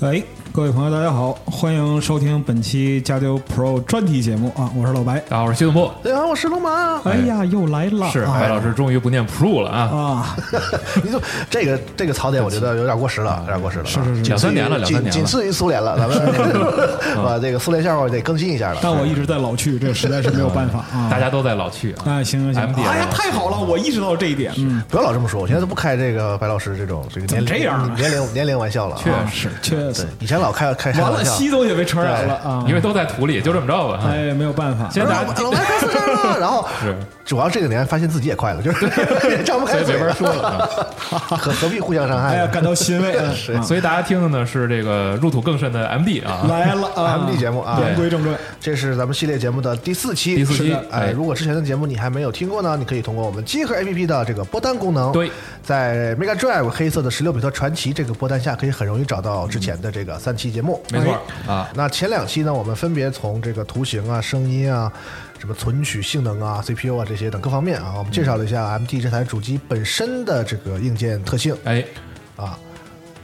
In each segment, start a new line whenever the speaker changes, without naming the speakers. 哎，各位朋友，大家好，欢迎收听本期加丢 Pro 专题节目啊！我是老白。
大家好，我是徐总部。
哎呀，我是龙马。
哎呀，又来了，
是
啊
白老师终于不念 Pro 了啊，
啊！
你就这个这个槽点，我觉得有点过时
嗯
了，有点过时了。
是是是
仅
两
次于
三年了两三年了
仅仅次于苏联了。咱们 把这个苏联笑话得更新一下了。
但我一直在老去，这实在是没有办法啊！
大家都在老去啊。
啊，行行行，
MDL
哎呀，太好了，我意识到这一点，嗯，
不要老这么说，我现在都不开这个白老师这种这个年龄
怎么这样呢
年龄年龄玩笑了啊。
确实，
确
对
实，，
以前老开开开
完
玩
了，
笑。
西总也被传染了啊！
因为都在土里，就这么着吧。
嗯
啊
哎，没有办法，
现在
老
大家
白老白开四十 了，然后
是
主要这个年发现自己也快了，就是 张不
所
开
以
嘴
没法
了，
说了
何何必互相伤
哎
害
呀，
呢？
感到欣 慰，嗯
啊。
啊
所以大家听的呢是这个入土更深的 MD 啊，
来了啊
MD 节目啊
言归正传，
这是咱们系列节目的第四期，
第四期
是的哎，
哎
如果之前的节目你还没有听过呢，你可以通过我们集合 APP 的这个播单功能，
对，
在 Mega Drive 黑色的十六比特传奇这个播单下，可以很容易找到之前的这个三期节目，
没错啊。
那前两期呢，我们分别从这个图形啊、声音啊、什么存取性能啊、CPU 啊这些等各方面啊，我们介绍了一下 MT 这台主机本身的这个硬件特性
哎，
啊。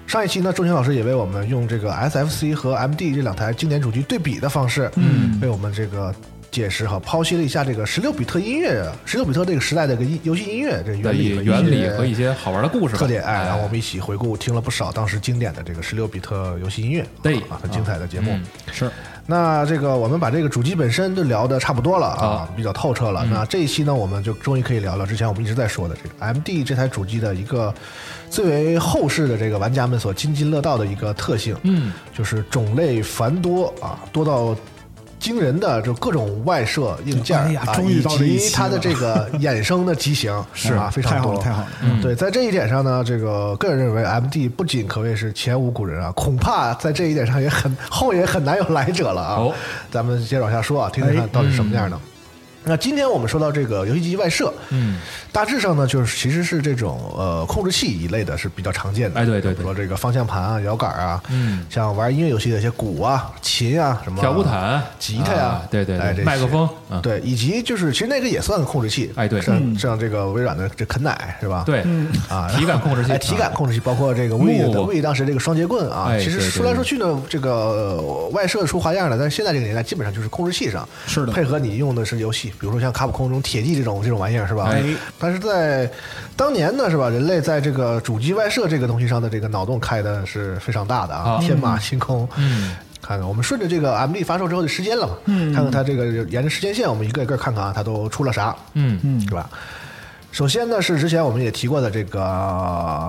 上一期呢，钟情老师也为我们用这个 SFC 和 MD 这两台经典主机对比的方式，嗯，为我们这个解释和剖析了一下这个十六比特音乐、十六比特这个时代的一个音游戏音乐这
的
原
一
理、
原理和一些好玩的故事吧
特点，哎，然后我们一起回顾听了不少当时经典的这个十六比特游戏音乐，
对
啊，很精彩的节目。
嗯
是
那这个我们把这个主机本身就聊的差不多了啊，比较透彻
嗯
了。那这一期呢，我们就终于可以聊聊之前我们一直在说的这个 MD 这台主机的一个最为后世的这个玩家们所津津乐道的一个特性，
嗯，
就是种类繁多啊，多到。惊人的就各种外设硬件
哎呀
啊，
终于
以
到这一
及
期
它的
了
这个衍生的机型
是
啊，非常
太好
多，
了太好了
嗯
对，在这一点上呢，这个个人认为，MD 不仅可谓是前无古人啊，恐怕在这一点上也很后也很难有来者了啊。
哦哎
咱们接着往下说啊，听听看到底是什么样的。那今天我们说到这个游戏机外设，
嗯，
大致上呢，就是其实是这种呃控制器一类的是比较常见的，
哎对对对
比如说这个方向盘啊、摇杆啊，
嗯，
像玩音乐游戏的一些鼓啊、琴啊什么
跳舞毯、
吉他呀
啊对对
哎
对，
这些
麦克风，嗯，
对，以及就是其实那个也算个控制器，
哎对
像像这个微软的这啃奶是吧？
对，
啊，
体感控制器啊
哎，体感控制器包括这个 Wii 的
木
Wii 当时这个双节棍啊，
哎
其实
对对
说来说去呢，这个呃外设出花样了，但是现在这个年代基本上就是控制器上
是的
配合你用的是游戏比如说像卡普空这种铁骑这种这种玩意儿是吧？
哎
但是在当年呢是吧，人类在这个主机外设这个东西上的这个脑洞开的是非常大的啊，
啊
天马行空。
嗯，
看看我们顺着这个 MD 发售之后的时间了嘛，嗯，看看它这个沿着时间线，我们一个一个看看啊，它都出了啥，
嗯
嗯，是吧？首先呢是之前我们也提过的这个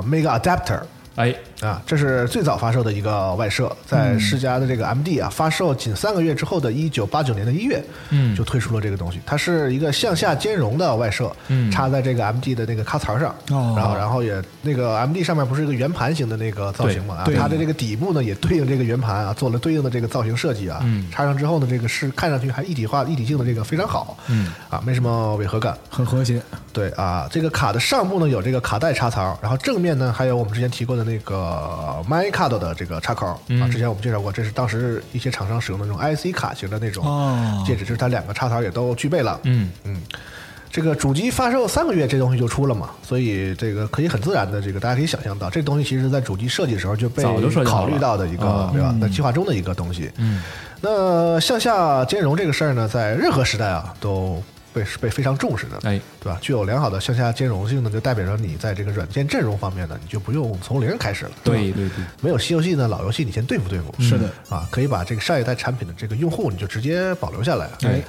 Mega Adapter。
哎，
啊，这是最早发售的一个外设，在世嘉的这个 MD 啊发售仅三个月之后的1989年的一月，
嗯
就推出了这个东西。它是一个向下兼容的外设，
嗯
插在这个 MD 的那个卡槽上，
哦
然后然后也那个 MD 上面不是一个圆盘形的那个造型嘛，啊，
对对
它的这个底部呢也对应这个圆盘啊，做了对应的这个造型设计啊，
嗯
插上之后呢，这个是看上去还一体化、一体性的这个非常好，
嗯，
啊，没什么违和感，
很和谐。
对啊，这个卡的上部呢有这个卡带插槽，然后正面呢还有我们之前提过的那个 MyCard 的这个插口、
嗯
啊。之前我们介绍过，这是当时一些厂商使用的那种 IC 卡型的那种
哦
戒指，就是它两个插槽也都具备了。
嗯
这个主机发售三个月，这东西就出了嘛，所以这个可以很自然的，这个大家可以想象到，这东西其实在主机设计的时候就被
早就设计好
考
了
虑到的一个
啊，
对吧？在计划中的一个东西。
嗯，
那向下兼容这个事儿呢，在任何时代啊都被是被非常重视的。
哎，
对吧？具有良好的向下兼容性呢，就代表着你在这个软件阵容方面呢，你就不用从零开始了。吧
对对对，
没有新游戏呢，老游戏你先对付对付。
嗯是的
啊，可以把这个上一代产品的这个用户你就直接保留下来。
哎，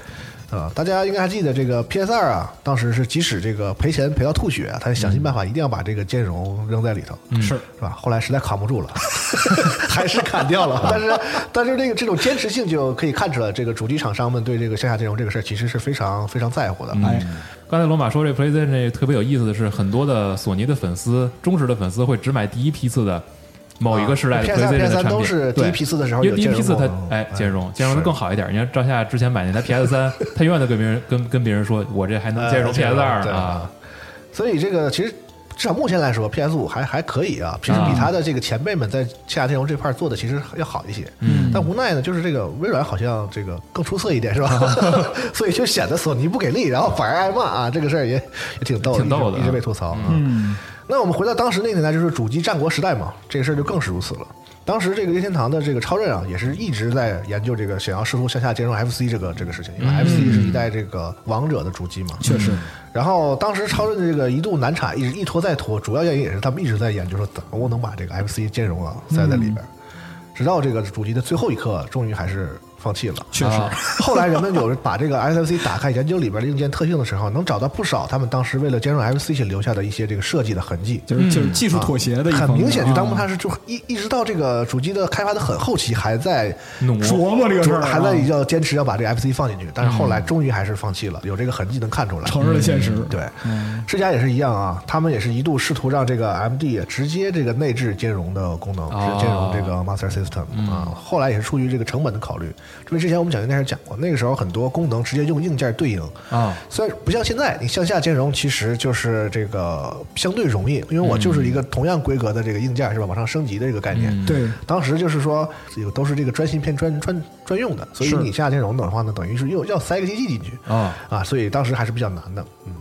啊，大家应该还记得这个 PS 二啊，当时是即使这个赔钱赔到吐血，啊他也想尽办法一定要把这个兼容扔在里头。
嗯是
是吧？后来实在扛不住了， 还是砍 掉了。但是，但是这个这种坚持性就可以看出来，这个主机厂商们对这个向下兼容这个事儿其实是非常非常在乎的。
哎，
刚才罗马说这 PlayStation 这特别有意思的是，很多的索尼的粉丝、忠实的粉丝会只买第一批次的某一个时代的
啊 PS3
PlayStation 的
PS3
产品，
都是
对
第一批次的时候
因
有
为第一批次它
兼容哦嗯
哎兼容兼容的
是
更好一点。你看赵夏之前买那台 PS 三，他永远都跟别人跟跟别人说，我这还能兼容
呃兼
PS
容
二
对
啊，
所以这个其实至少目前来说，PS 五还还可以啊，其实
啊
比它的这个前辈们在下兼容这块儿做的其实要好一些。
嗯
但无奈呢，就是这个微软好像这个更出色一点，是吧？ 所以就显得索尼不给力，然后反而挨骂啊，这个事儿也也挺逗的，
挺逗的
一直一直
啊
被吐槽啊。
嗯，
那我们回到当时那个年代，就是主机战国时代嘛，这个事儿就更是如此了。当时这个任天堂的这个超任啊，也是一直在研究这个想要试图向下兼容 FC 这个这个事情，因为 FC 是一代这个王者的主机嘛。
嗯
嗯
确实，
然后当时超任的这个一度难产，一直一拖再拖，主要原因也是他们一直在研究说怎么能把这个 FC 兼容啊塞在里边儿，
嗯
直到这个主机的最后一刻，终于还是放弃了。
确实
啊
后来人们有把这个 SFC 打开研究里边的硬件特性的时候，能找到不少他们当时为了兼容 FC 去留下的一些这个设计的痕迹。
就是就是技术妥协的一方面
嗯很
啊，
明显，就当初它是就一一直到这个主机的开发的很后期，还在
努
琢磨这个事儿啊嗯
还在要坚持要把这个 FC 放进去，但是后来终于还是放弃了，有这个痕迹能看出来。
承认了现实，
对，世嘉也是一样啊，他们也是一度试图让这个 MD 直接这个内置兼容的功能，
哦
直接兼容这个 Master System 啊。后来也是出于这个成本的考虑，因为之前我们讲应该是讲过，那个时候很多功能直接用硬件对应。
啊，
虽然不像现在，你向下兼容其实就是这个相对容易，因为我就是一个同样规格的这个硬件是吧，往上升级的一个概念。
对，
当时就是说，有都是这个专芯片专专专用的，所以
是
你向下兼容的话呢，等于是又要塞个机器进去
啊
啊，所以当时还是比较难的。嗯，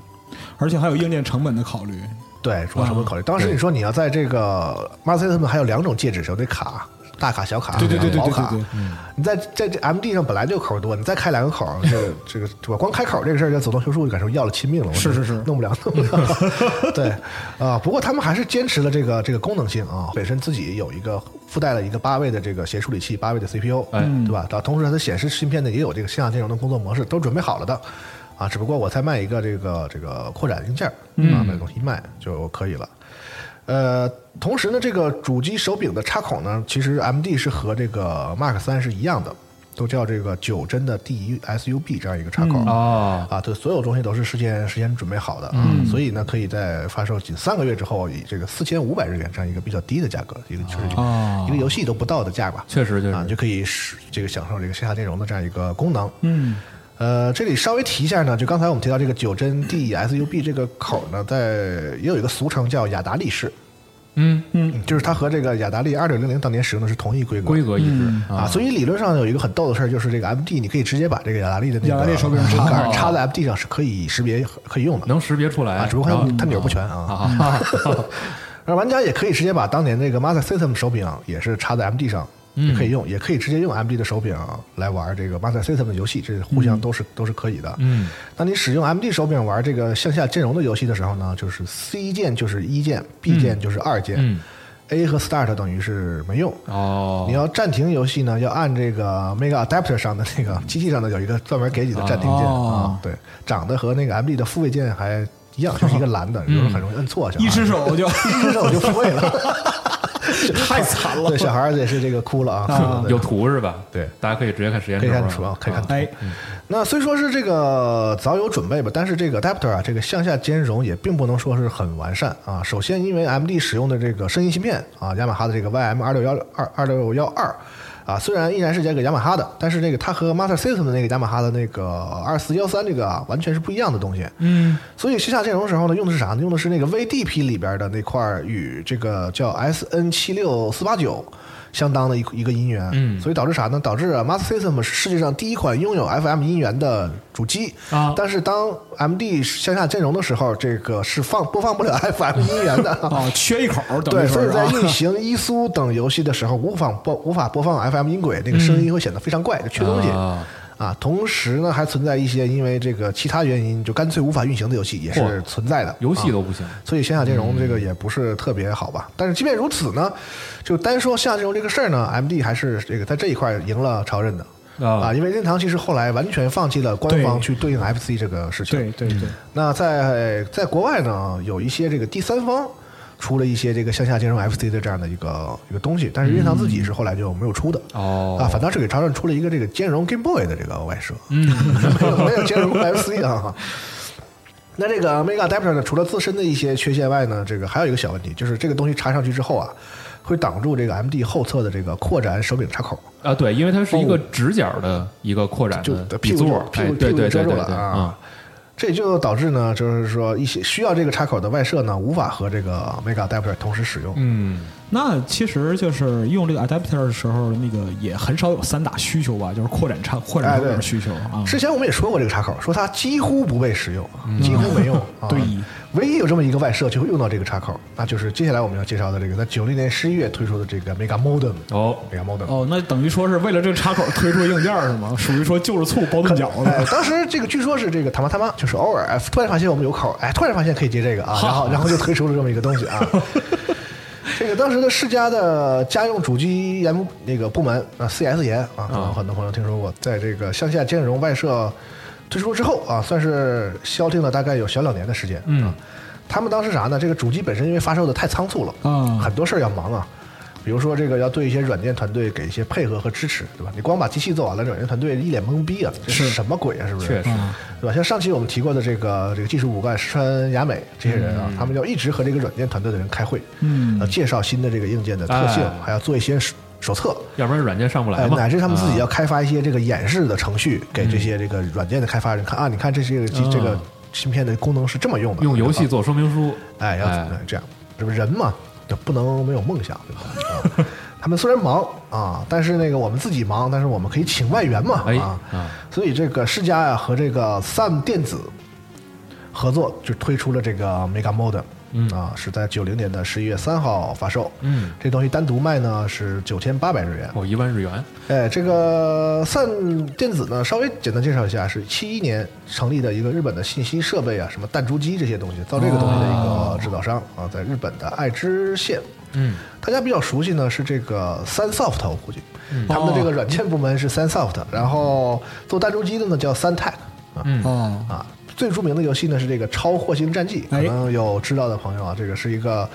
而且还有硬件成本的考虑，
对，主要成本
嗯
考虑。当时
对
你说你要在这个 Master System 还有两种介质，有那卡大卡、小卡，
对对对对
薄
对
卡。
对对
你在在这 MD 上本来就口多，你再开两个口，这 个这个对吧？光开口这个事儿，就走动修术就感受要了亲命了。我
是
这
是是
弄不了，弄 不了。对啊、不过他们还是坚持了这个这个功能性啊，本身自己有一个附带了一个八位的这个协处理器，八位的 CPU，
哎
对
嗯
吧？到同时它的显示芯片呢也有这个向下兼容的工作模式，都准备好了的。啊，只不过我再卖一个这个这个扩展硬件儿啊，
嗯
把东西一卖就可以了。呃，同时呢，这个主机手柄的插孔呢，其实 MD 是和这个 Mark 三是一样的，都叫这个九针的 DSUB 这样一个插口、
啊，
啊。对，所有东西都是事先事先准备好的啊，所以呢，可以在发售仅三个月之后，以这个四千五百日元这样一个比较低的价格，一个就是一个、
哦
一个游戏都不到的价吧，
确实确
啊，
实，
就可以使这个享受这个线下内容的这样一个功能。
嗯，
呃，这里稍微提一下呢，就刚才我们提到这个九针 DSUB 这个口呢，在也有一个俗称叫雅达利式，
嗯，
嗯，就是它和这个雅达利二六零零当年使用的是同一规格
规格一致
啊，所以理论上有一个很逗的事儿，就是这个 MD 你可以直接把这个雅达利的那个
雅达利手柄
手
插
杆
上
插在 MD 上是可以识别可以用的
能识别出来，
啊，只不过它
然后
它钮不全
啊
啊。
啊，
而玩家也可以直接把当年那个 Master System 手柄也是插在 MD 上也可以用，也可以直接用 MD 的手柄来玩这个 Master System 的游戏，这互相都是、都是可以的。
嗯，
当你使用 MD 手柄玩这个向下兼容的游戏的时候呢，就是 C 键就是一键，B 键就是二键、
嗯
a 和 Start 等于是没用。
哦，
你要暂停游戏呢，要按这个 Mega Adapter 上的那个机器上的有一个专门给你的暂停键啊、
哦
对，长得和那个 MD 的复位键还一样，就是一个蓝的，有时候很容易摁错。小孩
一只手 就
一只手就复位了，
太惨了
对，小孩儿也是这个哭了啊，
啊
对
有图是吧？
对，
大家可以直接看实验
可以
轴啊，
看图啊可以看图
哎，
那虽说是这个早有准备吧，但是这个 adapter 啊，这个向下兼容也并不能说是很完善啊。首先，因为 MD 使用的这个声音芯片啊，雅马哈的这个 YM 二六幺二二六幺二啊，虽然依然是这个雅马哈的，但是这个它和 Master System 的那个雅马哈的那个二四幺三这个啊，完全是不一样的东西。
嗯，
所以向下兼容的时候呢，用的是啥呢？用的是那个 VDP 里边的那块儿与这个叫 SN 七六四八九相当的一一个音源，
嗯
所以导致啥呢？导致啊 Master System 是世界上第一款拥有 FM 音源的主机
啊
但是当 MD 向下兼容的时候，这个是放播放不了 FM 音源的。
啊，缺一口儿，等
对，
于说
所以
是
在
啊，
运行伊苏等游戏的时候，无法播无法播放 FM 音轨，那个声音会显得非常怪，就缺东西。
嗯
啊
啊，同时呢，还存在一些因为这个其他原因就干脆无法运行的游戏也是
嚯
存在的，
游戏
啊
都不行，
所以向下兼容这个也不是特别好吧。但是即便如此呢，就单说向下兼容这个事儿呢，MD 还是这个在这一块赢了超任的
啊
啊，因为任堂其实后来完全放弃了官方
对
去对应 FC 这个事 情。
对对对，
那在在国外呢，有一些这个第三方出了一些这个向下兼容 FC 的这样的一个一个东西，但是任天堂自己是后来就没有出的。
哦
啊，反倒是给超任出了一个这个兼容 Game Boy 的这个外设，嗯，没 有没有兼容 FC 啊。那这个 Mega Adapter 呢，除了自身的一些缺陷外呢，这个还有一个小问题，就是这个东西插上去之后啊，会挡住这个 MD 后侧的这个扩展手柄插口，
啊，对，因为它是一个直角的一个扩展
哦就
的
屁
底座
股就
儿，
屁
哎
股
对
屁股就
对
遮
对
住
对
了
对
啊，。这就导致呢，就是说一些需要这个插口的外设呢，无法和这个 Mega Adapter 同时使用。
嗯，
那其实就是用这个 adapter 的时候，那个也很少有散打需求吧，就是扩展差扩展
哎
这
对
种需求啊。
之前我们也说过这个插口，说它几乎不被使用，几乎没用。啊
对
唯一有这么一个外设就会用到这个插口，那就是接下来我们要介绍的这个在九零年十一月推出的这个 Mega Modem。
哦，
Mega Modem。
哦，那等于说是为了这个插口推出硬件儿是 吗？属于说就是醋包顿饺
哎，
子。
当时这个据说是这个他妈他妈，就是偶尔哎突然发现我们有口，哎，突然发现可以接这个啊，然后然后就推出了这么一个东西啊。这个当时的世嘉的家用主机研那个部门啊，CS 研啊，可能很多朋友听说过，在这个向下兼容外设推出之后啊，算是消停了大概有小两年的时间。
嗯
啊，他们当时啥呢？这个主机本身因为发售的太仓促了，
啊
很多事儿要忙啊。比如说，这个要对一些软件团队给一些配合和支持，对吧？你光把机器做完了，软件团队一脸懵逼啊，这
是
什么鬼啊？是不是？
确实，
对吧？像上期我们提过的这个这个技术骨干石川雅美这些人啊，
嗯
他们要一直和这个软件团队的人开会，
嗯
呃，介绍新的这个硬件的特性
哎，
还要做一些手手册，
要不然软件上不来
呃
嘛，
乃至他们自己
啊
要开发一些这个演示的程序给
嗯
这些这个软件的开发人看啊，你看这是这个这个
啊
芯片的功能是这么用的，
用游
对
戏
吧
做说明书，
哎，要
哎
这样，这不人嘛，就不能没有梦想，对吧？啊他们虽然忙啊，但是那个我们自己忙，但是我们可以请外援嘛，
哎
啊，
啊
所以这个世嘉呀、和这个 Sun 电子合作，就推出了这个 Mega Modem，
嗯
啊，是在九零年的十一月三号发售，
嗯，
这东西单独卖呢是九千八百日元，
哦，一万日元，
哎，这个散电子呢，稍微简单介绍一下，是七一年成立的一个日本的信息设备啊，什么弹珠机这些东西，造这个东西的一个制造商、啊，在日本的爱知县。
嗯，
大家比较熟悉呢是这个 Sunsoft，我估计、他们的这个软件部门是 Sunsoft，然后做弹珠机的呢叫 Suntech 啊、
哦，
啊。最著名的游戏呢是这个《超火星战记》，可
哎
能有知道的朋友啊，这个是一个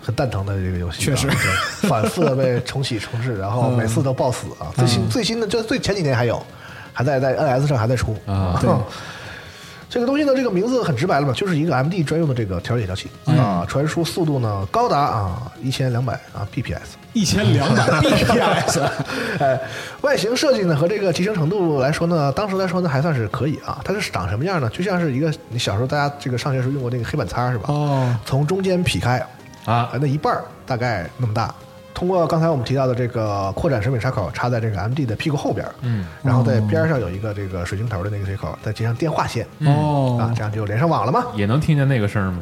很蛋疼的这个游戏、
确
啊，
实
对，反复的被重启重置，然后每次都爆死
嗯
啊。最新最新的就最前几年还有，还在在 NS 上还在出
啊
对
这个东西呢，这个名字很直白了嘛，就是一个 MD 专用的这个调节解调器
哎
啊，传输速度呢高达啊一千两百啊 bps，
一千两百 bps，
哎，外形设计呢和这个提升程度来说呢，当时来说呢还算是可以啊。它是长什么样呢？就像是一个你小时候大家这个上学时候用过那个黑板擦是吧？
哦
从中间劈开，
啊
啊，那一半儿大概那么大。通过刚才我们提到的这个扩展手柄插口插在这个 MD 的屁股后边，嗯，然后在边上有一个这个水晶头的那个接口，再接上电话线，啊
哦
啊，这样就连上网了嘛。
也能听见那个声儿吗？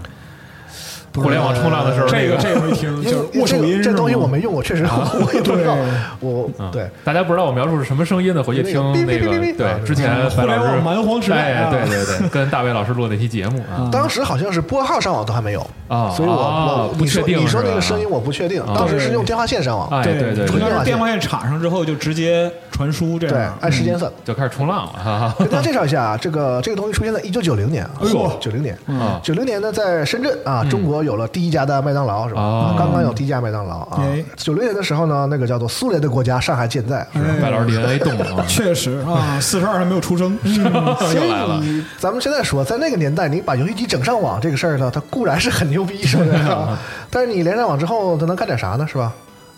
互联网冲浪的时候，
这
那
个这个没听，嗯
因
就
为
是握手音
这
是
东西
吗啊
我没用过，确实 我我也不知道
对，
我
嗯
对。
大家不知道我描述是什么声音的，回去听
那个
那
哔哔哔哔
个
哔
对
啊
之前
嗯互
白
联
老师
网蛮荒时代
哎
啊
对对对，跟大卫老师录那期节目啊
啊
当时好像是拨号上网都还没有
啊
所以我
啊
我
不
你
确
说
定
你说
是吧啊
那个声音我不确定，当时是用电话线上网，
哎对对对
应该
对
是电话线插上之后就直接传输这
对
嗯
样，。啊
按时 间算。
就开始冲浪了，哈哈
跟大家介绍一下啊，这个这个东西出现在一九九零年啊，
哎呦
九零年，
啊
九零年呢，在深圳啊，
嗯
中国有了第一家的麦当劳是吧
哦？
刚刚有第一家麦当劳啊
哎。
九零年的时候呢，那个叫做苏联的国家上海健在，啊是吧
白老师 DNA 动了啊，
确实啊，四十二还没有出生，
所
又来了。
啊
以咱们现在说，在那个年代，你把游戏机整上网这个事儿呢，它固然是很牛逼，是不是啊？但是你连上网之后，它能干点啥呢？是吧？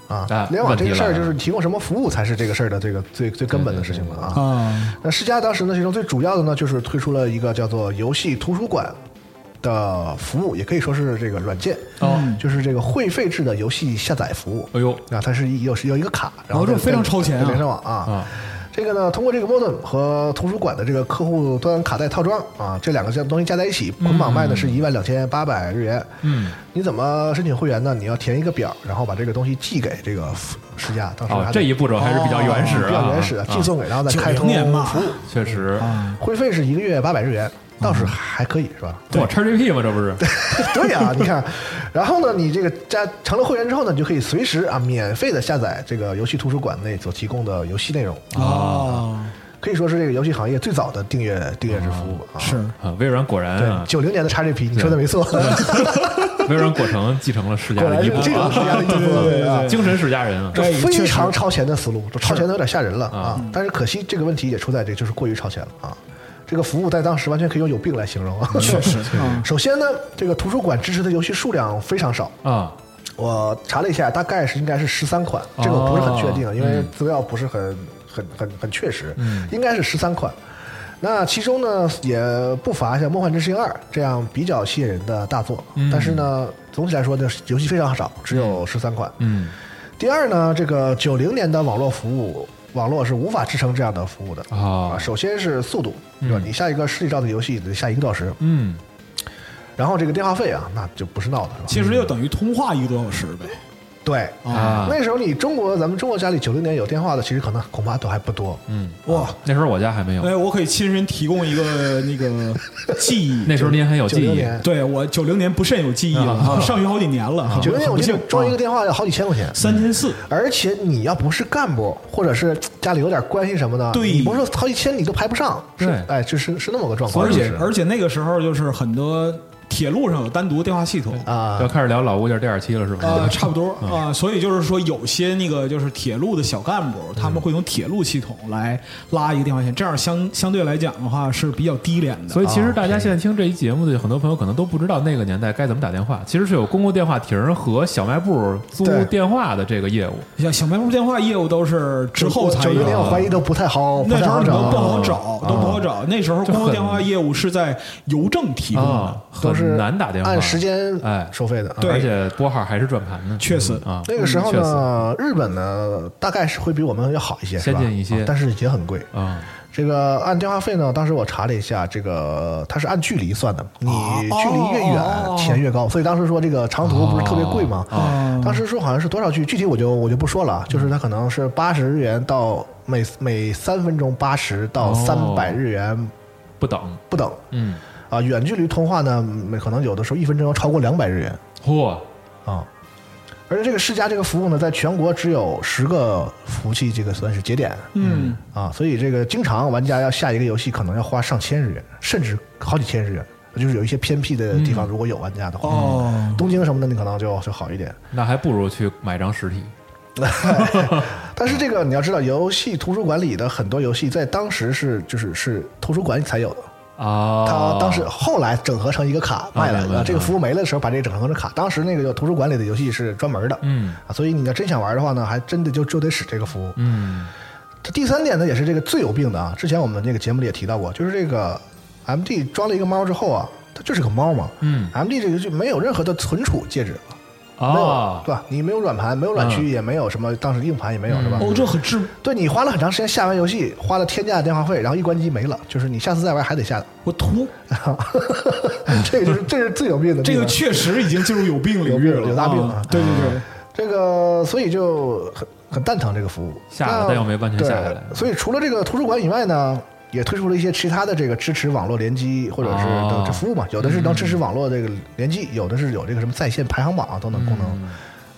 啊
啊，联网这个事
问
儿
题来了
就是你提供什么服务才是这个事儿的这个最最根本的事情了啊。
啊，
那世嘉当时呢，其中最主要的呢，就是推出了一个叫做游戏图书馆的服务，也可以说是这个软件，
哦，
就是这个会费制的游戏下载服务。
哎呦
啊，它是有有一个卡，然后
哦这非常超前啊
连上网啊。
啊，
这个呢，通过这个 modem 和图书馆的这个客户端卡带套装啊，这两个这东西加在一起，捆绑卖的是一万两千八百日元。
嗯，
你怎么申请会员呢？你要填一个表，然后把这个东西寄给这个世家。当时
哦
还，得
这一步骤还是比较原始啊，
哦比较原始的嗯
啊
寄送给，然后再开
90
通
年嘛
服务。
确实，
会费是一个月八百日元，倒
嗯
是还可以是吧？
哇，XGP 嘛，这不是
对呀、你看，然后呢，你这个加成了会员之后呢，你就可以随时啊免费的下载这个游戏图书馆内所提供的游戏内容，
哦，
可以说是这个游戏行业最早的订阅订阅制服务啊。
是
啊，微软果然啊
嗯
对，，九零年的 XGP，你说的没错，
微软果成继承了世家
果
的
然
衣
是
钵
这种
啊，
世家的一
对对对
步啊
对。
精神世家人啊，
这
哎
非
确实嗯
常超前的思路，这超前的有点吓人了
啊
啊！但是可惜这个问题也出在这，就是过于超前了啊！这个服务在当时完全可以用有病来形容啊。
确实 啊，
首先呢，这个图书馆支持的游戏数量非常少，
啊，
我查了一下，大概是应该是十三款，
哦
这个我不是很确定，因为资料不是很很很很确实，
嗯
应该是十三款。那其中呢，也不乏像《梦幻之星二》这样比较吸引人的大作，但是呢，总体来说呢，游戏非常少，只有十三款。
嗯嗯，
第二呢，这个九零年的网络服务，网络是无法支撑这样的服务的
哦
啊。首先是速度，对吧？你下一个十几兆的游戏得下一个多小时，
嗯，
然后这个电话费啊，那就不是闹的，是吧？
其实就等于通话一个多小时呗，
对，
啊，
哦那时候你中国咱们中国家里九零年有电话的，其实可能恐怕都还不多。
嗯，
哇，
那时候我家还没有，
哎，我可以亲身提供一个那个记忆，
那时候您还有
九
记
零
忆，
年，
对我九零年不甚有记忆了，啊 上学好几年了，
九零年我记得装一个
个
电话要好几千块钱，
三千四，
而且你要不是干部，或者是家里有点关系什么的，
对
你不是好几千你都排不上。是
对
哎，就是是那么个状况。
而且
是
而且那个时候就是很多铁路上有单独电话系统。
啊
要，开始聊老物件第二期了，是
呃，
吧？
差不多
嗯
啊、所以就是说，有些那个就是铁路的小干部，他
嗯
们会用铁路系统来拉一个电话线，这样相相对来讲的话是比较低廉的。
所以其
哦
实大家现在听这一节目的很多朋友可能都不知道那个年代该怎么打电话，其实是有公共电话亭和小卖部租
对
电话的这个业务。
像小卖部电话业务都是之后才
九
有
零年，
啊
的
我怀疑都不太好，
那时候
不
你
太
都
好
不
找。啊
好找，都不好找。那时候公共电话业务是在邮政提供的
啊，，
都是
很难打电话，
按时间
哎
收费的。啊
对
而且拨号还是转盘呢，
确实
嗯啊。
那个时候
嗯确实
呢，日本呢大概是会比我们要好一些，是吧
先进一些
啊但是也很贵。
啊，
这个按电话费呢，当时我查了一下，这个它是按距离算的，你距离越远、
啊哦
钱越高，所以当时说这个长途不是特别贵吗？
哦
啊
嗯
当时说好像是多少距，具体我就我就不说了，就是它可能是八十日元到每每三分钟八十到三
哦
百日元
不等，
不等
嗯，
啊。远距离通话呢，每可能有的时候一分钟要超过两百日元
嚯，
啊。而且这个世嘉这个服务呢，在全国只有十个服务器，这个算是节点。
嗯，
啊，所以这个经常玩家要下一个游戏，可能要花上千日元，甚至好几千日元。就是有一些偏僻的地
嗯
方，如果有玩家的话，嗯
哦
东京什么的，你可能就就好一点。
那还不如去买张实体。
但是这个你要知道，游戏图书馆里的很多游戏在当时是就是是图书馆才有的，
啊，
它当时后来整合成一个卡卖
啊
了。
明白
啊这个服务没了的时候，把这个整合成卡。当时那个有图书馆里的游戏是专门的，
嗯
啊，所以你要真想玩的话呢，还真的就就得使这个服务。
嗯
这第三点呢，也是这个最有病的啊。之前我们那个节目里也提到过，就是这个 M D 装了一个猫之后啊，它就是个猫嘛。
嗯
M D 这个就没有任何的存储介质了，没有
啊，
对吧？你没有软盘，没有软驱，也没有什么当时硬盘也没有，是吧？
哦，这很智，
对你花了很长时间下完游戏，花了天价的电话费，然后一关机没了，就是你下次在玩还得下，
我图
这就是这是最有病的
这
地方。
个确实已经进入有病领域
有病
了，
有大病
啊
了
对对对，
这个，所以就很很蛋疼这个服务。
下了
那
但又没完全下来
对所以除了这个图书馆以外呢，也推出了一些其他的这个支持网络联机或者是
哦
等这服务嘛，有的是能支持网络这个联机，有的是有这个什么在线排行榜啊等等功
嗯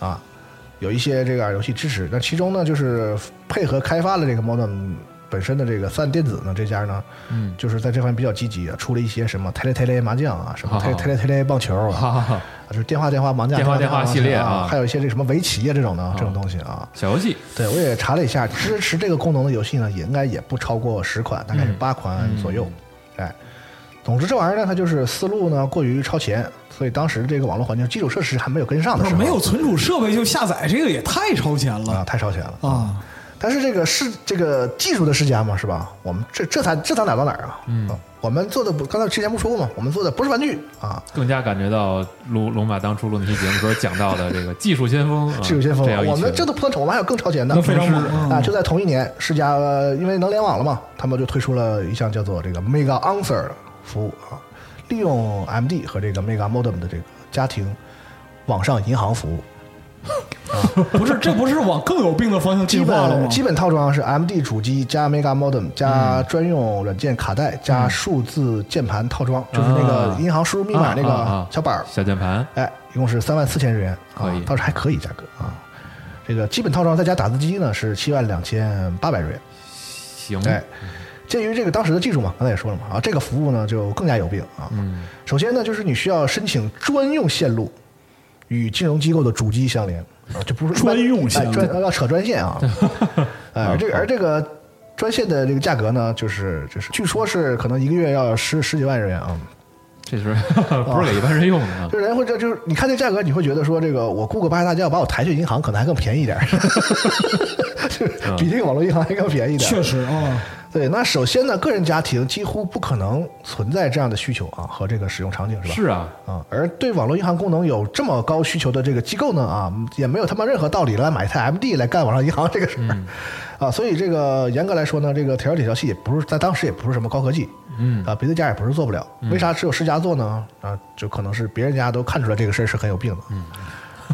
能、啊，有一些这个游戏支持。那其中呢，就是配合开发了这个 Modem 本身的这个三电子呢这家呢，
嗯，
就是在这方面比较积极啊，出了一些什么 tele tele 麻将啊，什么
好好
tele tele tele 棒球啊，
哈哈哈，
啊，就是电话电话麻将、
电话电话系列啊哦
啊，还有一些这个什么围棋啊这种的这种东西啊。
小游戏
对，我也查了一下，支持这个功能的游戏呢，也应该也不超过十款，大概是
嗯
八款左右。哎，总之这玩意儿呢，它就是思路呢过于超前，所以当时这个网络环境基础设施还没有跟上的
不
时
是
候，
哦没有存储设备就下载，这个也太超前
啊，
了
太超前了。
啊！
但是这个是这个技术的世家嘛，是吧？我们这这才这才哪到哪儿啊？嗯，我们做的不，刚才之前不说过吗？我们做的不是玩具啊，
更加感觉到龙龙马当初录那期节目时候讲到的这个技术先锋，啊
是有些风
这样一
我们
群
这都不算丑，我们还有更超前的，
那非常猛嗯
啊！就在同一年，世嘉呃因为能联网了嘛，他们就推出了一项叫做这个 Mega Answer 的服务啊，利用 MD 和这个 Mega Modem 的这个家庭网上银行服务，
不是，这不是往更有病的方向
基
进化了吗嗯
本？基本套装是 MD 主机加 Mega Modem 加专用软件卡带加数字键盘套装，就是那个
啊
银行输入密码那
啊啊啊
个小板儿，
小键盘，
哎，一共是三万四千日元，
可以
啊，倒是还可以价格啊。这个基本套装再加打字机呢是七万两千八百日元，
行，
嗯
哎，鉴于这个当时的技术嘛，刚才也说了嘛，啊，这个服务呢就更加有病啊。
嗯，
首先呢，就是你需要申请专用线路，与金融机构的主机相连啊，就不是
专用线
哎
路
专要扯专 线啊。哎，而这个而这个专线的这个价格呢，就是就是，据说是可能一个月要十十几万日元啊。
这是 不是给一般人用的啊？
就人会这就是你看这价格，你会觉得说这个我雇个八大将把我抬去银行可能还更便宜一点儿， 就是比这个网络银行还更便宜一点儿。
嗯确实啊，
对，那首先呢，个人家庭几乎不可能存在这样的需求啊和这个使用场景是吧？
是啊，
啊，而对网络银行功能有这么高需求的这个机构呢，啊，也没有他妈任何道理来买一台 MD 来干网上银行这个事儿，
嗯
啊，所以这个严格来说呢，这个铁桥铁桥系也不是在当时也不是什么高科技，嗯，啊，别的家也不是做不了，为啥只有世家做呢？啊，就可能是别人家都看出来这个事儿是很有病的，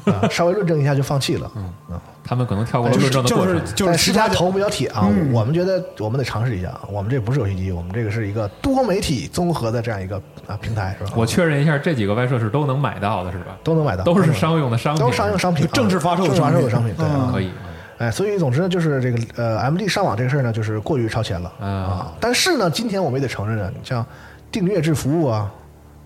嗯，啊，稍微论证一下就放弃了，嗯啊，
他们可能跳过了
就是
论证的过
就
程
是，就是
但世
其
家
他
头比较铁啊，我们觉得我们得尝试一下，啊我们这不是游戏机，我们这个是一个多媒体综合的这样一个啊平台，是吧？
我确认一下，这几个外设是都能买到的，是吧？
都能买到，嗯
都是商用的商品，
都是商用商品，啊
就正式发售的
正式发售的商品，对
商品
啊。
可以，
哎，所以总之呢，就是这个呃，MD 上网这个事儿呢，就是过于超前了
啊
啊。但是呢，今天我们也得承认啊，你像订阅制服务啊，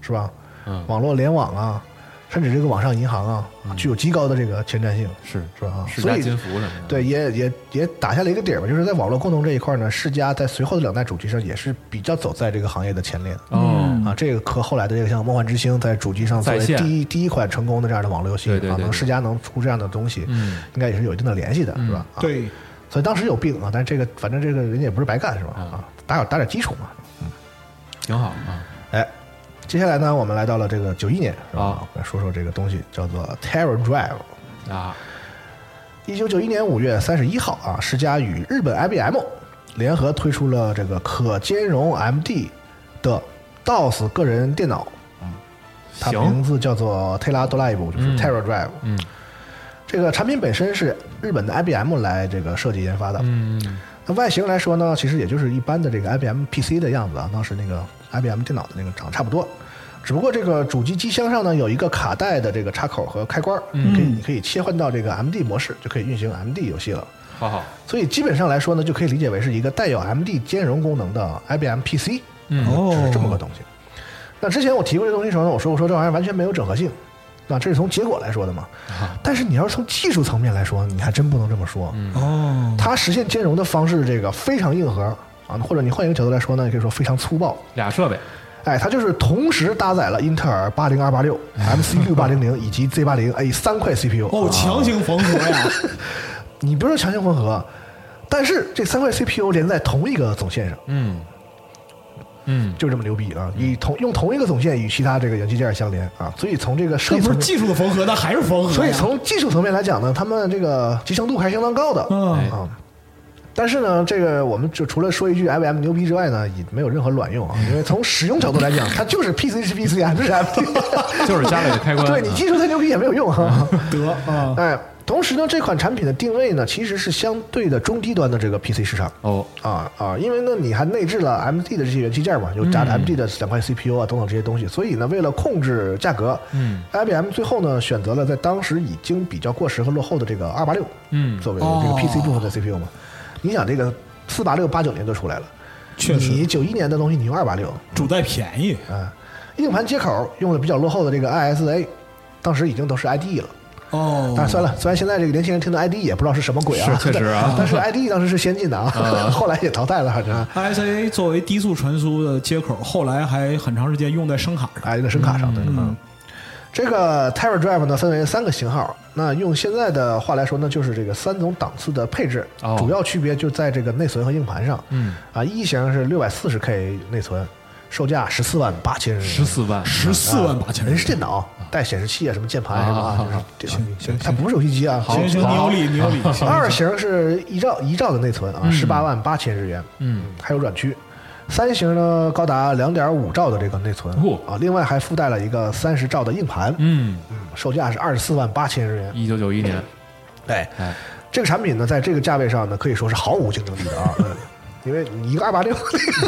是吧？
嗯
网络联网啊，甚至这个网上银行啊，具有极高的这个前瞻性，
是
是吧？啊
世
所
家
以
嗯金服什么的，
对，也也也打下了一个底儿吧，就是在网络功能这一块呢，世嘉在随后的两代主机上也是比较走在这个行业的前列。
哦，
啊，这个和后来的这个像《梦幻之星》在主机上作
在
为
线
第一第一款成功的这样的网络游戏
对对
啊，
对
能
对
世嘉能出这样的东西，
嗯
应该也是有一定的联系的，是吧？啊，
对，
所以当时有病啊，但是这个反正这个人家也不是白干，是吧？
嗯
啊，打点打点基础嘛。
挺好啊，
哎，接下来呢，我们来到了这个九一年，是吧？
啊
我来说说这个东西叫做 Terra Drive。
啊，
一九九一年五月三十一号啊，世嘉与日本 IBM 联合推出了这个可兼容 MD 的 DOS 个人电脑，它名
行，
字叫做 Tera Drive，就是
嗯
Tera Drive。
嗯
这个产品本身是日本的 IBM 来这个设计研发的。
嗯，嗯
那外形来说呢，其实也就是一般的这个 IBM PC 的样子啊，当时那个 IBM 电脑的那个长得差不多。只不过这个主机机箱上呢有一个卡带的这个插口和开关，你可以你可以切换到这个 MD 模式，就可以运行 MD 游戏了。
好好，
所以基本上来说呢，就可以理解为是一个带有 MD 兼容功能的 IBM PC，
嗯
就是这么个
哦，
东西。那之前我提过这东西的时候呢，我说我说这玩意儿完全没有整合性，那这是从结果来说的嘛。但是你要是从技术层面来说，你还真不能这么说。
哦，
它实现兼容的方式，这个非常硬核啊，或者你换一个角度来说呢，也可以说非常粗暴。
俩设备，
哎，它就是同时搭载了英特尔八零二八六、MCU 八零零以及 Z 八零 A 三块 CPU。
哎哦，强行缝合 呀，
啊你不是强行混合，但是这三块 CPU 连在同一个总线上，
嗯，嗯，
就是这么牛逼啊！以同用同一个总线与其他这个元器件相连啊，所以从这个
这
设计
不
层
是
面，
技术的缝合，那还是缝合呀。
所以从技术层面来讲呢，他们这个集成度还是相当高的
嗯
哎
啊。但是呢，这个我们就除了说一句 IBM 牛逼之外呢，也没有任何卵用啊，因为从使用角度来讲，它就是 PC 是 PC，M 是 M，
就是家里的开关。
对你技术再牛逼也没有用啊。
得啊，
哎，同时呢，这款产品的定位呢，其实是相对的中低端的这个 PC 市场。
哦，
啊啊，因为呢，你还内置了 MD 的这些元器件嘛，有
嗯
加了 MD 的两块 CPU 啊等等这些东西，所以呢，为了控制价格，
嗯
，IBM 最后呢选择了在当时已经比较过时和落后的这个二八六，
嗯
作为这
哦
个 PC 部分的 CPU 嘛。你想这个四八六八九年就出来了，
确实
你九一年的东西你用二八六
主带便宜，
啊，硬盘接口用的比较落后的这个 ISA，当时已经都是 IDE 了。
哦
但是算了，虽然现在这个年轻人听到 IDE 也不知道是什么鬼啊，
是确实啊
但是 IDE 当时是先进的啊，后来也淘汰了，反正。啊
ISA 作为低速传输的接口，后来还很长时间用在声卡上。
哎，一个声卡上的。嗯，这个 Terra Drive 呢分为三个型号，那用现在的话来说呢，就是这个三种档次的配置，
哦
主要区别就在这个内存和硬盘上。
嗯，
啊，一型是六百四十 K 内存，售价十四万八千人民币。
十四万，
十四万八千
啊人是电脑带显示器啊，什么键盘什么
啊
啊，就是
行
这
行
个它不是游戏机啊。
好
行行，你有理，你 有理。行
二型是一兆一兆的内存啊，十八万八千日元，
嗯，
还有软驱。三型呢，高达两点五兆的这个内存
哦
啊，另外还附带了一个三十兆的硬盘，
嗯，
售价是二十四万八千日元。
一九九一年，
对，
哎，
这个产品呢，在这个价位上呢，可以说是毫无竞争力的 啊，嗯因为你一个二八六，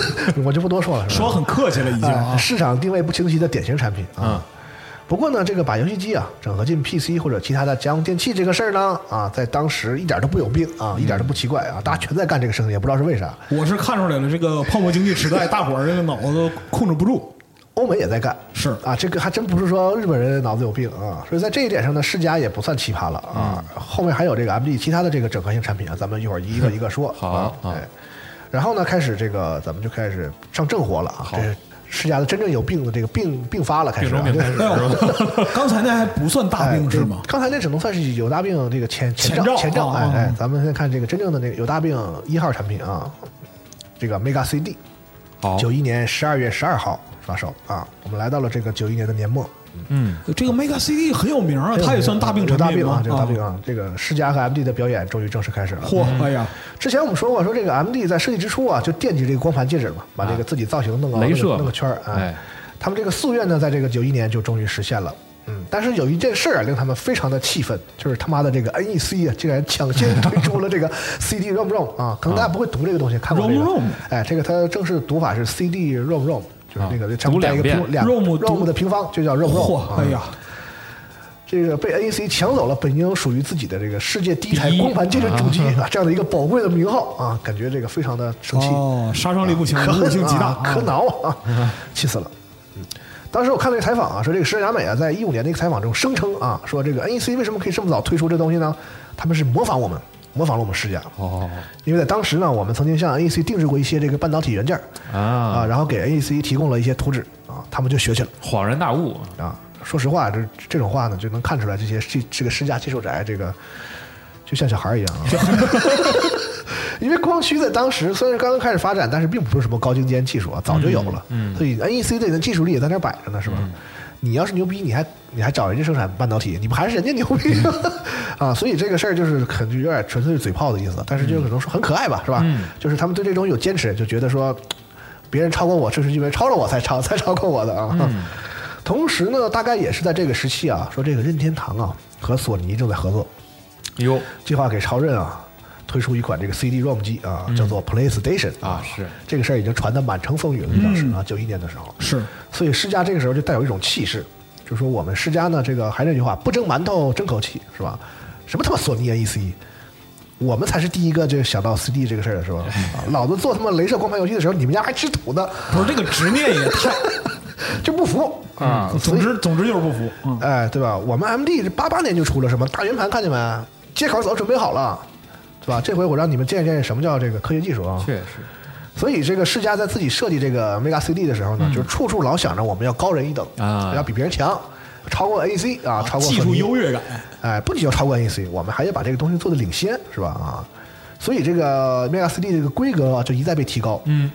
我就不多说了，是吧
说很客气了，已经
哎
啊。
市场定位不清晰的典型产品
嗯
啊。不过呢，这个把游戏机啊整合进 PC 或者其他的家用电器这个事儿呢，啊，在当时一点都不有病啊，一点都不奇怪啊，大家全在干这个生意，也不知道是为啥。
我是看出来了，这个泡沫经济时代，大伙儿这个脑子都控制不住。
欧美也在干，
是
啊，这个还真不是说日本人脑子有病啊，所以在这一点上呢，世嘉也不算奇葩了啊。
嗯
后面还有这个 MD 其他的这个整合性产品啊，咱们一会儿一个一个说。
好
啊，
好
哎，然后呢，开始这个咱们就开始上正活了啊，
好
这是世嘉的真正有病的这个病病发了，开
病
始、啊
中、病
这
开始是吧？
刚才那还不算大
哎
病
这
是吗？
刚才那只能算是有大病这个前
前兆
兆前兆。
啊
哎
啊
哎，咱们先看这个真正的那个有大病一号产品啊，这个 Mega CD，
好，
九一年十二月十二号发售啊，我们来到了这个九一年的年末。
嗯，
这个 Mega CD 很有名啊，
这个
它也算大病
有
产
大
品
病
吗哦
啊，？这个大病啊，这个世嘉和 MD 的表演终于正式开始了。
嚯，哎呀，
之前我们说过，说这个 MD 在设计之初啊，就惦记这个光盘戒指嘛，把这个自己造型弄个
啊镭
弄
射
个弄个圈儿。啊
哎，
他们这个夙愿呢，在这个九一年就终于实现了。嗯，但是有一件事儿啊，令他们非常的气愤，就是他妈的这个 NEC 啊，竟然抢先推出了 这个 CD ROM ROM 啊，可能大家不会读这个东西，看过这个
ROM-ROM
哎，这个它正式读法是 CD ROM ROM，就是那个
啊
上面带一
读两
个
遍
平两
ROM 读
ROM 的平方就叫 ROM 啊
嚯，
ROM。
哎呀，
这个被 NEC 抢走了本应属于自己的这个世界第一台
第一
光盘介质主机啊，这样的一个宝贵的名号啊，感觉这个非常的生气，
哦，杀伤力不行，
可
侮辱
恨
性极大
啊，，可
啊
挠啊，气死了。嗯当时我看了一个采访啊，说这个石原雅美啊，在一五年的一个采访中声称啊，说这个 NEC 为什么可以这么早推出这东西呢？他们是模仿我们，模仿了我们世家，
哦
因为在当时呢，我们曾经向 NEC 定制过一些这个半导体元件儿啊，
啊，
然后给 NEC 提供了一些图纸啊，他们就学去了。
恍然大悟，
啊，说实话，这这种话呢，就能看出来这些这这个世家技术宅，这个就像小孩儿一样啊。 因为光驱在当时虽然是刚刚开始发展，但是并不是什么高精尖技术啊，早就有了。
嗯嗯
所以 NEC 这的技术力也在那儿摆着呢，是吧？你要是牛逼，你还你还找人家生产半导体，你不还是人家牛逼吗？
嗯
啊，所以这个事儿就是可能就有点纯粹是嘴炮的意思，但是就可能说很可爱吧，是吧？
嗯
就是他们对这种有坚持，就觉得说别人超过我，这是因为超了我才超才超过我的啊。
嗯
同时呢，大概也是在这个时期啊，说这个任天堂啊和索尼正在合作，
哟
计划给超任啊推出一款这个 CD-ROM 机啊，叫做 PlayStation
嗯啊是嗯
这个事儿已经传得满城风雨了，当时啊，九一年的时候，
是
所以世嘉这个时候就带有一种气势，就说我们世嘉呢，这个还是那句话，不争馒头争口气，是吧？什么他妈索尼 NEC，我们才是第一个就想到 CD 这个事儿的 是吧？啊老子做他妈镭射光盘游戏的时候，你们家还吃土呢，
不是这个执念也太……
就不服，
啊
所
总
以
之总之就是不服，嗯，
哎，对吧？我们 MD 八八年就出了什么大圆盘，看见没？接口早准备好了，对吧？这回我让你们见识见识什么叫这个科学技术啊！
确实，
所以这个世嘉在自己设计这个 Mega CD 的时
嗯
候呢，就是处处老想着我们要高人一等
啊
要比别人强，超过 AC 啊，超过
技
索
术
尼
优越感，
哎，不仅要超过 NEC，我们还要把这个东西做的领先，是吧？啊，所以这个 Mega CD 这个规格啊，就一再被提高。
嗯，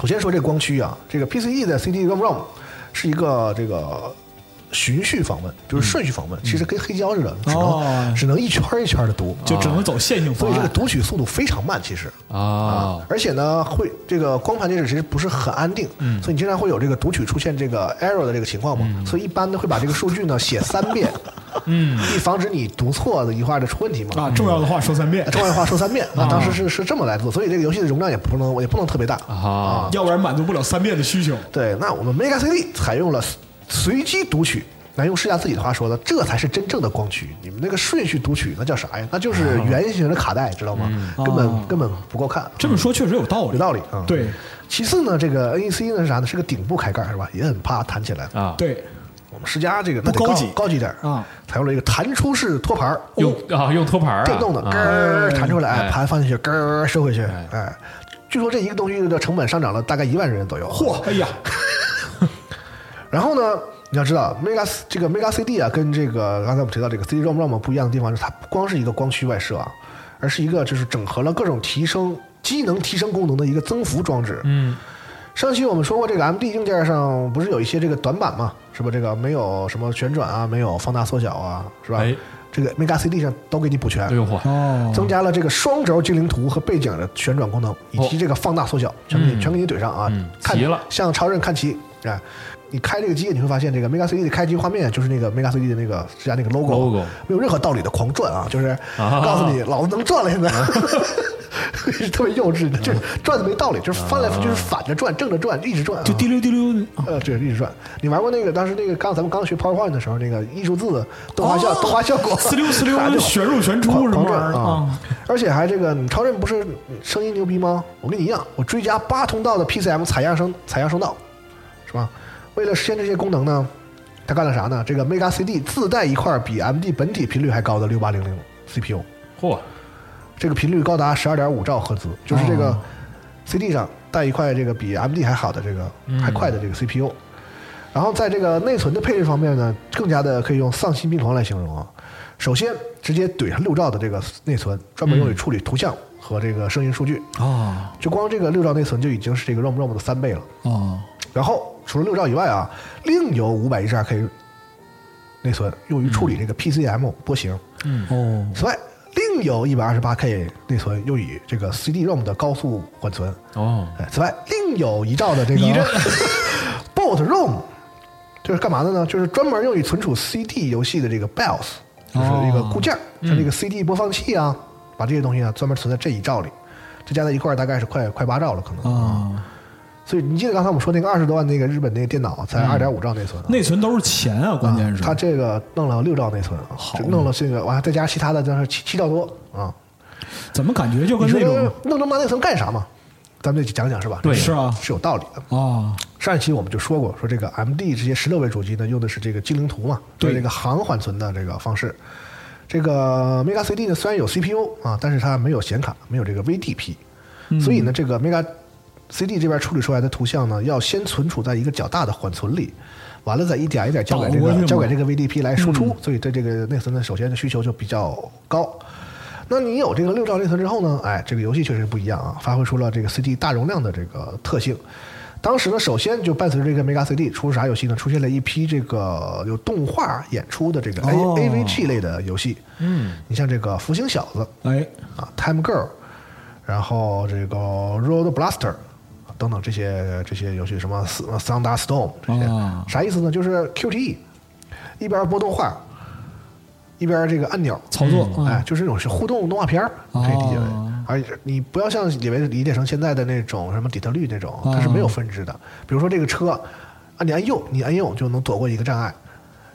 首先说这光驱啊，这个 PCE 的 CD ROM ROM 是一个这个循序访问，就是顺序访问，其实跟黑胶似的，只能、
哦
只能一圈儿一圈的读，啊
就哦只能走线性
所
方
以这个
案。
读取速度非常慢，其实。
啊，
而且呢，会这个光盘介质其实不是很安定，所以你经常会有这个读取出现这个 error 的这个情况嘛，所以一般呢会把这个数据呢写三遍，嗯，以防止你读错的一块儿的出问题嘛。
啊，重要的话说三遍，
重要的话说三遍啊，当时是是这么来做，所以这个游戏的容量也不能也不能特别大
啊
要不然满足不了三遍的需求。
对，那我们 Mega CD 采用了随机读取。咱用世嘉自己的话说的，这才是真正的光驱。你们那个顺序读取，那叫啥呀？那就是圆形的卡带，知道吗？根
哦
本根本不够看。
这么说确实有道理，
有道理啊。
对
其次呢，这个 NEC 呢是啥呢？是个顶部开盖是吧？也很怕弹起来。
啊，
对，
我们世嘉这个那得
不高
高
级
高级点儿
啊，哦
采用了一个弹出式托盘儿，
用啊用托盘儿啊
电动的，咯
啊
儿弹出来，
哎
盘放进去，咯儿收回去，哎。据说这一个东西的成本上涨了大概一万日元左右。
嚯，哎呀，
然后呢，你要知道，Mega 这个 Mega CD 啊，跟这个刚才我们提到这个 CD ROM ROM 不一样的地方，就是它不光是一个光驱外设啊，而是一个就是整合了各种提升机能提升功能的一个增幅装置。
嗯
上期我们说过，这个 MD 硬件上不是有一些这个短板嘛，是吧？这个没有什么旋转啊，没有放大缩小啊，是吧？
哎
这个 Mega CD 上都给你补全
哎，呦嚯
哦
增加了这个双轴精灵图和背景的旋转功能，以及这个放大缩
哦
小，全给你、
嗯
全给你怼上啊！
嗯
看
齐了
向超人看齐啊！你开这个机，你会发现这个 Mega CD 的开机画面就是那个 Mega CD 的那个之前那个 logo，,
logo
没有任何道理的狂转啊！就是告诉你，老子能转了，现 在。特别幼稚的，就是转的没道理，就是翻来覆去，就是反着转，正着转，一直转啊，
啊就滴溜滴溜，
呃，对，一直转。你玩过那个？当时那个刚咱们刚学 PowerPoint 的时候，那个艺术字的动画效、动画效果，
哦 呲溜呲溜
啊就
旋入旋
狂
出什么
狂
玩意儿
转啊
啊？！
而且还这个，你超任不是声音牛逼吗？我跟你一样，我追加八通道的 PCM 采样声采样声道，是吧？为了实现这些功能呢，他干了啥呢？这个 Mega CD 自带一块比 MD 本体频率还高的六八零零 CPU，
嚯，
这个频率高达十二点五兆赫兹，就是这个 CD 上带一块这个比 MD 还好的这个还快的这个 CPU。然后在这个内存的配置方面呢，更加的可以用丧心病狂来形容啊。首先，直接怼上六兆的这个内存，专门用于处理图像和这个声音数据。
啊
就光这个六兆内存就已经是这个 ROM ROM 的三倍了。
啊！
然后除了六兆以外啊，另有五百一十二 K 内存用于处理这个 PCM 波形。
哦，
此外，另有一百二十八 K 内存用以这个 CD-ROM 的高速缓存。
哦
哎，此外，另有一兆的这个
你这
Bot ROM，就是干嘛的呢？就是专门用于存储 CD 游戏的这个 BIOS，就是一个固件
哦
儿，像这个 CD 播放器
嗯
啊，把这些东西啊专门存在这一兆里。这加在一块儿大概
嗯
是快快八兆了，可能。
啊，
所以你记得刚才我们说那个二十多万那个日本那个电脑才
嗯
二点五兆内存啊、
内存都是钱啊，关键是
他这个弄了六兆内存啊，
好
这弄了这个完了再加其他的，就是七七兆多啊。
怎么感觉就
你
跟
说
那种
弄这么大内存干啥嘛？咱们得讲讲是吧？
对
是啊
是有道理的。
啊
上一期我们就说过，说这个 MD 这些十六位主机呢，用的是这个精灵图嘛，
对
就是这个行缓存的这个方式。这个 Mega CD 呢，虽然有 CPU 啊，但是它没有显卡，没有这个 VDP，、
嗯
所以呢，这个 Mega CD 这边处理出来的图像呢，要先存储在一个较大的缓存里，完了再一点一点交给这
导过去
个
嘛
交给这个 VDP 来输出，所以对这个内存的首先的需求就比较高。那你有这个六兆内存之后呢？哎，这个游戏确实不一样啊，发挥出了这个 CD 大容量的这个特性。当时呢，首先就伴随着这个 Mega CD 出啥游戏呢？出现了一批这个有动画演出的这个 A、
哦
AVG 类的游戏。嗯，你像这个《福星小子》
哎
啊，《Time Girl》，然后这个《Road Blaster》等等这些这些游戏，什么《Sound Storm》这些，
哦
啥意思呢？就是 QTE 一边播动画，一边这个按钮
操作啊
哎，就是那种是互动动画片儿，可以理解为
哦。
而且你不要像以为理解成现在的那种什么底特律那种，它是没
哦
有分支的。比如说这个车，啊，你按右，你按右就能躲过一个障碍。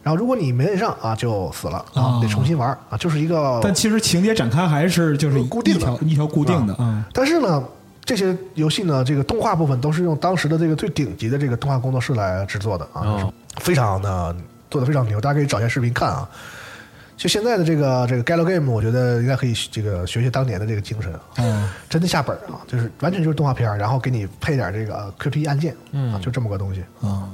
然后如果你没摁上啊，就死了啊，得重新玩儿啊，就是一个。
哦但其实情节展开还是就是
固定
一
的
条一条固定的啊，
但是呢，这些游戏呢，这个动画部分都是用当时的这个最顶级的这个动画工作室来制作的啊，
哦
非常的做的非常牛，大家可以找一下视频看啊。就现在的这个这个 Galo Game，我觉得应该可以这个学学当年的这个精神啊，
哦
真的下本儿啊，就是完全就是动画片儿，然后给你配点这个 QTE 按键，嗯、啊，就这么个东西。
啊，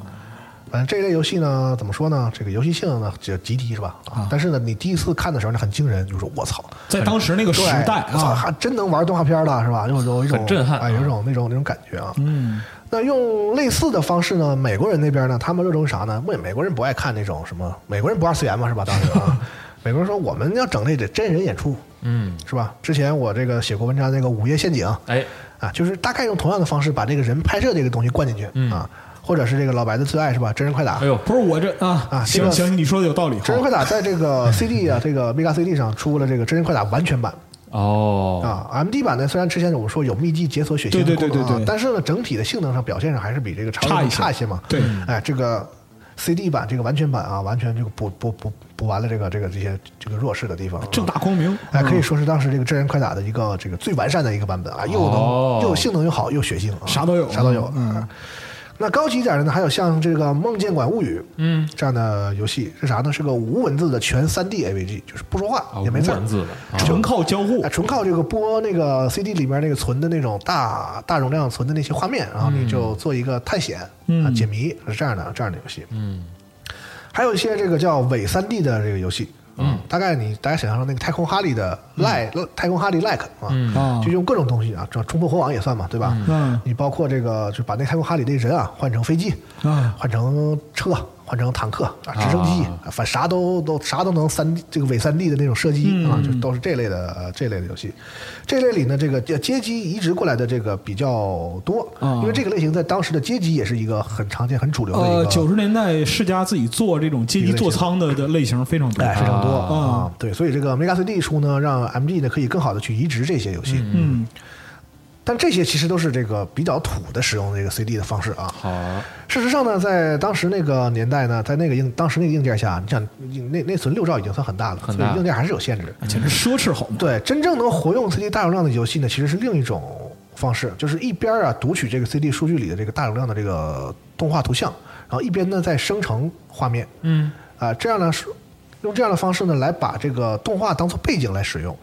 反正这类游戏呢，怎么说呢？这个游戏性呢，就极低是吧？啊，但是呢，你第一次看的时候呢，很惊人，就是我操，
在当时那个时
对，
代
我操，
啊，
还真能玩动画片了是吧？有有一种
很震撼啊
哎，有一种那种那种感觉啊。嗯，那用类似的方式呢，美国人那边呢，他们热衷于啥呢？美美国人不爱看那种什么，美国人不二次元嘛是吧？当时 啊，美国人说我们要整那得真人演出，
嗯，
是吧？之前我这个写过文章，那个《午夜陷阱》，
哎，
啊，就是大概用同样的方式把这个人拍摄这个东西灌进去、啊，或者是这个老白的最爱是吧？真人快打，
嗯哎呦，
不是我这啊
啊这
行
个
行，你说的有道理。
真人快
好
打在这 个 CD 啊，这个 Mega CD 上出了这个真人快打完全版
哦，
啊，MD 版呢，虽然之前我们说有秘籍解锁血腥的
对对
功能啊
对对对
但是呢，整体的性能上表现上还是比这个
差
差
一些
差一些嘛。
对，
哎，这个 CD 版这个完全版啊，完全这个补补补补完了这个这个这些这个弱势的地方啊、
正大光明，
哎，可以说是当时这个真人快打的一个这个最完善的一个版本啊，又能、
哦
又性能又好又血腥、啊，
啥都有
啥都有。
嗯
啊那高级一点的呢，还有像这个《梦见馆物语》
嗯，
这样的游戏，是啥呢？是个无文字的全3 D AVG，就是不说
啊
话也
无
没字儿
文字的，啊
纯靠交互
哎，。纯靠这个播那个 CD 里面那个存的那种大大容量存的那些画面，然后你就做一个探险、啊解谜是这样的这样的游戏。嗯，还有一些这个叫伪三 D 的这个游戏，嗯，大概你大家想象成那个太空哈利的 like、太空哈利 like 啊，
啊
就用各种东西啊，这冲破火网也算嘛，对吧？
嗯
你包括这个就把那太空哈利那人啊换成飞机
啊
换成车。换成坦克啊，直升机，
啊
啊反正啥都都啥都能三 D 这个伪三 D 的那种射击、
嗯
啊，就都是这类的、呃这类的游戏。这类里呢，这个街街机移植过来的这个比较多，
啊
因为这个类型在当时的街机也是一个很常见、很主流的一个。
呃，九十年代世嘉自己做这种街机座舱的的类型非常多
哎，非常多
啊
啊、对，所以这个 Mega CD 出呢，让 MG 呢可以更好的去移植这些游戏，
嗯，
但这些其实都是这个比较土的使用这个 CD 的方式啊。
好，
事实上呢，在当时那个年代呢，在那个硬当时那个硬件下，你想那那存六兆已经算很大了，
很
所
大
以硬件还是有限制的。
简直奢侈好吗？
对，真正能活用 CD 大容量的游戏呢，其实是另一种方式，就是一边儿啊读取这个 CD 数据里的这个大容量的这个动画图像，然后一边呢再生成画面，
嗯，
啊、这样呢是用这样的方式呢来把这个动画当做背景来使用，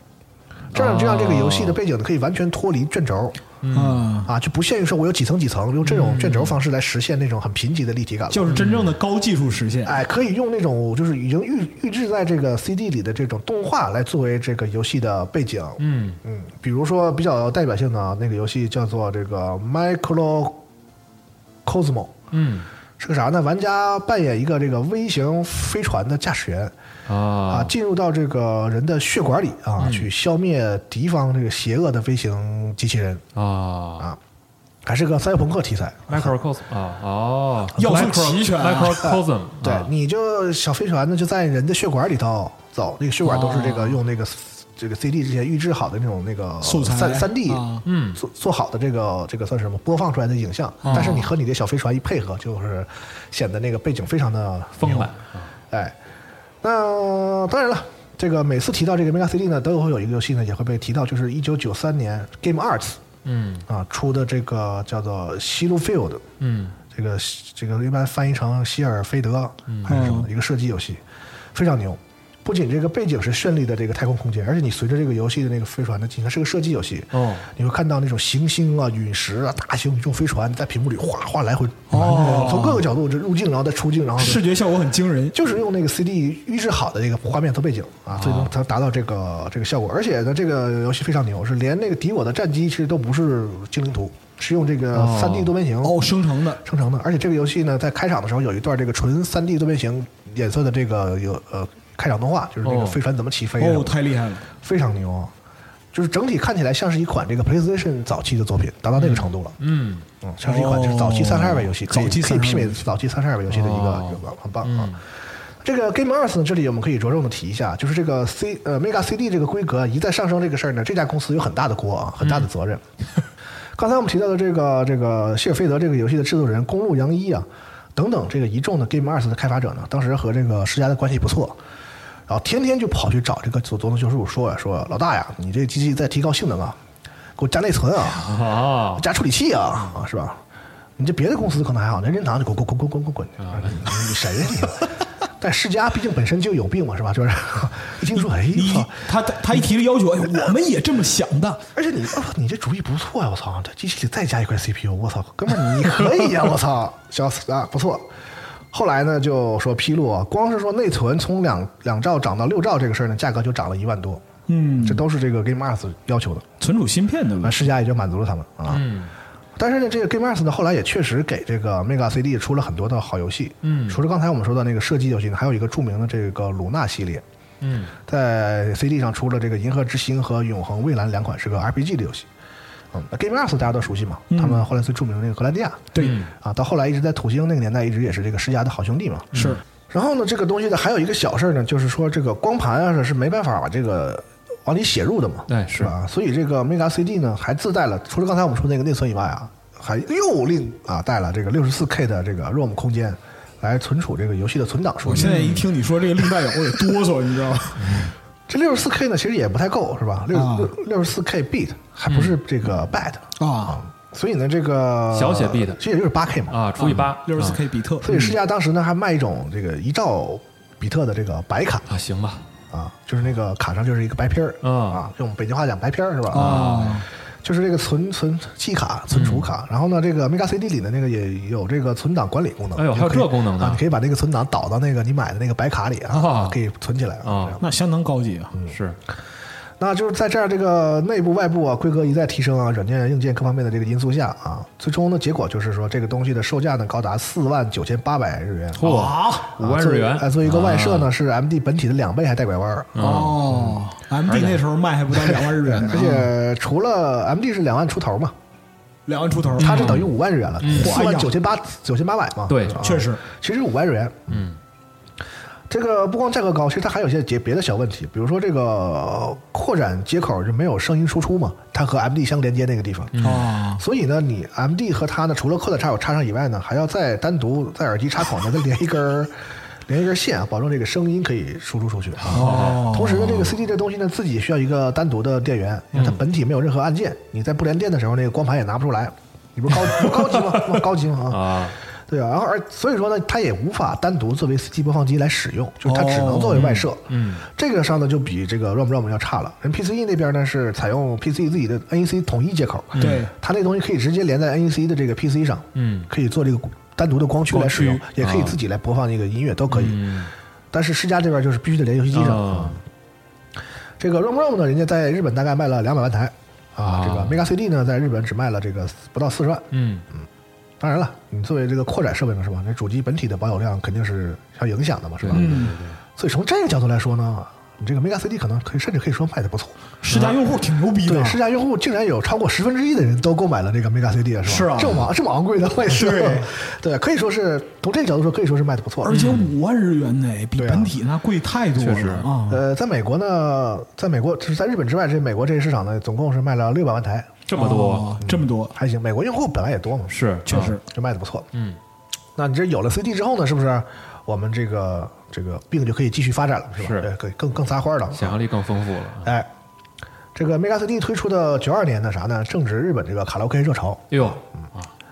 这样这样这个游戏的背景呢可以完全脱离卷轴。
啊，
啊，就不限于说我有几层几层，用这种卷轴方式来实现那种很贫瘠的立体感了。
就是真正的高技术实现。
哎，可以用那种就是已经预预制在这个 CD 里的这种动画来作为这个游戏的背景。
嗯
嗯，比如说比较有代表性的啊那个游戏叫做这个 Micro Cosmo，
嗯
是个啥呢？玩家扮演一个这个微型飞船的驾驶员啊，
啊，
进入到这个人的血管里啊，去消灭敌方这个邪恶的微型机器人，
啊
还是个赛博朋克题材。
，microcosm 啊，哦，
要素齐全啊
microcosm，
对，
啊
你就小飞船呢，就在人的血管里头走，那个血管都是这个用那个 s- 这个 CD 之前预制好的那种那个
啊素材
三三 D
啊
嗯
做做好的这个这个算是什么播放出来的影像，
哦
但是你和你的小飞船一配合，就是显得那个背景非常的
丰满，
哎，那当然了。这个每次提到这个 Mega CD 呢，都会有一个游戏呢也会被提到，就是一九九三年 Game Arts
嗯
啊出的这个叫做《西路 Field》，
嗯，
这个这个一般翻译成希尔菲德啊还是什么的一个射击游戏，非常牛。不仅这个背景是绚丽的这个太空空间，而且你随着这个游戏的那个飞船的进行，它是个射击游戏，
哦
你会看到那种行星啊、陨石啊、大型宇宙飞船在屏幕里哗哗来回，
哦
从各个角度这入境，然后再出境，然后
视觉效果很惊人，
就是用那个 CD 预制好的这个画面做背景啊，最终它达到这个这个效果。而且呢，这个游戏非常牛，是连那个敌我的战机其实都不是精灵图，是用这个
哦
3D 多边形
哦，生成的
生成的。而且这个游戏呢，在开场的时候有一段这个纯3 D 多边形演算的这个有呃开场动画，就是那
哦
个飞船怎么起飞啊，
哦，太厉害了。
非常牛啊。就是整体看起来像是一款这个 PlayStation 早期的作品，达到那个程度了。
嗯
嗯，像是一款就是早期三十二位游戏，可以
早期
可以媲美
32
早期三十二位游戏的一个
哦
一个很棒啊。这个 Game Earth 呢，这里我们可以着重的提一下，就是这个 C 呃 Mega CD 这个规格啊一再上升这个事儿呢，这家公司有很大的锅啊，很大的责任。 刚才我们提到的这个这个谢尔菲德这个游戏的制作人公路洋一啊，等等这个一众的 Game Earth 的开发者呢，当时和这个世嘉的关系不错，然后天天就跑去找这个佐佐藤修树说呀说老大呀，你这机器再提高性能啊，给我加内存啊。
啊，
加处理器啊，啊是吧？你这别的公司可能还好，那任天堂就滚滚滚滚滚滚滚，
啊
啊你你谁呀你？但世嘉毕竟本身就有病嘛，是吧？就是 一听说，哎，
你
操！
他他他一提这要求，哎，我们也这么想的。
而且你，我、操，你这主意不错呀、我操，这机器里再加一块 CPU，我操，哥们儿你可以呀、我操，小啊不错。后来呢，就说披露啊，光是说内存从两两兆涨到六兆这个事儿呢，价格就涨了一万多，
嗯
这，都是这个 Game Arts 要求的。
存储芯片的
那
问题，
世嘉也就满足了他们啊。
嗯
但是呢，这个 Game Arts 呢，后来也确实给这个 Mega CD 出了很多的好游戏。
嗯
除了刚才我们说的那个射击游戏呢，还有一个著名的这个鲁纳系列，
嗯
在 CD 上出了这个《银河之星》和《永恒蔚蓝》两款是个 RPG 的游戏。嗯那，Game Arts 大家都熟悉嘛，
嗯
他们后来最著名的那个荷兰弟亚
对，
嗯
啊，到后来一直在土星那个年代，一直也是这个世嘉的好兄弟嘛。
是，
然后呢，这个东西呢，还有一个小事儿呢，就是说这个光盘啊是没办法把这个往里写入的嘛，
哎
是
是
吧？所以这个 Mega CD 呢，还自带了，除了刚才我们说那个内存以外啊，还又另啊带了这个六十四 K 的这个 ROM 空间来存储这个游戏的存档数
我
据。
现在一听你说这个另代友，我得哆嗦，你知道吗？
这六十四 K 呢，其实也不太够，是吧？六
啊
六十四 K bit 还不是这个 byte，、
啊，
所以呢，这个
小写 bit
其实也就是八 K 嘛。
啊，除以八
六十四
啊
K 比特，
所以世嘉当时呢还卖一种这个一兆比特的这个白卡，
啊，行吧，
啊，就是那个卡上就是一个白片儿、
嗯
啊，用北京话讲白片儿是吧？
啊，
就是这个存存记卡、存储卡，
嗯
然后呢，这个 Mega CD 里的那个也有这个存档管理功能。
哎呦
你就可
还
以
有这功能呢
啊！你可以把那个存档导到那个你买的那个白卡里啊，
啊
可以存起来
啊
这样
那相当高级啊，
是
那就是在这样这个内部外部啊规格一再提升啊，软件硬件各方面的这个因素下啊，最终的结果就是说这个东西的售价呢高达四万九千八百日元。
嚯，
啊，
五万
啊作为
日元啊
哎，作为一个外设呢，是 MD 本体的两倍还带拐弯儿。
哦，M D 那时候卖还不到两万日元呢，啊
而且除了 MD 是两万出头嘛，
两万出头，
它是等于五万日元了，四
哎
万
呀
九千八九千八百嘛。
对
啊
嗯确实，
其实五万日元，
嗯，
这个不光价格高，其实它还有一些别别的小问题，比如说这个呃扩展接口就没有声音输出嘛，它和 MD 相连接那个地方。
啊，
所以呢，你 M D 和它呢，除了扩展插口插上以外呢，还要再单独在耳机插口呢再连一根儿，连一根线啊，保证这个声音可以输出出去啊。
哦，
同时呢，这个 CD 这东西呢，自己需要一个单独的电源，
嗯
因为它本体没有任何按键，你在不连电的时候，那个光盘也拿不出来，你不是高 不高级吗？不高级吗？啊，
啊，
对啊，然后而所以说呢，它也无法单独作为 CD 播放机来使用，就是它只
哦
能作为外设。
嗯，
这个上呢就比这个 ROM ROM 要差了。人 PCE 那边呢是采用 PCE 自己的 NEC 统一接口，
对
它那东西可以直接连在 NEC 的这个 PC 上，
嗯
可以做这个单独的光驱来使用
光，驱
也可以
啊
自己来播放那个音乐，都可以。
嗯
但是世嘉这边就是必须得连游戏机上。
啊
这个 ROM ROM 呢，人家在日本大概卖了两百万台，
啊
这个 Mega CD 呢，在日本只卖了这个不到四十万。
嗯
当然了，你作为这个扩展设备嘛，是吧？那主机本体的保有量肯定是要影响的嘛，是吧？
嗯，
所以从这个角度来说呢，你这个 Mega CD 可能可以甚至可以说卖的不错。
世家用户挺牛逼
对，
的，
世嘉用户竟然有超过十分之一的人都购买了这个 Mega CD，是吧？
是啊
这么昂这么昂贵的外设，
对
对，可以说是从这个角度说，可以说是卖的不错。
而且五万日元呢，比
对啊
本体那贵太多
确实
了啊，
呃，在美国呢，在美国就是在日本之外，这美国这个市场呢，总共是卖了六百万台，
这么多
哦，这么多，
还行。美国用户本来也多嘛，
是
确实
啊就卖的不错。
嗯，
那你这有了 CD 之后呢，是不是我们这个这个病就可以继续发展了，是吧？
是
对，可以更更撒欢了。
想象力更丰富了。
哎，这个 Mega CD 推出的九二年的啥呢？正值日本这个卡拉 OK 热潮，
哎呦，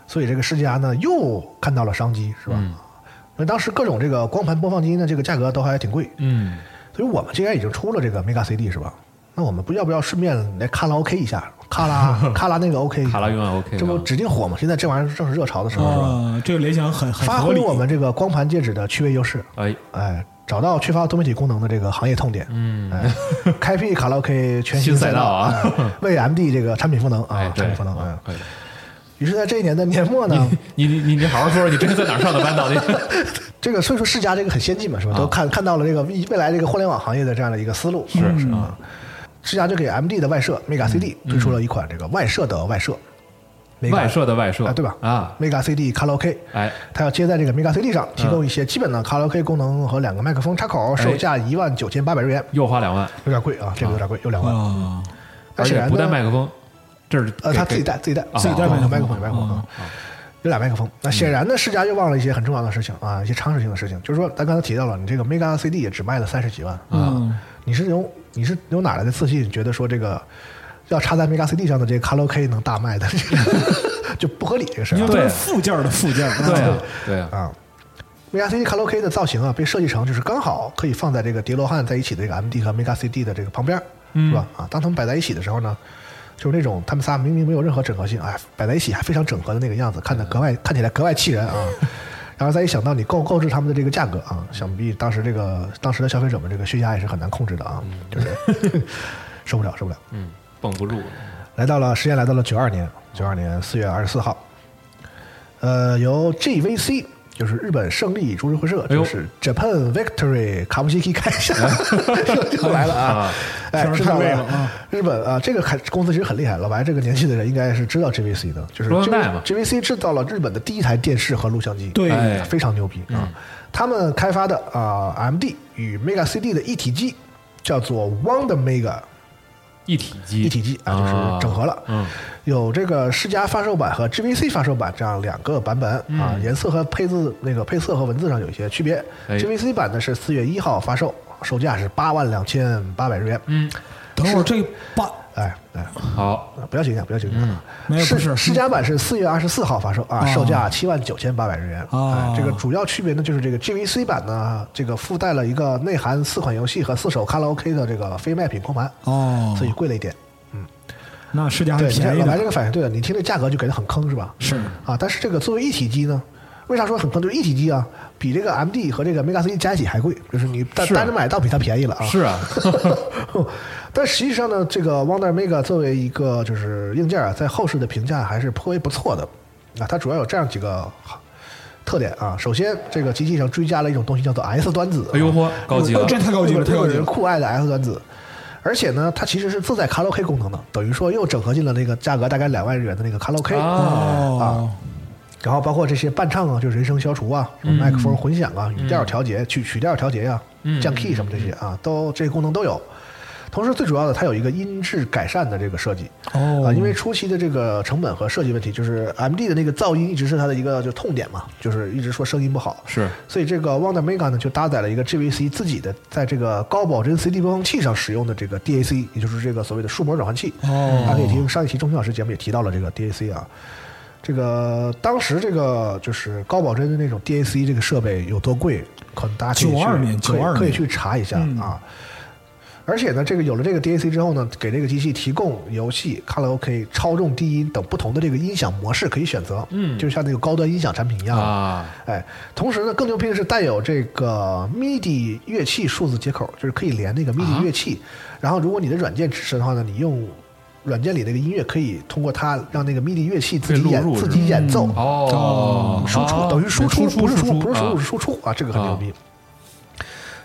所以这个世嘉呢又看到了商机，是吧？
嗯
那当时各种这个光盘播放机呢，这个价格都还挺贵，
嗯，
所以我们既然已经出了这个 Mega CD 是吧？那我们不要不要顺便来卡拉 OK 一下，卡拉卡拉那 个 OK，
卡拉永远 OK
嗯这不
啊
指定火吗？现在这玩意儿正是热潮的时候，是吧？
啊，这个联想很很
发
合
挥
理，
我们这个光盘介质的区位优势，
哎，
哎，找到缺乏多媒体功能的这个行业痛点，嗯，哎，开辟卡拉 OK 全新
新赛道啊
哎为 MD 这个产品赋能啊
哎，，
产
对
品赋能。哎
可以。
于是，在这一年的年末呢，
你你你你好好说说，你这是在哪儿上的班到底？
这个所以说世嘉这个很先进嘛，是吧？
啊
都看看到了这个未未来这个互联网行业的这样的一个思路， 是是啊。世嘉就给 MD 的外设
嗯
Mega CD 推出了一款这个外设的外设，Mega-
外设的外设
啊，对吧？
啊，
，Mega CD 卡拉 OK，
哎，
它要接在这个 Mega CD 上，提
嗯
供一些基本的卡拉 OK 功能和两个麦克风插
哎
口，售价一万九千八百日元，
又花两万，
有点贵啊，这个有点贵，有两万。
啊，
那
而
显
且
然
不带
呢
麦克风，这是
呃，
给
他自己
给
带，自己带，
自己带
麦
麦克
克
风，麦克风，
风
麦克风
嗯
啊
啊有俩麦克风。那显然呢，世嘉又忘了一些很重要的事情啊，一些常识性的事情，就是说，咱刚才提到了，你这个 Mega CD 也只卖了三十几万，
嗯，
你是由你是由哪来的自信觉得说这个要插在 Mega CD 上的这个卡拉 OK 能大卖的， 这个就不合理这个事
因
儿
为都
啊
对
是附件的附件，啊
对啊，对啊，
啊。Mega CD 卡拉 OK 的造型啊，被设计成就是刚好可以放在这个叠罗汉在一起的这个 MD 和 Mega CD 的这个旁边儿，是吧？啊，当他们摆在一起的时候呢，就是那种他们仨明明没有任何整合性，哎，摆在一起还非常整合的那个样子，看得格外看起来格外气人啊。然后再一想到你购购置他们的这个价格啊，想必当时这个当时的消费者们这个血压也是很难控制的啊，就是 受不了，受不了。
嗯，绷不住，
来到了时间来到了九二年，九二年四月二十四号，呃，由 JVC 就是日本胜利株式会社，
哎呦
就是 Japan Victory 卡布奇基开下， 又来了啊！哎，
听着
知道
太累了
了
啊，
日本啊，这个开公司其实很厉害，老白这个年纪的人应该是知道 JVC 的，就是
录像带嘛
JVC 制造了日本的第一台电视和录像机，
对
哎
非常牛逼啊！他们开发的啊 MD 与 Mega CD 的一体机叫做 Wonder Mega。
一体机，
一体机啊，就是整合了。
嗯，
有这个世嘉发售版和 GVC 发售版这样两个版本
嗯
啊，颜色和配字那个配色和文字上有一些区别。
哎
GVC 版呢是四月一号发售，售价是八万两千八百日元。嗯，
等会儿这八
哎哎，
好，
不要紧啊张，不要紧张。
嗯没有不
世
是
世嘉版是四月二十四号发售啊，
哦
售价七万九千八百日元。
哦
哎这个主要区别呢，就是这个 GVC 版呢，这个附带了一个内含四款游戏和四首卡拉 OK 的这个非卖品空盘，
哦
所以贵了一点。
那世家还
对，你
便
看
宜
老白
的，
这个反应对的，啊你听这价格就感觉很坑是吧？
是
啊，但是这个作为一体机呢，为啥说很坑？就是一体机啊，比这个 MD 和这个 Mega CD 加一起还贵，就是你单
是啊
单着买倒比它便宜了啊。
是啊，
但实际上呢，这个 Wonder Mega 作为一个就是硬件啊，在后世的评价还是颇为不错的。啊，它主要有这样几个好特点啊。首先，这个机器上追加了一种东西叫做 S 端子。啊
哎呦嚯，高级了
哦，这太高级了，太
日
高
本
级
人
了。
酷爱的 S 端子。而且呢，它其实是自带卡拉 OK 功能的，等于说又整合进了那个价格大概两万日元的那个卡拉 OK，、
啊，
哦，
然后包括这些伴唱啊，就是人声消除啊，什么麦克风混响啊，语调调节、曲曲调调节呀、降 key 什么这些啊，都这些功能都有。同时，最主要的，它有一个音质改善的这个设计
哦
啊，因为初期的这个成本和设计问题，就是 MD 的那个噪音一直是它的一个就痛点嘛，就是一直说声音不好，
是
所以这个 Wonder Mega 呢，就搭载了一个 GVC 自己的在这个高保真 CD 播放器上使用的这个 DAC，也就是这个所谓的数模转换器。
哦
大家可以听上一期钟情老师节目也提到了这个 DAC 啊。这个当时这个就是高保真的那种 DAC 这个设备有多贵，可能大家可以去
92年
可以
92年嗯
可以去查一下啊。而且呢，这个有了这个 DAC 之后呢，给这个机器提供游戏、卡拉 OK、超重低音等不同的这个音响模式可以选择，嗯，就像那个高端音响产品一样
啊，
哎，同时呢，更牛逼的是带有这个 MIDI 乐器数字接口，就是可以连那个
啊
MIDI 乐器。然后，如果你的软件支持的话呢，你用软件里那个音乐可以通过它让那个 MIDI 乐器自己
可以录
演
入嗯
自己演奏，
哦，
输出
啊
等于输出，
出
不是输
出
不是输入
啊
是输出啊，这个很牛逼。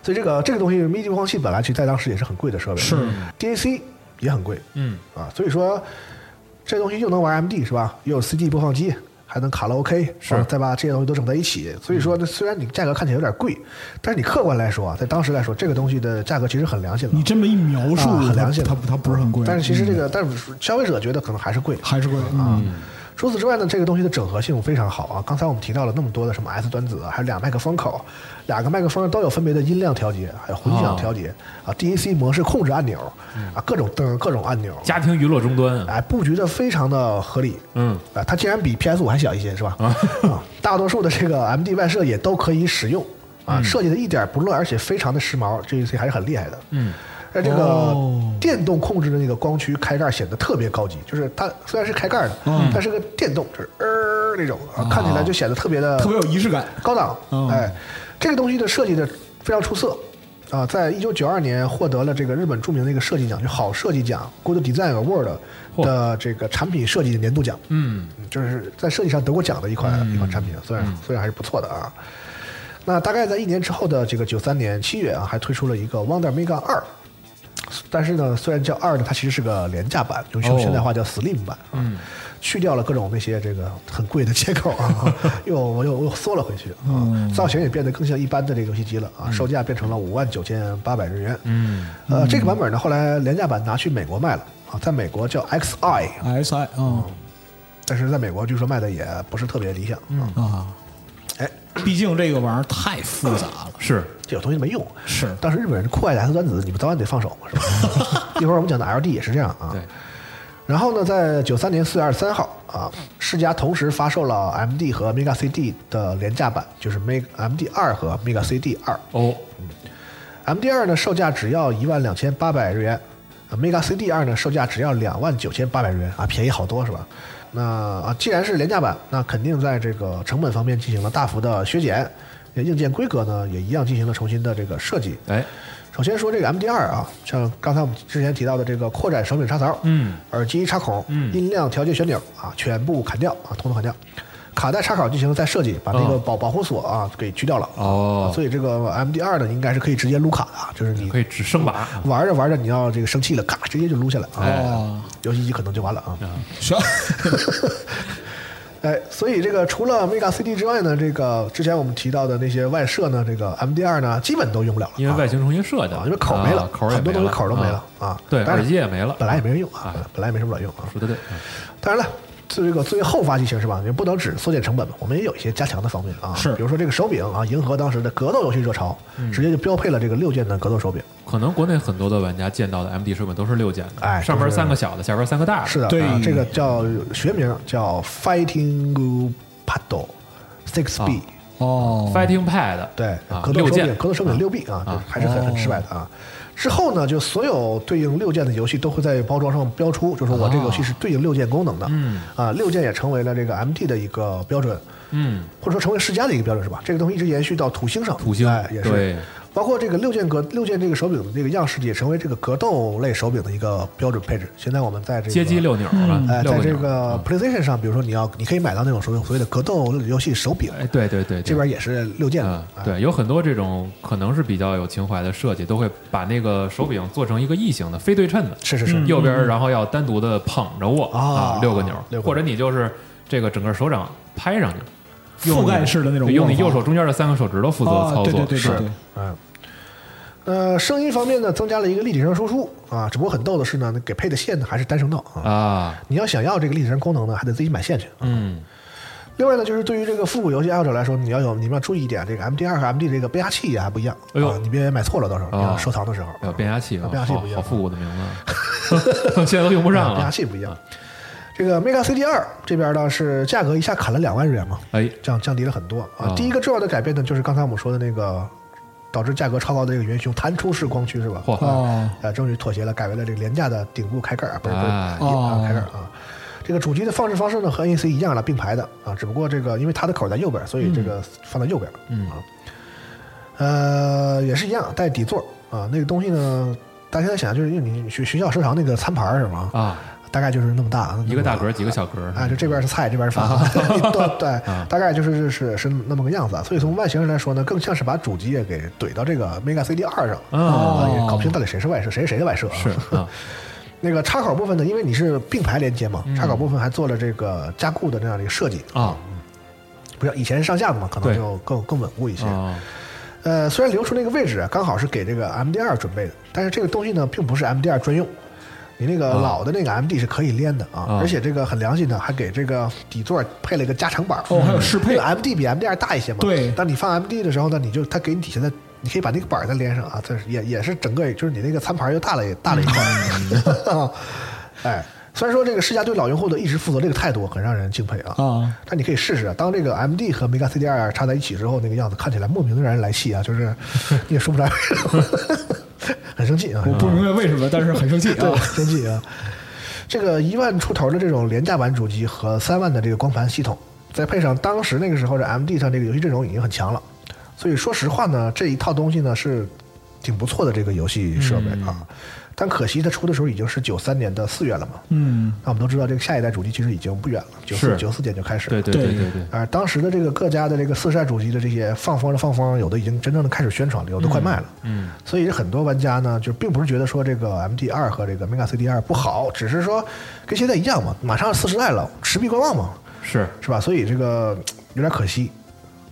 所以这个这个东西 MIDI 播放器本来其实在当时也是很贵的设备，
是
DAC 也很贵，
嗯
啊，所以说这东西又能玩 MD 是吧？又有 CD 播放机，还能卡拉 OK，
是
啊再把这些东西都整在一起。所以说，呢，虽然你价格看起来有点贵，但是你客观来说啊，在当时来说，这个东西的价格其实很良心
你
了。
这么一描述，
啊、很良心了，
它不它不是很贵，
但是其实这
嗯
个，但是消费者觉得可能还是贵
还是贵啊。
除此之外呢，这个东西的整合性非常好啊。刚才我们提到了那么多的什么 S 端子啊，还有两麦克风口，两个麦克风都有分别的音量调节，还有混响调节、啊，DAC 模式控制按钮啊，各种灯、各种按钮，
家庭娱乐终
嗯
端啊，
哎，布局的非常的合理。
嗯，
啊，它竟然比 PS 五还小一些，是吧？啊，大多数的这个 MD 外设也都可以使用
嗯
啊，设计的一点不乱，而且非常的时髦，这一些还是很厉害的。嗯，而这个
哦
电动控制的那个光驱开盖显得特别高级，就是它虽然是开盖的，
嗯
但是个电动，就是呃那种，啊看起来就显得特别的
哦特别有仪式感。
高档
哦，
哎，这个东西的设计的非常出色啊，在一九九二年获得了这个日本著名的一个设计奖，就好设计奖 Good Design Award
嚯
的这个产品设计的年度奖，
嗯，
就是在设计上得过奖的一款一款产品，虽然虽然还是不错的啊。那大概在一年之后的这个九三年七月啊，还推出了一个 Wonder Mega 二。但是呢，虽然叫二呢，它其实是个廉价版，用
哦
现代化叫 Slim 版啊，去掉了各种那些这个很贵的接口啊，又我又我又缩了回去啊，造型也变得更像一般的这个游戏机了啊，售价变成了五万九千八百日元。嗯，呃，这个版本呢，后来廉价版拿去美国卖了啊，在美国叫 XI，
S I 啊
但是在美国据说卖的也不是特别理想啊，
啊，
哎，
毕竟这个玩意儿太复杂了。
是
这有东西没用。啊
是
当时日本人酷爱的 S 端子，你们早晚得放手嘛，是吧？一会儿我们讲的 LD 也是这样啊。
对。
然后呢，在九三年四月二十三号啊，世嘉同时发售了 MD 和 Mega CD 的廉价版，就是 Meg MD 二和 Mega CD 二。
哦，
MD 二呢，售价只要一万两千八百日元，啊 Mega CD 二呢，售价只要两万九千八百元啊，便宜好多是吧？那啊，既然是廉价版，那肯定在这个成本方面进行了大幅的削减，那硬件规格呢也一样进行了重新的这个设计。
哎，
首先说这个 MD 二啊，像刚才我们之前提到的这个扩展手柄插槽，
嗯，
耳机插孔，
嗯
音量调节旋钮啊，全部砍掉啊，统统砍掉。卡带插口进行了再设计，把那个
哦
保、保护锁啊给去掉了。
哦
所以这个 MD 二呢，应该是可以直接撸卡的，啊，就是你
可以只升把，
玩着玩着你要这个生气了，咔直接就撸下来啊，
哦，
游戏机可能就完了啊。
嗯
啥？
哎，所以这个除了 Mega CD 之外呢，这个之前我们提到的那些外设呢，这个 MD 二呢基本都用不了了啊，
因为外形重新设计
啊
了，，
因为口没了，
啊口儿也
很多
没
东西
了，
口儿都没了
啊
啊。
对，
当
耳
然
机也没了，
本来也没人用啊
哎，
本来没什么卵用啊。
说的对，嗯
当然了，这这个作为后发机型是吧？也不能只缩减成本嘛，我们也有一些加强的方面啊。
是
比如说这个手柄啊，迎合当时的格斗游戏热潮，直接就标配了这个六键的格斗手柄。
可能国内很多的玩家见到的 MD 手柄都是六键的，
哎
上
就
边
是
三个小的，下边三个大的，
是的，
对
啊这个叫学名叫 Fighting Paddle Six B，、
哦，
Fighting Pad，
对，
啊
格斗
六
手柄，
键
格斗手柄六 B 啊，
啊
还是很很失败的啊。之后呢，就所有对应六键的游戏都会在包装上标出，就是我这个游戏是对应六键功能的。
啊嗯
啊，六键也成为了这个 MT 的一个标准，
嗯，
或者说成为世嘉的一个标准是吧？这个东西一直延续到土星上，
土星
哎也是
对，
包括这个六键格六键这个手柄的这个样式也成为这个格斗类手柄的一个标准配置。现在我们在这个
街机六钮了，
哎，
六
在这
钮
个
嗯
PlayStation 上，比如说你要你可以买到那种所谓所谓的格斗游戏手柄，
哎，对对对，对
这边也是六键的，
啊、
哎
对，有很多这种可能是比较有情怀的设计，都会把那个手柄做成一个异形的、非对称的，嗯
是是是，
右边儿然后要单独的捧着握
啊
六个钮儿，
六个
或者你就是这个整个手掌拍上去，用
覆盖
你
式的那种
对用你
握法
右手中间的三个手指头负责
啊
操作，
对对对对
是
对，
嗯。呃，声音方面呢，增加了一个立体声输出啊，只不过很逗的是呢，给配的线呢还是单声道啊。
啊，
你要想要这个立体声功能呢，还得自己买线去。啊
嗯，
另外呢，就是对于这个复古游戏爱好者来说，你要有你们要注意一点，这个 MD 二和 MD 这个变压器啊还不一样，
哎呦
啊，你别买错了，到时候、
啊
你要收藏的时候，
还有变压器啊，
变压器
好
不一样
好复古的名字 啊，现在都用不上
变
了
压，器不一样。这个 Mega CD 二这边呢是价格一下砍了两万日元嘛，
哎，
这样降低了很多啊。
啊
第一个重要的改变呢，就是刚才我们说的那个导致价格超高的这个元凶弹出式光驱是吧？
嚯
哦
啊，终于妥协了，改为了这个廉价的顶部开盖啊，不是不是、
哎
啊开盖啊。这个主机的放置方式呢和 NEC 一样了，并排的啊，只不过这个因为它的口在右边，所以这个放在右边、
嗯
啊。呃，也是一样，带底座啊，那个东西呢。大家现在想，就是因为你你学学校食堂那个餐盘儿是吗？
啊，
大概就是那么大，
一个大
格。
格儿几啊个小格儿，
啊，就这边是菜，这边是饭， 对
啊
对，大概就是是是是那么个样子啊。所以从外形上来说呢，更像是把主机也给怼到这个 Mega CD 二上，
啊
啊，也搞不清到底谁是外设，谁是谁的外设啊。
是啊，
那个插口部分呢，因为你是并排连接嘛，
嗯
插口部分还做了这个加固的这样的一个设计，
啊
不像以前是上下的嘛，可能
对
就更更稳固一些。
啊，
呃，虽然留出那个位置啊刚好是给这个 MD 二准备的，但是这个东西呢，并不是 MD 二专用。你那个
啊
老的那个 MD 是可以连的啊，
啊
而且这个很良心的，还给这个底座配了一个加长板。
哦还 有适配
这个 MD 比 MD 二大一些嘛。
对
当你放 MD 的时候呢，你就它给你底下的，你可以把那个板儿再连上啊，这是也也是整个就是你那个餐盘又大了也大了一块
嗯
儿。 哎，虽然说这个世嘉对老用户的一直负责这个态度很让人敬佩啊。
啊，
但你可以试试啊，当这个 MD 和 Mega CD 二插在一起之后，那个样子看起来莫名让人来气啊，就是 你也说不出来为什么， 很生气啊，
我不明白为什么，但是很生 气
对
啊，
生气啊。这个一万出头的这种廉价版主机和三万的这个光盘系统，再配上当时那个时候的 MD 上这个游戏阵容已经很强了，所以说实话呢，这一套东西呢是挺不错的这个游戏设备
嗯
啊。但可惜它出的时候已经是九三年的四月了嘛，
嗯，
那我们都知道这个下一代主机其实已经不远了，九四
是
九四年就开始了
对对对
对
对对，
而当时的这个各家的这个四十代主机的这些放风的放风，有的已经真正的开始宣传了，有的快卖了。
嗯，
所以很多玩家呢，就并不是觉得说这个 MD 二和这个 Mega CD 二不好，只是说跟现在一样嘛，马上四十代了，持币观望嘛，
是
是吧？所以这个嘖有点可惜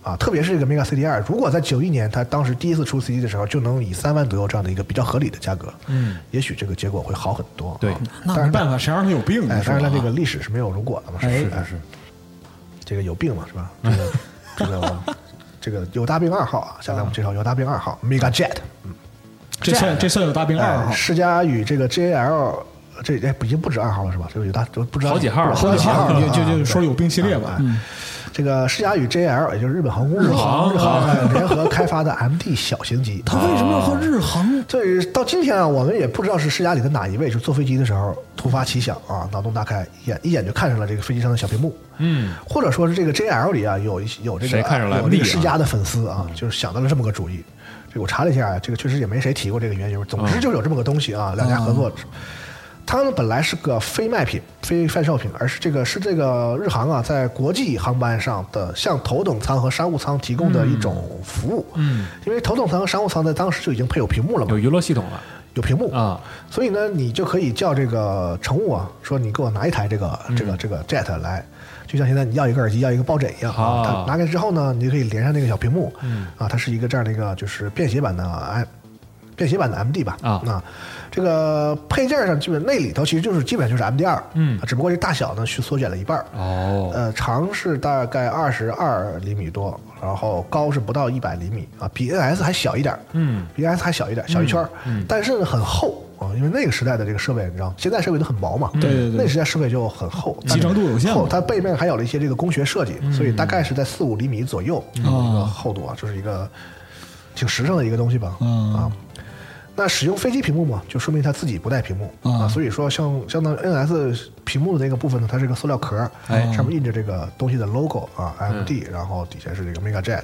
啊，特别是这个 Mega CD 二，如果在九一年它当时第一次出 CD 的时候，就能以三万左右这样的一个比较合理的价格，
嗯，
也许这个结果会好很多。
对嗯
啊
那
当
没
然
办法，谁让他有病
哎
呢？，是
当然
吧
了，这个历史是没有如果的嘛，是
哎
是是是，这个有病嘛，是吧？这个这个这个有大病二号啊，下来我们介绍有大病二号 Mega Jet，
这算这算有大病二
哎
号，
世嘉与这个 JL。这哎，已经不止二号了是吧？这个有大，就不知道
好几号了
不知道
好
几
几
号
号
了
了
啊
就就就说有病系列
啊
吧
啊
嗯
这个世嘉与 JL，也就是日本航空日
航
日航哎联合开发的 MD 小型机。
他为什么要和日航？
这到今天啊，我们也不知道是世嘉里的哪一位，就坐飞机的时候突发奇想啊，脑洞大开，一眼一眼就看上了这个飞机上的小屏幕，
嗯，
或者说是这个 JL 里啊有一有这个
谁看上了
有这
MD 啊
个世嘉的粉丝啊，就是想到了这么个主意。这个我查了一下啊，这个确实也没谁提过这个缘由。总
嗯
之就是有这么个东西啊，两家合作。他们本来是个非卖品、非贩售品，而是这个是这个日航啊，在国际航班上的向头等舱和商务舱提供的一种服务。
嗯，
因为头等舱和商务舱在当时就已经配有屏幕了嘛，
有娱乐系统了
有屏幕，
啊，
所以呢，你就可以叫这个乘务啊，说你给我拿一台这个
嗯
这个这个 Jet 来，就像现在你要一个耳机要一个抱枕一样
啊嗯
啊。它拿给之后呢，你就可以连上那个小屏幕，啊，它是一个这样的一个就是便携版的 M，便携版的 MD 吧
啊
那这个配件上基本那里头其实就是基本就是 MD 二，
嗯
啊只不过这大小呢是缩减了一半儿
哦，
呃，长是大概二十二厘米多，然后高是不到一百厘米啊，比 NS 还小一点儿，
嗯，
比 NS 还小一点儿，小一圈儿，
嗯
但是呢很厚啊，因为那个时代的这个设备，你知道，现在设备都很薄嘛，
嗯对对对
那时代设备就很厚，但
集成度有限
厚
嘛嗯
它背面还有了一些这个工学设计，所以大概是在四五厘米左右有一
哦
个厚度啊，就是一个挺实诚的一个东西吧，
嗯
啊。那使用飞机屏幕嘛，就说明它自己不带屏幕、
嗯
啊
啊，所以说像相当于 NS 屏幕的那个部分呢，它是个塑料壳儿，
哎
上面印着这个东西的 logo 啊，MD，、然
嗯
后底下是这个 Mega Jet，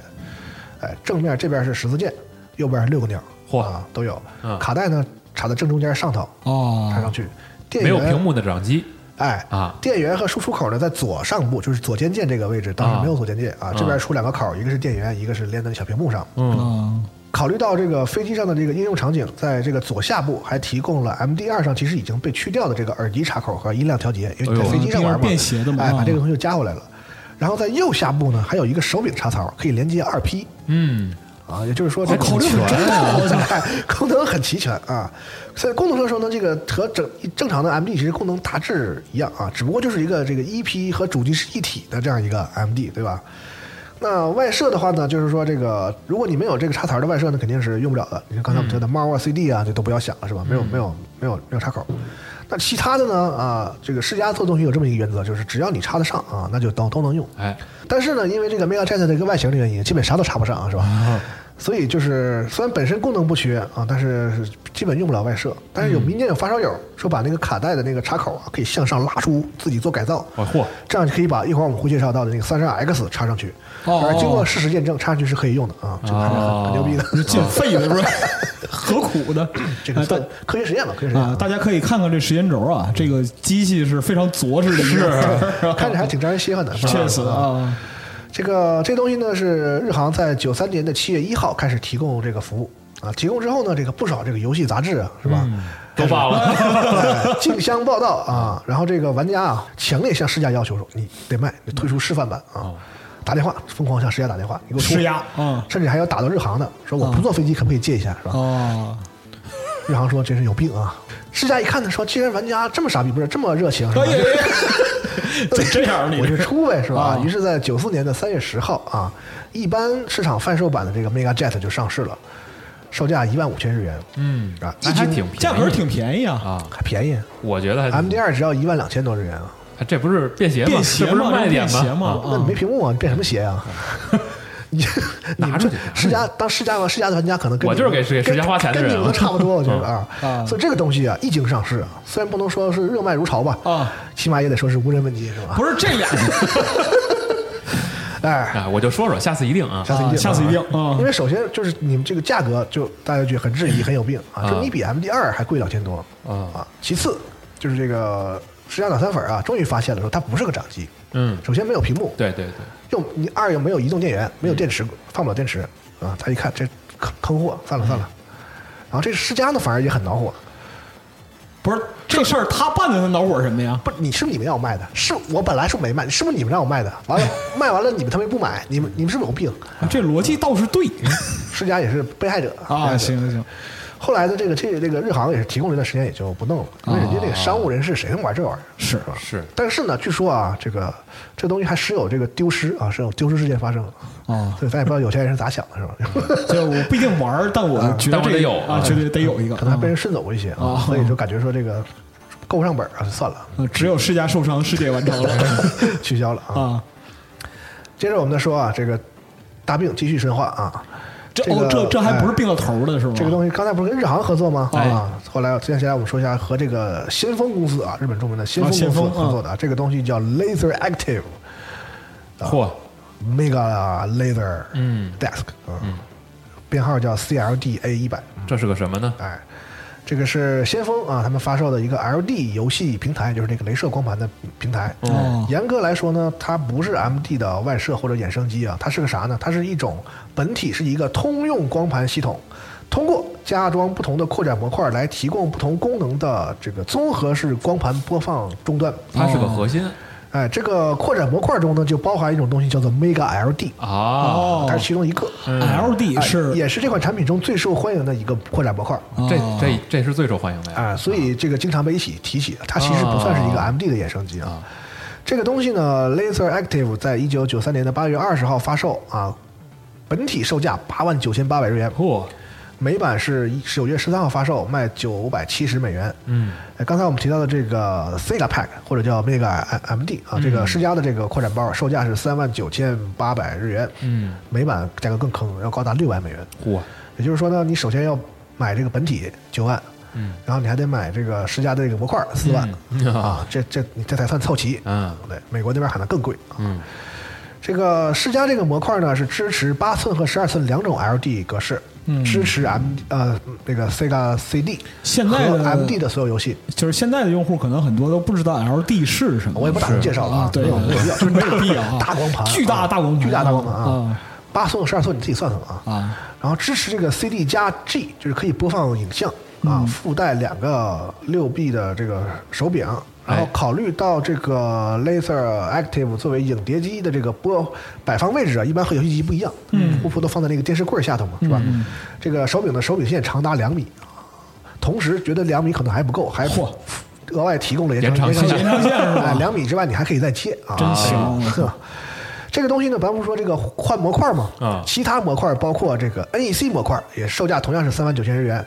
哎，正面这边是十字键，右边是六个鸟，
嚯
啊，都有，
嗯
卡带呢插在正中间上头，
哦
插上去，电
没
源
有屏幕的掌机
哎
啊
电源和输出口呢在左上部，就是左肩键这个位置，当时没有左肩键啊，
嗯
这边出两个口，一个是电源，一个是连在小屏幕上，
嗯
考虑到这个飞机上的这个应用场景，在这个左下部还提供了 MD 二上其实已经被去掉的这个耳机插口和音量调节，因为你
哎
在
呦
飞机上玩嘛，
MD2 便携的嘛
哎，
啊
把这个东西又加回来了。然后在右下部呢，还有一个手柄插槽，可以连接二 P
嗯，
啊，也就是说这
啊考虑很周
全
到 啊我操
哎功能很齐全啊。所以功能上说呢，这个和整正常的 MD 其实功能大致一样啊，只不过就是一个这个 EP 和主机是一体的这样一个 MD，对吧？那外设的话呢，就是说这个，如果你没有这个插槽的外设呢，肯定是用不了的。你看刚才我
嗯
们说的猫啊、CD 啊，这都不要想了，是吧？没有没有没有没有插口。那其他的呢？啊，这个世嘉做东西有这么一个原则，就是只要你插得上啊，那就都都能用。
哎，
但是呢，因为这个 Mega Jet 的这个外形的原因，基本啥都插不上，啊，是吧？
嗯
所以就是虽然本身功能不缺啊，但是基本用不了外设。但是有民间有发烧
嗯
友说，把那个卡带的那个插口啊，可以向上拉出，自己做改造。
啊
哦嚯，
这样就可以把一会儿我们会介绍到的那个三十二 X 插上去，
哦
而经过事实验证，插上去是可以用的啊，这个还是很很牛逼
是
的。
进废的是吧？ 何苦 的？
这个
哎
算
大
科学实验吧，科学实验
啊，大家可以看看这时间轴啊，这个机器是非常拙实的，是啊
看着还挺招人稀罕的，
确实
是吧。
啊，
这个这东西呢是日航在九三年的七月一号开始提供这个服务啊，提供之后呢，这个不少这个游戏杂志啊，是吧？
嗯
都罢 了，
哎竞相报道啊，然后这个玩家啊，强烈向世嘉要求说，你得卖，你推出示范版啊，打电话疯狂向世嘉打电话，你给我出
哦施压嗯
甚至还要打到日航的，说我不坐飞机可不可以借一下，是吧？
哦，
日航说真是有病啊！世嘉一看呢，说既然玩家这么傻逼，不是这么热情，是吧？
哎这这样你
我就
这
出呗，是吧
啊？
于是，在九四年的三月十号啊，一般市场贩售版的这个 Mega Jet 就上市了，售价一万五千日元，
嗯，
啊，
那还挺便宜，
价格挺便宜啊，
啊，
还便宜
我觉得还
，MD 二只要一万两千多日元啊，
哎这不是便携吗？
便携
这不是
嘛，
卖点
便携
吗？
嘛，
啊
那你
啊
没屏幕啊，你变什么鞋啊？
嗯
你你
拿
们
出
这
去拿出去
世家当世家玩世家的玩家可能跟
我
你
就是给给世
跟
家花钱的
跟你
人
们
啊
都差不多，我觉 得
嗯啊
啊，所以这个东西啊一经上市啊，虽然不能说是热卖如潮吧，
嗯
啊，
起码也得说是无人问津是吧？
不是 这俩，
哎，
啊，我就说说，下次一定啊，
下次一定，啊
下次一定嗯
因为首先就是你们这个价格，就大家觉得很质疑，很有病啊，就你比 MD 二还贵两千多
啊
啊。其次就是这个世嘉脑残粉啊，终于发现了说它不是个掌机，
嗯，
首先没有屏幕，
对对对，
又你二又没有移动电源，没有电池，放不了电池啊。他一看这坑坑货，算了算了。然后这世嘉呢，反而也很恼火，
不是这事儿他办的，他恼火什么呀？
不是你是不是你们让我卖的？是我本来说没卖，是不是你们让我卖的？完了卖完了你们他们不买，你们你们是不是有病？
这逻辑倒是对
世嘉也是被害者被
啊，
害者
行行行，
后来的这个这这个日航也是提供了一段时间，也就不弄了，
啊
因为人家这个商务人士谁能玩这玩意儿？
是
吧
是
但是呢，据说啊，这个这东西还时有这个丢失啊，是有丢失事件发生
啊
所以咱也不知道有钱人是咋想的，是吧？
就我不一定玩儿， 但我觉
但
得
我
这
得有
啊，绝对得有一个，
可能还被人顺走过一些啊
啊，
所以就感觉说这个够不上本儿啊，算了，
啊只有世家受伤，世界完成了
取消了啊。
啊，
接着我们再说啊，这个大病继续深化啊。
这
这个
哦，这这还不是
哎
病到头儿的是吗？
这个东西刚才不是跟日航合作吗？
哎
啊，后来接下来我们说一下和这个先锋公司啊，日本著名的先锋公
啊先
司
锋
合作的啊，这个东西叫 Laser Active 啊
嚯，
Mega Laser
嗯，嗯
Desk 啊，编号叫 CLDA 一百。
这是个什么呢？
哎，这个是先锋啊，他们发售的一个 LD 游戏平台，就是那个镭射光盘的平台。
哦
严格来说呢，它不是 MD 的外设或者衍生机啊，它是个啥呢？它是一种本体是一个通用光盘系统，通过加装不同的扩展模块来提供不同功能的这个综合式光盘播放终端。
它是个核心
哎，这个扩展模块中呢，就包含一种东西叫做 Mega LD，
啊，
哦
它是其中一个。
，LD
哎
是
也是这款产品中最受欢迎的一个扩展模块。
这这这是最受欢迎的呀。
啊，所以这个经常被一起提起，它其实不算是一个 MD 的衍生机啊。这个东西呢，Laser Active 在一九九三年的八月二十号发售啊，本体售价八万九千八百日元，
嚯，
美版是九月十三号发售，卖九百七十美元。
嗯，
哎刚才我们提到的这个 Sega Pack 或者叫 Mega MD 啊，这
嗯
个世嘉的这个扩展包售价是三万九千八百日元，
嗯，
美版价格更坑，要高达六万美元。
嚯，
也就是说呢，你首先要买这个本体九万，
嗯，
然后你还得买这个世嘉的这个模块四万、
嗯
啊，这这你这才算凑齐。
嗯
对，美国那边可能更贵啊。
嗯，
这个世嘉这个模块呢是支持八寸和十二寸两种 LD 格式，支持 M 呃那个 Sega CD
现
和
在的
MD 的所有游戏。
就是现在的用户可能很多都不知道 LD 是什么，
我也不打算介绍了啊
啊，，对，
没有没有必要，
就是大币啊，
大光盘，
巨大大光盘，
巨大大光盘啊
啊，
八寸十二寸你自己算算啊
啊，
然后支持这个 CD 加 G，就是可以播放影像
嗯
啊，附带两个六 B 的这个手柄。然后
哎
考虑到这个 Laser Active 作为影碟机的这个播摆放位置啊，一般和游戏机不一样，嗯，不都放在那个电视柜下头嘛，是吧？
嗯
这个手柄的手柄线长达两米，同时觉得两米可能还不够，还
嚯
额外提供了延
延长
延
线
长线
延长线是吧
哎两米之外你还可以再切啊，
真行
呵这个东西呢，咱不是说这个换模块嘛，
啊
其他模块包括这个 NEC 模块，也售价同样是三万九千日元。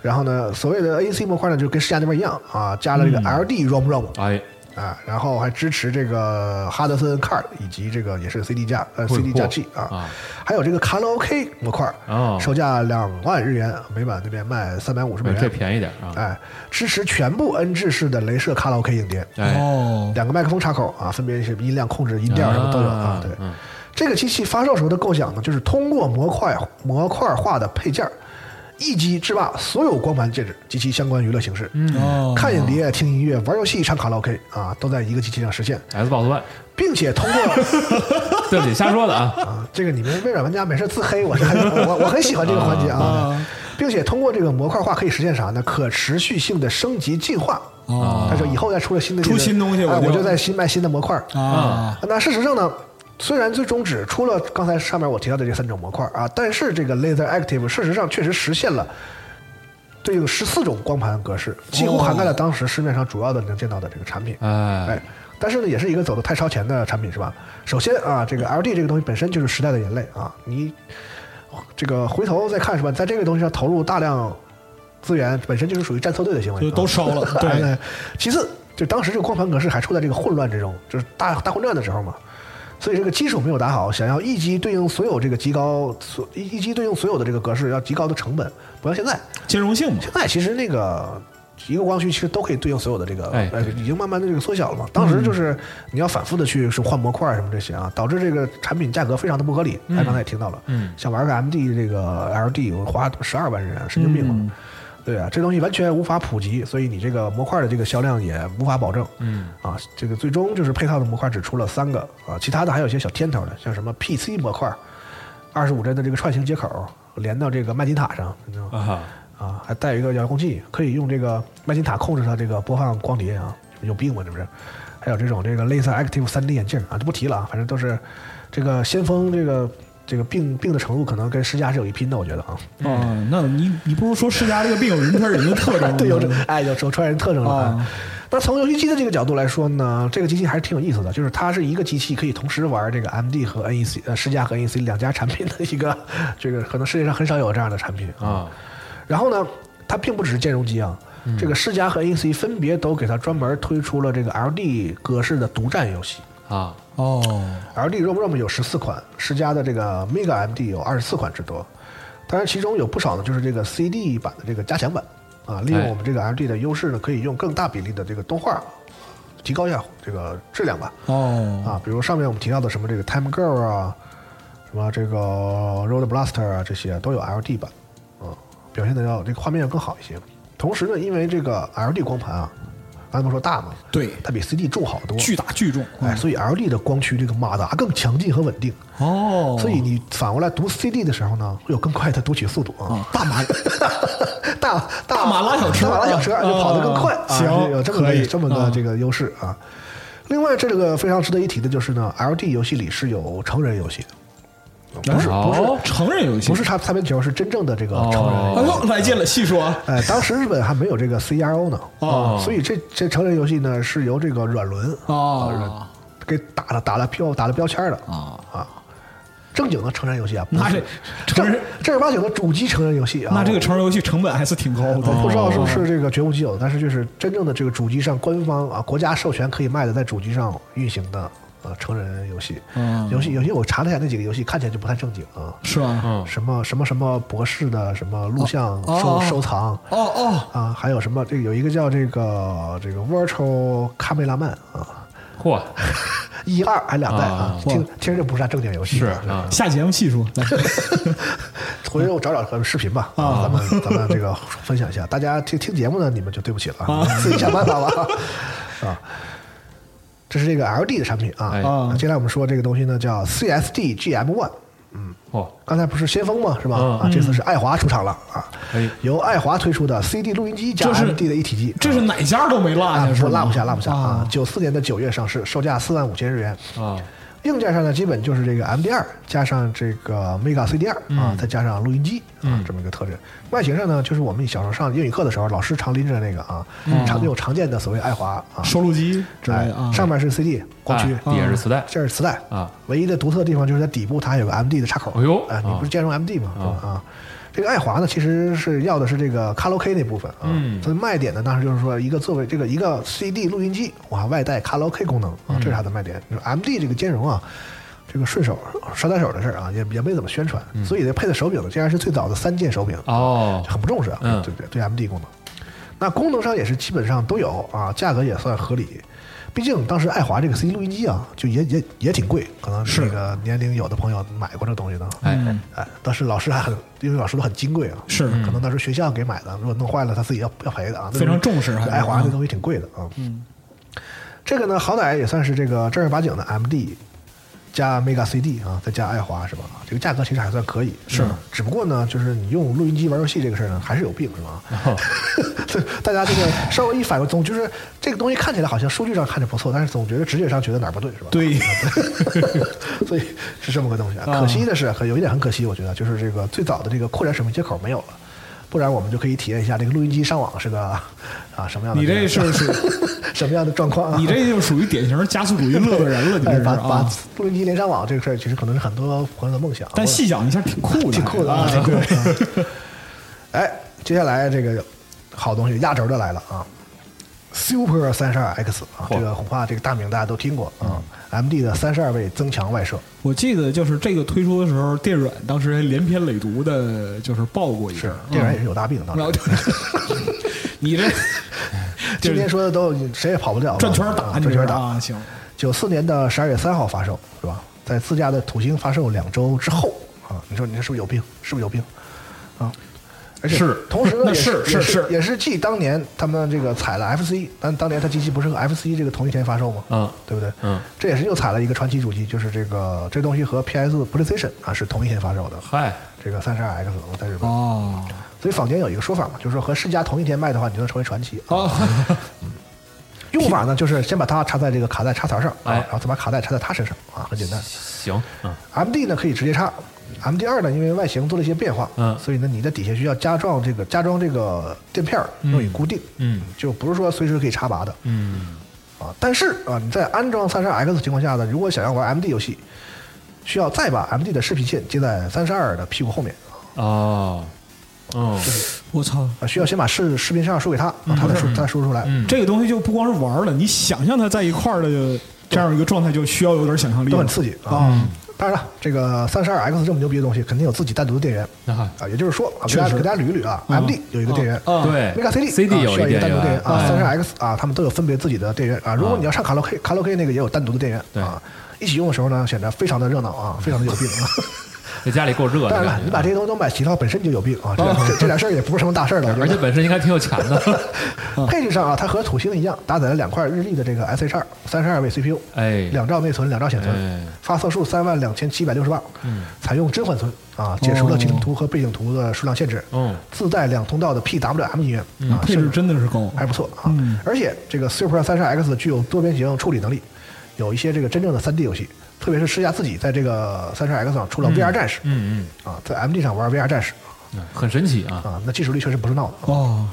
然后呢，所谓的 NEC 模块呢，就跟世嘉那边一样啊，加了这个
嗯
LD ROM ROM、
哎，
啊，然后还支持这个哈德森 card 以及这个也是 CD 加呃
会
CD 加
货
G 啊
啊，
还有这个卡拉 OK 模块，
哦
售价两万日元，美版那边卖三百五十美元，
这便宜点啊，
哎，支持全部 N 制式的镭射卡拉 OK 影碟，
哎，
哦，
两个麦克风插口啊，分别是音量控制、音调什么都有啊
啊。
对
嗯，
这个机器发售时候的构想呢，就是通过模块模块化的配件儿，一机制霸所有光盘介质及其相关娱乐形式。
嗯
哦
看影碟、听音乐、玩游戏、唱卡拉 OK 啊，都在一个机器上实现，
Xbox One，
并且通过
对不起，瞎说的 啊，
啊，这个你们微软玩家没事自黑，我是很我我很喜欢这个环节啊，并且通过这个模块化可以实现啥呢？可持续性的升级进化。
哦
他说以后再出了新的这个
出新东西
哎
我就
我就在新卖新的模块儿
啊，
那事实上呢，虽然最终只出了刚才上面我提到的这三种模块啊，但是这个 Laser Active 事实上确实实现了对应十四种光盘格式，几乎涵盖了当时市面上主要的能见到的这个产品。
啊
哎
哎，但是呢，也是一个走的太超前的产品，是吧？首先啊，这个 LD 这个东西本身就是时代的眼泪啊，你这个回头再看是吧？在这个东西上投入大量资源，本身就是属于站错队的行为，
就都
啊
烧了对
哎其次，就当时这个光盘格式还处在这个混乱之中，就是大大混战的时候嘛。所以这个基础没有打好，想要一机对应所有这个极高所一一机对应所有的这个格式，要极高的成本，不像现在，
兼容性嘛，
现在其实那个一个光驱其实都可以对应所有的这个，
哎嗯
呃，已经慢慢的这个缩小了嘛。当时就是你要反复的去换模块什么这些啊，导致这个产品价格非常的不合理。大家刚才也听到了，
嗯
想玩个 MD 这个 LD，我花十二万日元，神经病嘛。
嗯
对啊，这东西完全无法普及，所以你这个模块的这个销量也无法保证。
嗯，
啊，这个最终就是配套的模块只出了三个啊，其他的还有一些小添头的，像什么 PC 模块，二十五帧的这个串行接口连到这个麦金塔上，你知道吗？
啊，
啊，还带有一个遥控器，可以用这个麦金塔控制它这个播放光碟啊，有病吧这不是？还有这种这个类似 Active 3 D 眼镜啊，就不提了啊，反正都是这个先锋这个这个病病的程度可能跟世嘉是有一拼的，我觉得啊，，
哦，那你你不如说世嘉这个病有人传人的特征
对，有这哎有有传染特征了。啊
嗯啊
那从游戏机的这个角度来说呢，这个机器还是挺有意思的，就是它是一个机器可以同时玩这个 MD 和 NEC 呃世嘉和 NEC 两家产品的一个这个可能世界上很少有这样的产品
啊，
然后呢，它并不只是兼容机啊，这个世嘉和 NEC 分别都给它专门推出了这个 LD 格式的独占游戏。
啊啊，
哦，
LD ROM ROM 有十四款，世嘉的这个 Mega MD 有二十四款之多，当然其中有不少呢就是这个 CD 版的这个加强版啊，利用我们这个 MD 的优势呢，可以用更大比例的这个动画提高一下这个质量吧
哦，
啊，比如上面我们提到的什么这个 Time Girl 啊，什么这个 Road Blaster 啊这些都有 LD 版啊，表现的要这个画面要更好一些。同时呢，因为这个 LD 光盘啊，刚才不是说大嘛，
对，
它比 CD 重好多，
巨大巨重，
哎，所以 LD 的光驱这个马达更强劲和稳定。
哦，
所以你反过来读 CD 的时候呢，会有更快的读取速度啊，
啊，大 马
大
大马拉小车
大马拉小车
啊
就跑得更快啊，
行
这有这么
可以
个这么个
嗯
这个优势啊。另外，这个非常值得一提的就是呢，LD 游戏里是有成人游戏的，
不是
不是
哦成人游戏，
不是擦擦边球，是真正的这个成人游戏。
哎呦，来劲了，细说啊，
哎，当时日本还没有这个 CRO 呢，
哦
所以这这成人游戏呢是由这个软轮
哦
给打了打了标打了标签的
啊，
啊。正经的成人游戏啊，不是
那这成人
正正儿八经的主机成人游戏啊，
那这个成人游戏成本还是挺高的，
我不知道是不
哦
是这个绝无仅有的，但是就是真正的这个主机上官方啊国家授权可以卖的，在主机上运行的呃成人游戏，
嗯
游戏游戏我查了一下那几个游戏看起来就不太正经啊，
是吧？
嗯，
什么什么什么博士的什么录像
哦
收
哦
收藏
哦哦
啊，还有什么这个有一个叫这个这个 Virtual 卡梅拉曼啊，
嚯，
一二还两代啊
啊，
听听着就不是啥正经游戏
是
啊
啊，
下节目细说，来
回头我找找咱们视频吧，
啊
咱们咱们这个分享一下。大家听听节目呢，你们就对不起了，啊、自己想办法 吧。啊，这是这个 LD 的产品啊。
哎
啊接下来我们说这个东西呢，叫 CSD GM One。
嚯，
刚才不是先锋嘛，是吧？
嗯
啊，这次是爱华出场了啊，
哎
由爱华推出的 CD 录音机加
这是
MD 的一体机，
这是哪家都没落
啊，
下，是
不
吧？
落不下，落不下啊
啊！！
九四年的九月上市，售价四万五千日元。
啊，
硬件上呢，基本就是这个 MD 二加上这个 Mega CD 二啊，再加上录音机啊，这么一个特征。外形上呢，就是我们小时候上英语课的时候，老师常拎着那个啊，常那种常见的所谓爱华啊，
收录机之类
哎
的啊，
上面是 CD 光驱
哎，底下是磁带，
这是磁带
啊。
唯一的独特的地方就是在底部它还有个 MD 的插口。
哎呦
哎，你不是兼容 MD 吗？是吧啊。这个爱华呢，其实是要的是这个卡拉 OK 那部分啊，
嗯
它的卖点呢，当时就是说一个作为这个一个 CD 录音机，哇，外带卡拉 OK 功能啊，这是它的卖点。就是 MD 这个兼容啊，这个顺手捎带手的事儿啊，也也没怎么宣传，
嗯
所以呢，配的手柄呢，竟然是最早的三键手柄，
哦，
很不重视啊，
嗯
对不对？对 MD 功能，那功能上也是基本上都有啊，价格也算合理。毕竟当时爱华这个 CD 录音机啊，就也也也挺贵，可能这个年龄有的朋友买过这东西呢。
哎，
哎，当时老师还很，因为老师都很金贵啊，
是嗯
可能当时学校给买的，如果弄坏了他自己要要赔的啊，
非常重视还是
爱华这东西挺贵的啊。嗯，这个呢，好歹也算是这个正儿八经的 MD 加 Mega CD 啊，再加爱华是吧？这个价格其实还算可以，是。只不过呢，就是你用录音机玩游戏这个事儿呢，还是有病是
哦
吧？对， 大家这个稍微一反应，总就是这个东西看起来好像数据上看着不错，但是总觉得直觉上觉得哪儿不对是吧？
对，
所以是这么个东西啊。可惜的是，可有一点很可惜，我觉得就是这个最早的这个扩展使用接口没有了，不然我们就可以体验一下这个录音机上网是个啊什么样的
你
个。
这是是
什么样的状况啊？
你这就属于典型加速主义乐乐人了，你这
哎
是
把把
啊？
录音机连上网这个事儿，其实可能是很多朋友的梦想。
但细想一下，挺酷的，
挺酷的啊，
哎
挺酷的。哎，接下来这个好东西压轴的来了啊，Super 三十二 X 啊，这个恐怕这个大名大家都听过
嗯
啊，MD 的三十二位增强外设，
我记得就是这个推出的时候，电软当时还连篇累牍的，就是嗯爆过一阵儿。
这人也是有大病当
然后
时。
就 你这
今天说的都谁也跑不掉，
转圈儿
啊
打，你
转
这
圈
是
儿打。
啊，行，
九四年的十二月三号发售，是吧？在自家的土星发售两周之后啊，你说你这是不是有病？是不是有病？啊，而且
是
同时呢，
那
也
是
也
是
是
是
也是继当年他们这个踩了 FC，但当年它机器不是和 FC 这个同一天发售吗？
嗯
对不对？
嗯，
这也是又踩了一个传奇主机，就是这个这东西和 PS PlayStation 啊是同一天发售的，
嗨，
这个三十二 X 在日本。
哦
所以坊间有一个说法嘛，就是说和世嘉同一天卖的话，你就能成为传奇。
哦，
用法呢，就是先把它插在这个卡带插槽上，啊，
哎
然后再把卡带插在它身上，啊，很简单。
行，嗯
MD 呢可以直接插，MD 二呢因为外形做了一些变化，
嗯
所以呢你在底下需要加装这个加装这个垫片儿用以固定，
嗯
就不是说随时可以插拔的，
嗯，
啊，但是啊你在安装三十二 X 的情况下呢，如果想要玩 MD 游戏，需要再把 MD 的视频线接在三十二的屁股后面，
哦，嗯，
我操！
啊，需要先把视视频上输给他，啊，他再输他再输出来，
嗯
这个东西就不光是玩儿了，你想象它在一块儿的这样一个状态就需要有点想象力
都
了，
很刺激啊。
啊！
当然了，这个三十二 X 这么牛逼的东西，肯定有自己单独的电源
啊
啊。也就是说，啊，给
确
大
实
家给大家捋一捋啊，MD 有一个电源。
啊
嗯对
Mega CD
CD
啊
哦有
需要
一哎
一个单独电
源
源啊，三十 X 啊，他们都有分别自己的电源啊。如果你要上卡拉 OK，卡拉 OK 那个也有单独的电源啊。一起用的时候呢，显得非常的热闹啊，非常的有病啊。
在家里够热
当
的
然了，
感
你
觉
把
啊，
这些东西都买齐了，本身就有病啊。这两这这俩事儿也不是什么大事儿了，我觉
而且
得。
本身应该挺有钱的，
配置上啊，它和土星的一样，搭载了两块日立的这个 SH2 三十二位 CPU，
哎，
两兆内存，两兆显
哎
存，发色数三万两千七百六十瓦，
嗯
采用真缓存啊，解
哦
除了截屏图和背景图的数量限制，
嗯
自带两通道的 PWM 音源啊，
嗯配置真的嗯是高，
还不错啊。而且这个 Super 三十 X 具有多边形处理能力，有一些这个真正的三 D 游戏，特别是世嘉自己在这个三十 X 上出了 VR 战士，
嗯
啊，在 MD 上玩 VR 战士
嗯，很神奇啊，
啊，那技术力确实不是闹的。
哦，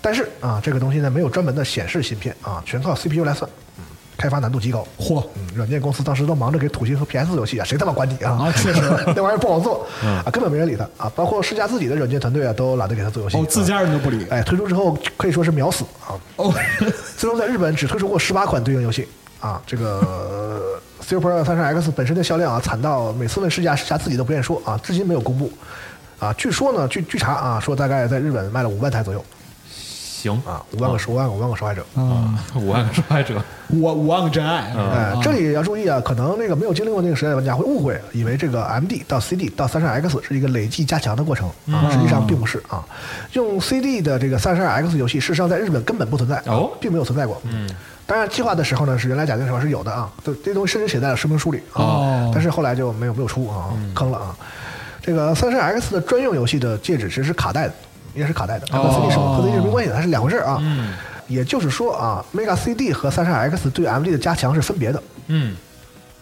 但是啊，这个东西呢没有专门的显示芯片啊，全靠 CPU 来算，嗯开发难度极高。
嚯，
嗯，软件公司当时都忙着给土星和 PS 游戏啊，谁他妈管你啊？
啊确实 嗯
那玩意儿不好做啊，根本没人理他啊。包括世嘉自己的软件团队啊，都懒得给他做游戏。
哦，自家人都不理
啊。，哎，推出之后可以说是秒死啊。
哦，
最终在日本只推出过十八款对应游戏啊，这个 Super 三十 X 本身的销量啊惨到每次问世嘉，世嘉自己都不愿意说啊，至今没有公布啊。据说呢，据据查啊，说大概在日本卖了五万台左右
行
啊，
哦
五万个受五万个五万个受害者。
啊，五万个受害者，
五万五万个真爱，
哎，这里要注意啊，可能那个没有经历过那个时代的玩家会误会，以为这个 MD 到 CD 到三十 X 是一个累计加强的过程啊，实际上并不是啊。用 CD 的这个三十 X 游戏，事实上在日本根本不存在，啊
哦
并没有存在过。嗯，当然计划的时候呢，是原来假定时候是有的啊，这这东西甚至写在了说明书里啊
哦，
但是后来就没有没有出啊，坑了啊。这个三十 X 的专用游戏的介质其实是卡带的，也是卡带的，它和 CD 是和 CD 是没关系的，它是两回事儿啊。嗯，也就是说啊，Mega CD 和三十 X 对 MD 的加强是分别的。
嗯，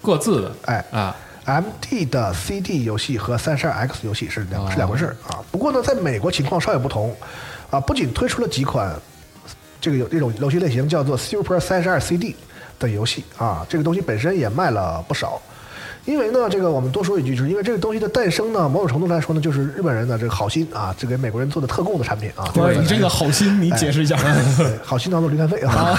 各自的，
哎
啊，
MD 的 CD 游戏和三十二 X 游戏是两、是两回事儿啊。不过呢，在美国情况稍有不同，啊，不仅推出了几款这个有这种游戏类型叫做 Super 三十二 CD 的游戏啊，这个东西本身也卖了不少。因为呢，这个我们多说一句，就是因为这个东西的诞生呢，某种程度来说呢，就是日本人的这个好心啊，这给美国人做的特供的产品啊。
不是你这个好心，
哎
你解释一下，
对 好心当做驴肝肺 啊。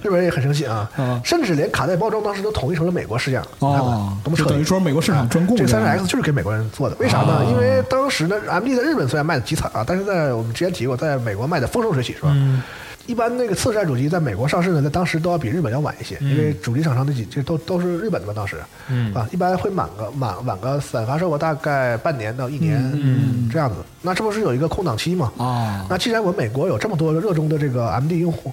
日本人也很生气啊，甚至连卡带包装当时都统一成了美国式样，你看看
哦
多么
就
彻底！
等于说美国市场专供
哎这
这
三
样啊
十 X 就是给美国人做的，为啥呢？因为当时呢，MD 在日本虽然卖的极惨啊，但是在我们之前提过，在美国卖的风生水起，是吧？
嗯
一般那个次世代主机在美国上市呢，在当时都要比日本要晚一些，
嗯
因为主机厂商那几这都都是日本的嘛，当时，啊，一般会晚个晚晚个散发售个大概半年到一年，这样子。那这不是有一个空档期嘛？
嗯啊
那既然我们美国有这么多热衷的这个 MD 用户，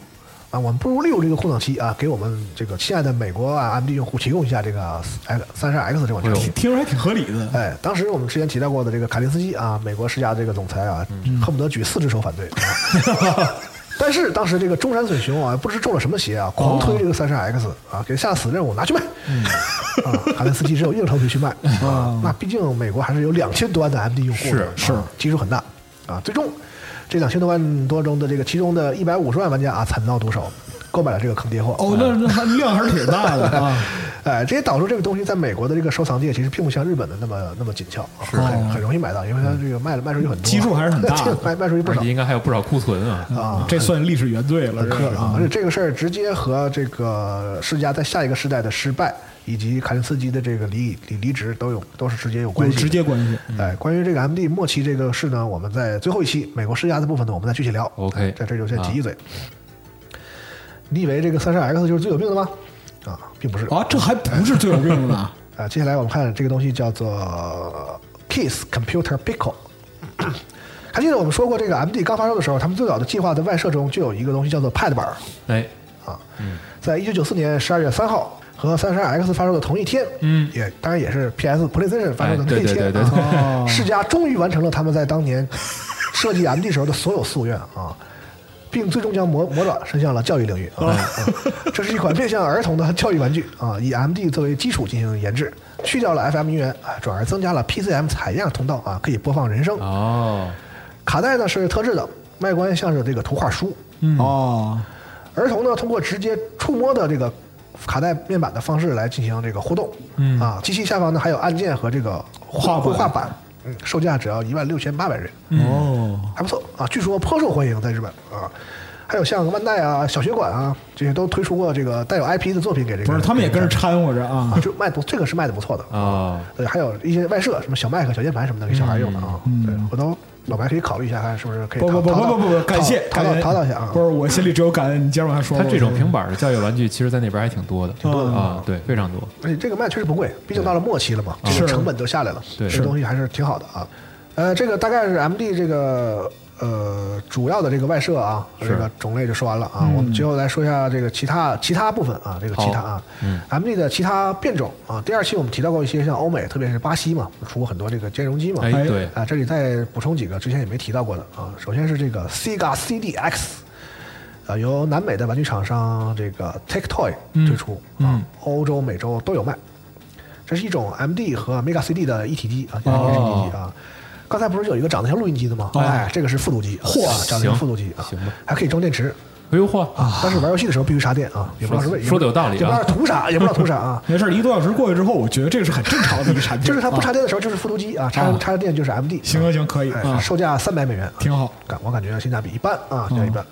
啊，我们不如利用这个空档期啊，给我们这个亲爱的美国啊 MD 用户提供一下这个 X 三十 X 这款产品。
听着还挺合理的，
哎，当时我们之前提到过的这个卡林斯基啊，美国世家这个总裁啊，
嗯
恨不得举四只手反 对。但是当时这个中山隼雄啊，不知中了什么邪啊，狂
哦
推这个三十 X 啊，给下死任务拿去卖。
嗯
啊，卡林斯基只有硬着头皮去卖啊。那毕竟美国还是有两千多万的 MD 用户的，
是是
啊基数很大啊。最终这两千多万多中的这个其中的一百五十万玩家啊，惨遭毒手，购买了这个坑爹货。
哦，那那还量还是挺大的 啊，
哎，这也导致这个东西在美国的这个收藏界其实并不像日本的那么那么紧俏，啊很很容易买到，因为它这个卖了卖出去很多，
基数还是很大 的
卖卖出去不
而
少
且应该还有不少库存啊，
啊。
这算历史原罪了，这
可
是
啊，而且这个事儿直接和这个世嘉在下一个时代的失败，以及卡林斯基的这个离离离职都有都是直接有关
有
系的，
直接关系。
哎，关于这个 MD 末期这个事呢，我们在最后一期美国施压的部分呢，我们再具体聊。
OK
在这儿就
啊
先提一嘴。你以为这个三十 X 就是最有病的吗？啊，并不是。
啊，这还不是最有病的，
啊，接下来我们看这个东西叫做 Kiss Computer Pickle。还记得我们说过，这个 MD 刚发售的时候，他们最早的计划的外设中就有一个东西叫做 Pad 板儿
哎，
啊。在一九九四年十二月三号和三十二 X 发售的同一天，嗯，也当然也是 PS PlayStation 发售的
哎
那一
对
天
对对对
啊，世嘉终于完成了他们在当 年设计 MD 时候的所有夙愿啊。并最终将魔魔爪伸向了教育领域
哦
啊！啊这是一款面向儿童的教育玩具啊，以 MD 作为基础进行研制，去掉了 FM 音源啊，转而增加了 PCM 采样通道啊，可以播放人声。
哦，
卡带呢是特制的，外观像是这个图画书，
哦，
儿童呢，通过直接触摸的这个卡带面板的方式来进行这个互动。嗯啊，机器下方呢还有按键和这个
画板
绘画板。嗯，售价只要一万六千八百日元，
哦，
还不错啊，据说颇受欢迎在日本啊。还有像万代啊、小学馆啊，这些都推出过这个带有 IP 的作品给这个。
不是，他们也跟着掺和着啊
啊，。就卖不这个是卖的不错的啊。
啊，
哦
对，还有一些外设，什么小麦克、小键盘什么的，给小孩用的啊。对，回头老白可以考虑一下，看是不是可以
不不不
淘
不
淘
不不不，感谢
淘
感
淘
谢
淘淘一下啊
不。是，我心里只有感恩。你接着往下说
它
吧。
这种平板的教育玩具，其实在那边还挺多的，挺
多的
啊，对，非常多。
而且这个卖确实不贵，毕竟到了末期了嘛，这
是
个成本都下来了，
对
这东西还是挺好的啊。呃，这个大概是 MD 这个呃主要的这个外设啊，这个种类就说完了啊。我们最后来说一下这个其他其他部分啊，这个其他啊、m d 的其他变种啊。第二期我们提到过一些像欧美，特别是巴西嘛，出过很多这个兼容机嘛。
哎，
哎
对，
啊，这里再补充几个之前也没提到过的啊。首先是这个 Sega CDX，啊，由南美的玩具厂商这个 Tectoy
嗯
推出、啊，欧洲、美洲都有卖。这是一种 MD 和 Mega CD 的一体机啊，
哦
一体机啊。刚才不是有一个长得像录音机的吗？哎，这个是复读机，嚯、长得像
行
复读机啊
行吧，
还可以装电池。
哎呦嚯，
啊
但是玩游戏的时候必须插电啊，也不知道是为
说得有道理啊
也不知道图啥，也不知道图啥 啊。
没事，一个多小时过去之后，我觉得这个是很正常的一个 产品。
就是它不
啊
插电的时候就是复读机啊，插
啊
插着电就是 MD。
行行行，可以
哎，
啊，
售价三百美元，
挺好。
感我感觉性价比一般啊，性价比一般。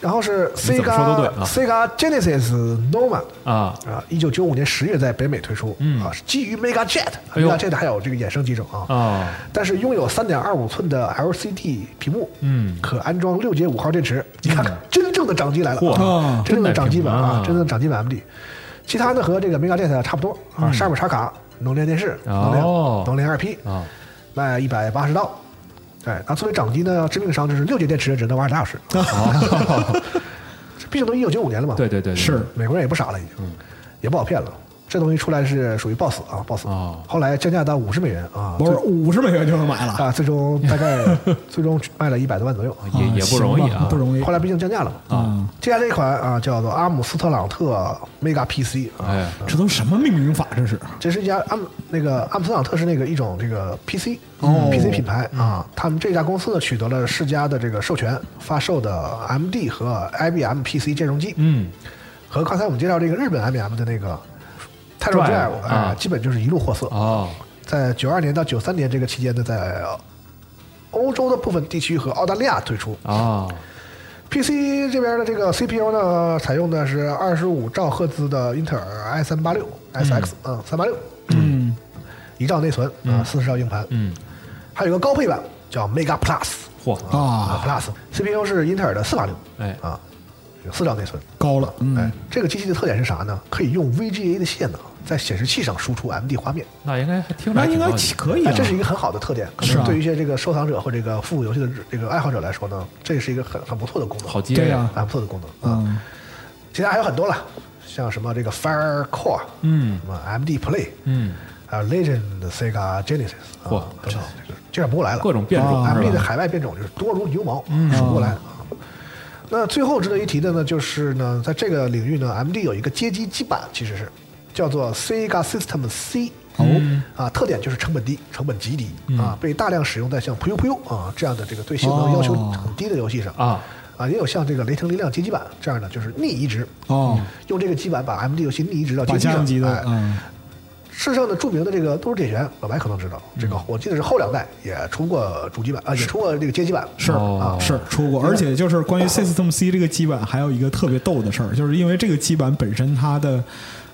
然后是
嗯你怎么说都对
Sega、
啊
Sega Genesis Nomad
啊，嗯
啊，一九九五年十月在北美推出、啊，是基于 Mega Jet、
哎呦
Mega Jet 还有这个衍生几种啊。
啊
但是拥有三点二五寸的 LCD 屏幕，
嗯
可安装六节五号电池。你看，真正的掌机来了，
嚯
啊真正的掌机版啊，
真的屏幕啊
真正的掌机版 MD。其他的和这个 Mega Jet 差不多啊，上面插卡，能连电视，能连
嗯哦
能连 2P
啊，
卖一百八十刀。哎，那作为掌机呢，致命伤就是六节电池只能玩俩小时， 毕竟都一九九五年了嘛。
对，对对，对
是
美国人也不傻了，已经，也不好骗了。这东西出来是属于 BOSS 啊，BOSS。
哦
后来降价到五十美元啊，
不是五十美元就能买了，
啊，最终大概最终卖了一百多万左右。
也也不容易
行
啊
吧，不容易
后。来毕竟降价了嘛。
啊，
接下来这款啊，叫做阿姆斯特朗特 Mega PC 啊，
哎，
这都什么命名法？这是
这是一家阿姆那个阿姆斯特朗特是那个一种这个 PC、
哦
PC 品牌
嗯
啊，他们这家公司呢取得了世嘉的这个授权发售的 MD 和 IBM PC 兼容机，
嗯，
和刚才我们介绍这个日本 IBM 的那个泰若
Drive，
Drive
啊
哎，基本就是一路货色。
哦，
在九二年到九三年这个期间呢，在呃欧洲的部分地区和澳大利亚推出。
哦，
PC 这边的这个 CPU 呢，采用的是二十五兆赫兹的英特尔 i 三八六 SX，嗯，三八六，
嗯，
一兆内存，啊，四十兆硬盘，
嗯，
还有一个高配版叫 Mega Plus
嚯，
啊
，Plus，CPU 是英特尔的四八六，
哎
啊，有四兆内存，
高了，
哎
嗯，，
这个机器的特点是啥呢？可以用 VGA 的线呢，在显示器上输出 MD 画面，
那应该还听
那
着还挺
应该
高级
可以
哎
啊，
这是一个很好的特点，可
是啊
能对于一些这个收藏者或这个复古游戏的这个爱好者来说呢，这是一个很很不错的功能，
好接
对
呀
呀，
很不错的功能啊。
嗯，
其他还有很多了，像什么这个 Firecore，
嗯
什么 MD Play，
嗯，
还有 Legend 的 Sega Genesis，啊
嚯
等等，这个介绍不过来了，
各种变种
啊
是吧
MD 的海外变种就是多如牛毛，
嗯
数不过来啊。那最后值得一提的呢，就是呢，在这个领域呢，MD 有一个街机基板，其实是叫做 Sega System C。哦，
嗯
啊，特点就是成本低，成本极低啊，被大量使用在像《噗悠噗悠》啊这样的这个对性能要求
哦
很低的游戏上
啊，
啊，也有像这个《雷霆力量》街机版这样的，就是逆移植嗯
哦，
用这个基板把 MD 游戏逆移植到街
把
机
家用
上。
机的
哎，
嗯，
世上的著名的这个《都市铁拳》，老白可能知道，
嗯
这个我记得是后两代也出过主机版啊，也出过这个街机版。
是
哦
啊，是出过，而且就是关于 System C 这个基板，还有一个特别逗的事儿，就是因为这个基板本身它的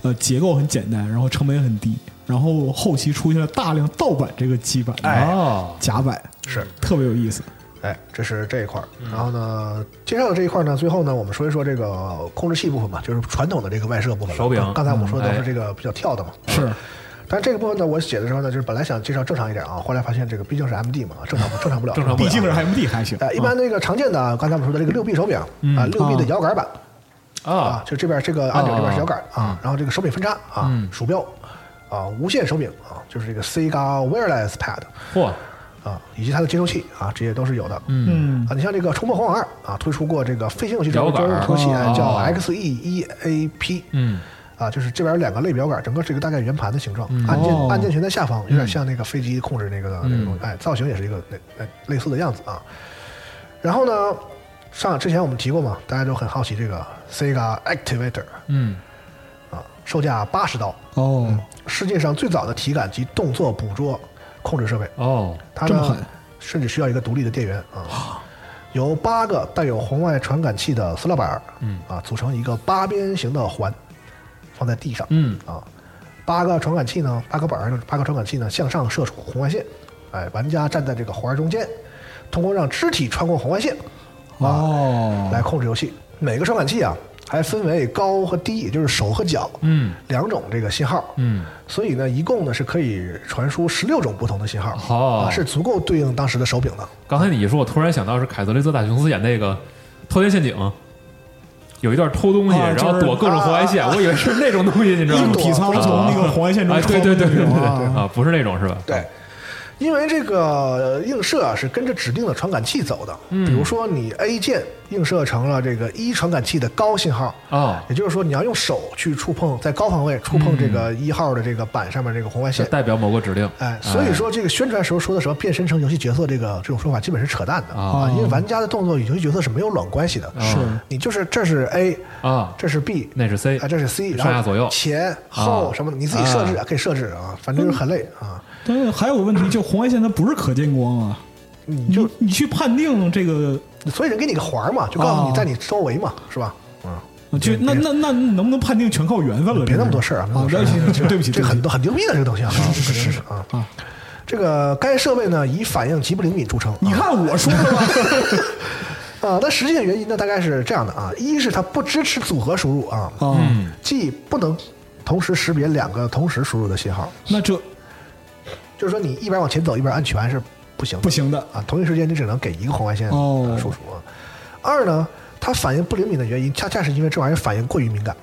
呃结构很简单，然后成本也很低，然后后期出现了大量盗版这个基板，
哦，
假版
是，
特别有意思，
嗯
哎，这是这一块儿。然后呢，介绍的这一块儿呢，最后呢，我们说一说这个控制器部分吧，就是传统的这个外设部分了。
手柄
刚刚才我们说的
嗯
都
哎
是这个比较跳的嘛。
是
但这个部分呢，我写的时候呢，就是本来想介绍正常一点啊，后来发现这个毕竟是 MD 嘛，正常不正常不了。
正常不啊哎
毕
了
竟是 MD 还行，
呃，一般那个常见的啊，刚才我们说的这个六臂手柄啊，
嗯
六臂的摇杆版啊
啊，，
就这边这个按钮这边是摇杆
啊啊
啊，然后这个手柄分叉啊，
嗯
鼠标啊，无线手柄啊，就是这个 Sega Wireless Pad
嚯，
啊，以及它的接收器啊，这些都是有的。嗯。
嗯
啊，你像这个《冲破狂二》啊，推出过这个飞行游戏
摇
中
杆
专用
儿
游戏，哎叫
哦
X E E A P，
嗯，
啊，就是这边有两个类表杆，整个是一个大概圆盘的形状，按键
哦
按键全在下方，有点像那个飞机控制那个那个东西，哎，造型也是一个那那类似的样子啊。然后呢，上之前我们提过嘛，大家都很好奇这个 Sega Activator
嗯，
啊，售价八十刀，
哦，
世界上最早的体感及动作捕捉控制设备，
哦，
它
这么
呢
狠
甚至需要一个独立的电源啊。由八个带有红外传感器的塑料板儿，嗯啊，组成一个八边形的环，放在地上，
嗯
啊，八个传感器呢，八个板儿，八个传感器呢向上射出红外线，哎，玩家站在这个环儿中间，通过让肢体穿过红外线
哦，
来控制游戏。每个传感器啊还分为高和低，也就是手和脚，
嗯
两种这个信号，
嗯，
所以呢，一共呢是可以传输十六种不同的信号，
哦
啊，是足够对应当时的手柄的。
刚才你一说，我突然想到是凯特雷泽塔琼斯演那个《偷天陷阱》，有一段偷东西，
啊
然后
就是
躲各种红外线，我以为是那种东西，你知道
艺
吗
术？体操从那个红外线中
啊，对对对对对
穿过去
对
啊
啊，不是那种是吧？
对，因为这个呃映射啊是跟着指定的传感器走的，
嗯
比如说你 A 键映射成了这个一传感器的高信号，
哦，
也就是说你要用手去触碰，在高方位触碰
嗯
这个一号的这个板上面这个红外
就
线。
代表某个指令。
哎，所以说这个宣传时候说的什么变身成游戏角色这个这种说法，基本是扯淡的
啊
因为玩家的动作与游戏角色是没有冷关系的，
是
你就是这是 A，
啊，
这是 B，
那是 C，
啊，这是 C，然
上
后
下左右
前后
啊
什么的，你自己设置啊，可以设置啊，反正就是很累啊。
但是还有个问题，就红外线它不是可见光啊，
你
嗯
你
就
你去判定这个，
所以人给你个环儿嘛，就告诉
哦
你在你周围嘛，是吧？
啊就那那那能不能判定全靠缘分了？
别那么多
这
事儿啊！
啊！
别
对
那
不
么多事
起，
儿
对不起，
这很
对不起哦
多很牛逼的这个东西啊，是是是啊
啊。
这个该设备呢以反应极不灵敏著称。
你看我说的吧，
啊，但实际的原因呢大概是这样的啊：一是它不支持组合输入啊，
啊，
嗯，
即不能同时识别两个同时输入的信号，
那这
就是说你一边往前走一边按拳是不行的
不行的，
啊，同一时间你只能给一个红外线
哦
呃输出啊。二呢，它反应不灵敏的原因，恰恰是因为这玩意儿反应过于敏感，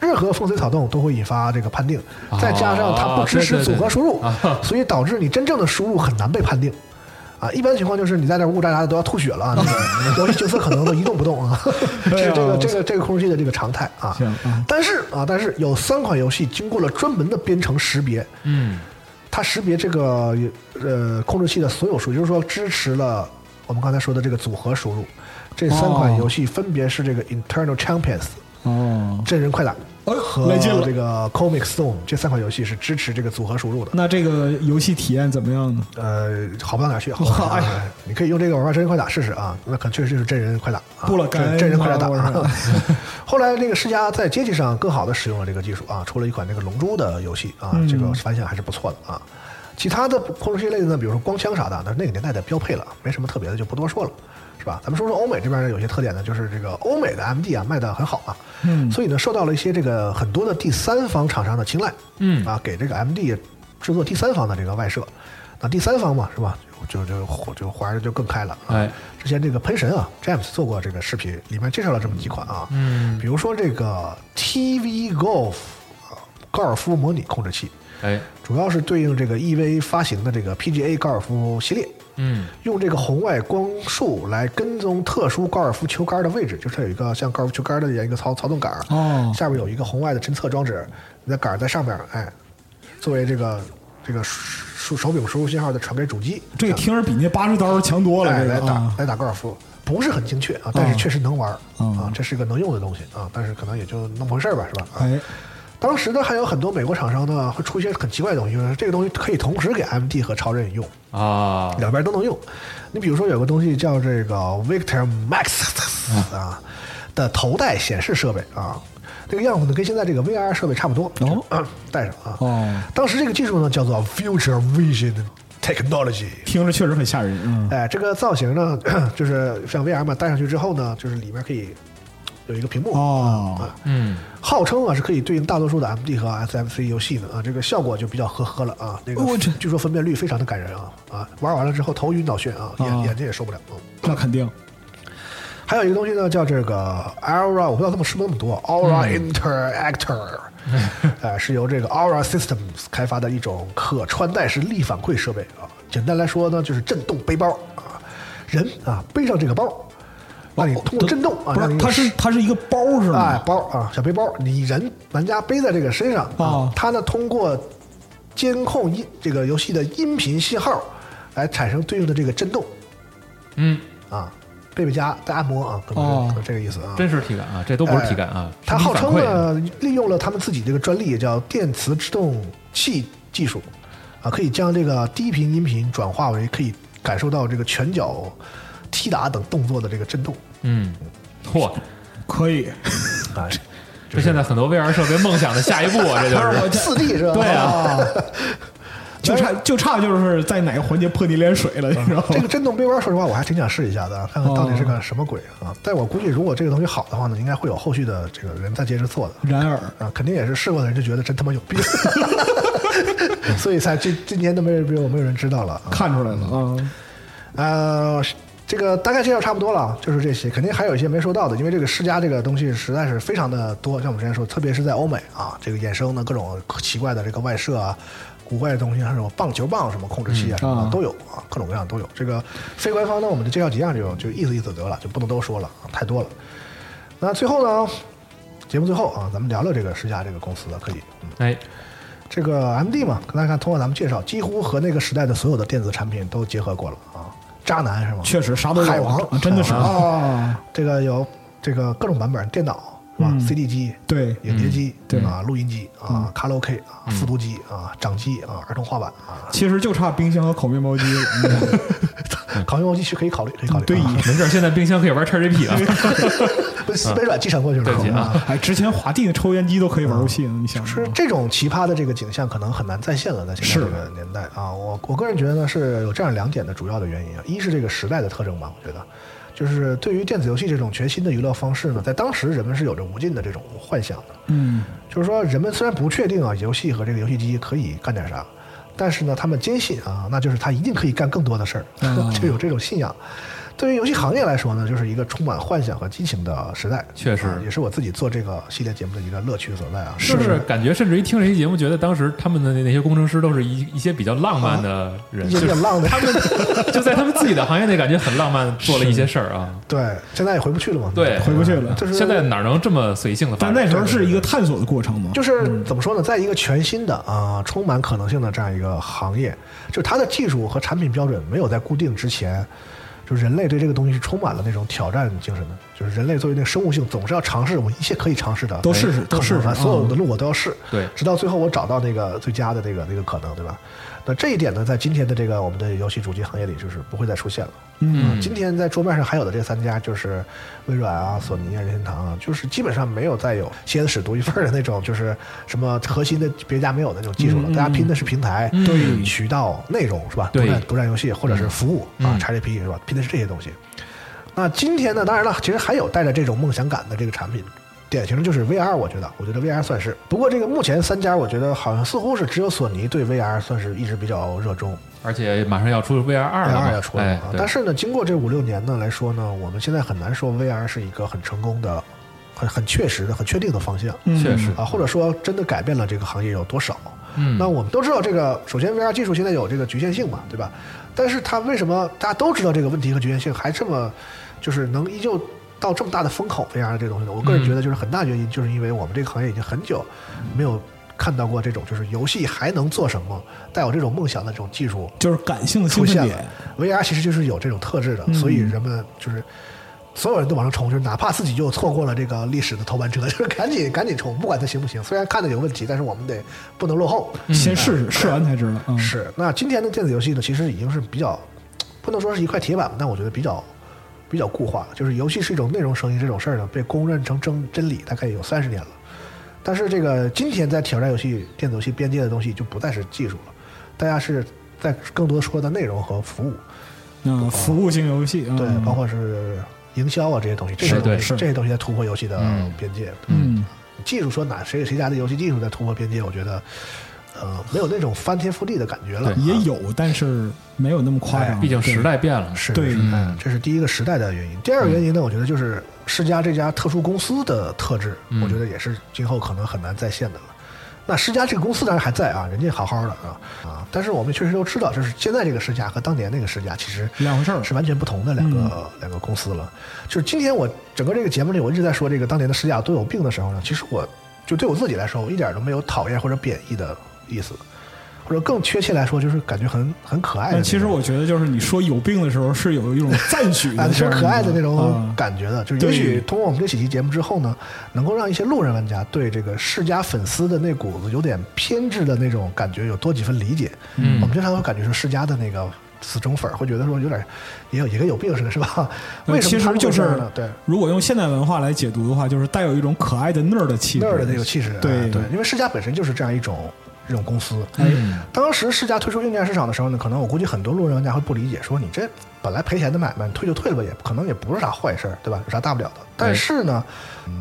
任何风吹草动都会引发这个判定，
啊
再加上它不支
哦
持
对对
组
对
合输入
啊，
所以导致你真正的输入很难被判定。啊，一般情况就是你在那呜呜喳喳的都要吐血了啊，那个游戏角色可能都一动不动啊，这
对
是
啊
这个这个这个控制器的这个常态啊
行啊。
但是啊，但是有三款游戏经过了专门的编程识别，
嗯，
它识别这个呃控制器的所有输入，也就是说支持了我们刚才说的这个组合输入。这三款
哦
游戏分别是这个 Internal Champions
哦，
真人快打
哎
和
来劲了
这个 Comic Zone 这三款游戏是支持这个组合输入的。
那这个游戏体验怎么样呢？
呃，好不到哪儿去，好不到哪儿去
哎
哎你可以用这个玩玩真人快打试试啊，那可确实就是真人快打啊，
不了
真
该
真人快打打
玩 玩
啊。后来这个世嘉在街机上更好的使用了这个技术啊，出了一款这个龙珠的游戏啊，这个反响还是不错的啊。其他的控制器类的呢，比如说光枪啥的，那是那个年代的标配了，没什么特别的就不多说了，是吧？咱们说说欧美这边呢，有些特点呢，就是这个欧美的 MD 啊卖的很好啊，
嗯
所以呢受到了一些这个很多的第三方厂商的青睐，
嗯
啊，给这个 MD 制作第三方的这个外设，那第三方嘛，是吧？就就就就花儿就更开了、啊。
哎，
之前这个喷神啊，James 做过这个视频，里面介绍了这么几款啊，嗯，比如说这个 TV Golf 啊高尔夫模拟控制器，
哎，
主要是对应这个 EV 发行的这个 PGA 高尔夫系列，
嗯，
用这个红外光束来跟踪特殊高尔夫球杆的位置，就是它有一个像高尔夫球杆的一样一个操操纵杆儿，
哦
下面有一个红外的侦测装置，你的杆儿在上面，哎，作为这个这个手手柄输入信号再传给主机，
这个听着比那八十刀强多了，
啊哎
这
来
个
打
啊，
来打高尔夫，不是很精确啊，但是确实能玩儿
嗯
啊，这是个能用的东西啊，但是可能也就那么回事儿吧，是吧？啊
哎，
当时呢，还有很多美国厂商呢会出一些很奇怪的东西，就是这个东西可以同时给 MD 和超任用。
啊，
两边都能用。你比如说有个东西叫这个 Victor
嗯
Max 啊的头戴显示设备啊，这个样子呢跟现在这个 VR 设备差不多，
哦
啊 戴上啊。
哦
当时这个技术呢叫做 Future Vision Technology。
听着确实很吓人，嗯，
哎，这个造型呢， 就是像 VR 嘛，戴上去之后呢，就是里面可以有一个屏幕，
哦，
嗯，
号称啊是可以对应大多数的 MD 和 SFC 游戏的啊，这个效果就比较呵呵了啊。那个
我这
据说分辨率非常的感人啊啊，玩完了之后头晕脑眩啊，眼、
啊
眼睛也受不了、啊。
那肯定，
还有一个东西呢，叫这个 Aura，我不知道他们是不是那么多，Aura
嗯
Interactor，、呃，是由这个 Aura Systems 开发的一种可穿戴式力反馈设备啊。简单来说呢，就是震动背包啊，人啊背上这个包，让你通过震动
哦
啊，
不
让
是，
你
它是它是一个包是
哎
吗？
包啊小背包，你人玩家背在这个身上
哦
它呢通过监控音这个游戏的音频信号来产生对应的这个震动
嗯，
啊。贝贝家在按摩啊，可能是、
哦
可能这个意思啊。
真是体感啊，这都不是体感啊，
他
身体
号
反
称
馈
呢，利用了他们自己这个专利，叫电磁制动器技术，啊，可以将这个低频音频转化为可以感受到这个全角踢打等动作的这个震动
嗯，嚯，
可以，哎
啊。
这现在很多 VR 设备梦想的下一步啊，这就
当然
是
我
四 D 是吧？
对啊
啊，
就差就差就是在哪个环节泼你脸水了，你知道吗？
这个震动背包，说实话，我还挺想试一下的，看看到底是个什么鬼啊！但我估计，如果这个东西好的话呢，应该会有后续的这个人再接着做的。
然而，
啊，肯定也是试过的人就觉得真他妈有病， 所以才这今年都没人没有没有人知道了啊。
看出来了啊，
呃，这个大概介绍差不多了，就是这些，肯定还有一些没说到的，因为这个世家这个东西实在是非常的多，像我们之前说，特别是在欧美啊，这个衍生的各种奇怪的这个外设啊。古怪的东西，像什么棒球棒、什么控制器啊，什么
啊
的都有啊，各种各样都有。这个非官方呢，我们就介绍几样这种，就意思意思得了，就不能都说了啊，太多了。那最后呢，节目最后啊，咱们聊聊这个世家这个公司啊，可以。
哎，
这个 MD 嘛，跟大家看，通过咱们介绍，几乎和那个时代的所有的电子产品都结合过了啊。渣男是吗？
确实啥都有
海王
啊真的是
海王
啊，
这个有这个各种版本，电脑是吧、
嗯
c d 机、
对，嗯
影碟机、
对嗯
啊，录音机啊，卡拉 OK 啊，复读机啊，掌机啊，儿童滑板啊，
其实就差冰箱和烤面包机 了。嗯
烤面包机是可以考虑，可以考虑。
对
啊
没事儿，现在冰箱可以玩 XGP 了，
不
嗯
是微软继承过去了
对
是
啊
吧啊。
哎，之前滑地的抽烟机都可以玩游戏呢，你想
是
嗯
想
这种奇葩的这个景象，可能很难再现了，在现在这个年代啊，我我个人觉得呢是有这样两点的主要的原因啊，一是这个时代的特征吧，我觉得，就是对于电子游戏这种全新的娱乐方式呢，在当时人们是有着无尽的这种幻想的，
嗯，
就是说人们虽然不确定啊，游戏和这个游戏机可以干点啥，但是呢，他们坚信啊，那就是他一定可以干更多的事儿，
嗯
就有这种信仰。对于游戏行业来说呢，就是一个充满幻想和激情的时代，
确实
啊也是我自己做这个系列节目的一个乐趣所在啊。
就是感觉甚至于听这期节目，觉得当时他们的那些工程师都是一一些比较浪漫的人，
一些
就
比较
是
浪的
他们就在他们自己的行业内感觉很浪漫，做了一些事儿啊。
对，现在也回不去了嘛。
对
回不去了。
就是
现在哪能这么随性的？
但那时候是一个探索的过程嘛，
嗯
就是怎么说呢，在一个全新的啊、充满可能性的这样一个行业，就是它的技术和产品标准没有在固定之前，就人类对这个东西是充满了那种挑战精神的。就是人类作为那个生物性，总是要尝试我一切可以尝试的，
都试试
哎
都试嗯试
可能啊所有的路我都要试，
对
直到最后我找到那个最佳的这个那个可能，对吧？那这一点呢，在今天的这个我们的游戏主机行业里，就是不会再出现了。
嗯，
嗯，今天在桌面上还有的这三家就是微软啊、索尼啊、任天堂啊，就是基本上没有再有先使独一份儿的那种，就是什么核心的别家没有的那种技术了。
嗯嗯
大家拼的是平台、
对
渠道、内容是吧？
对
独占独占游戏或者是服务、啊
嗯
XGP 是吧？拼的是这些东西。那今天呢，当然了，其实还有带着这种梦想感的这个产品。典型的就是 VR，我觉得，我觉得 VR 算是。不过这个目前三家，我觉得好像似乎是只有索尼对 VR 算是一直比较热衷，
而且马上要出 VR 二了
VR
嘛，
要出来
哎
了、啊，
对
但是呢，经过这五六年呢来说呢，我们现在很难说 VR 是一个很成功的、很很确实的、很确定的方向
嗯
确实
啊，或者说真的改变了这个行业有多少。
嗯，
那我们都知道，这个首先 VR 技术现在有这个局限性嘛，对吧？但是它为什么大家都知道这个问题和局限性，还这么就是能依旧到这么大的风口 VR 这东西呢？我个
嗯
人觉得，就是很大原因，就是因为我们这个行业已经很久没有看到过这种就是游戏还能做什么，带有这种梦想的这种技术
就是感性的兴
出
奋
现
点
了。。VR 其实就是有这种特质的，
嗯
所以人们就是所有人都往上冲，就是哪怕自己又错过了这个历史的头班车， 就是赶紧赶紧冲，不管它行不行。虽然看着有问题，但是我们得不能落后。
先试试，试完才知道。嗯，
嗯是，那今天的电子游戏呢，其实已经是比较不能说是一块铁板，但我觉得比较。比较固化了，就是游戏是一种内容生意这种事儿呢，被公认成真真理，大概有三十年了。但是这个今天在挑战游戏、电子游戏边界的东西，就不再是技术了，大家是在更多说的内容和服务。
嗯，服务型游戏，嗯
对，包括是营销啊这些东西，这些
是
东
对
西
是
这些东西在突破游戏的边界。
嗯，
技术说哪谁谁家的游戏技术在突破边界，我觉得呃没有那种翻天覆地的感觉了。啊
对
嗯也有，但是没有那么夸
哎
张。
毕竟时代变了，
是哎
对
是
嗯
这是第一个时代的原因。第二个原因
嗯
呢，我觉得就是世嘉这家特殊公司的特质，
嗯
我觉得也是今后可能很难再现的了。那世嘉这个公司当然还在啊，人家好好的啊啊，但是我们确实都知道，就是现在这个世嘉和当年那个世嘉其实
对两回事儿。嗯
是完全不同的两个、两个公司了。就是今天我整个这个节目里，我一直在说这个当年的施亚都有病的时候呢，其实我就对我自己来说，我一点都没有讨厌或者贬义的意思，或者更确切来说，就是感觉很很可爱的
但
那
呃
种。
其实我觉得，就是你说有病的时候，是有一种赞许
啊，
的，
就是可爱的那种
啊
感觉的，就是也
对
许通过我们这几期节目之后呢，能够让一些路人玩家对这个世家粉丝的那股子有点偏执的那种感觉有多几分理解。
嗯
我们经常会感觉说世家的那个死忠粉儿会觉得说有点也有也跟有病似的，是吧？
呃
为什么
其实
他们会
就
这样
是
呢？对。
如果用现代文化来解读的话，就是带有一种可爱的 nerd 的气质
那儿的那个气质，
对
哎对，因为世嘉本身就是这样一种这种公司。
嗯
当时世嘉推出硬件市场的时候呢，可能我估计很多路人玩家会不理解，说你这本来赔钱的买卖，你退就退了吧，也可能也不是啥坏事儿，对吧？有啥大不了的？但是呢，嗯，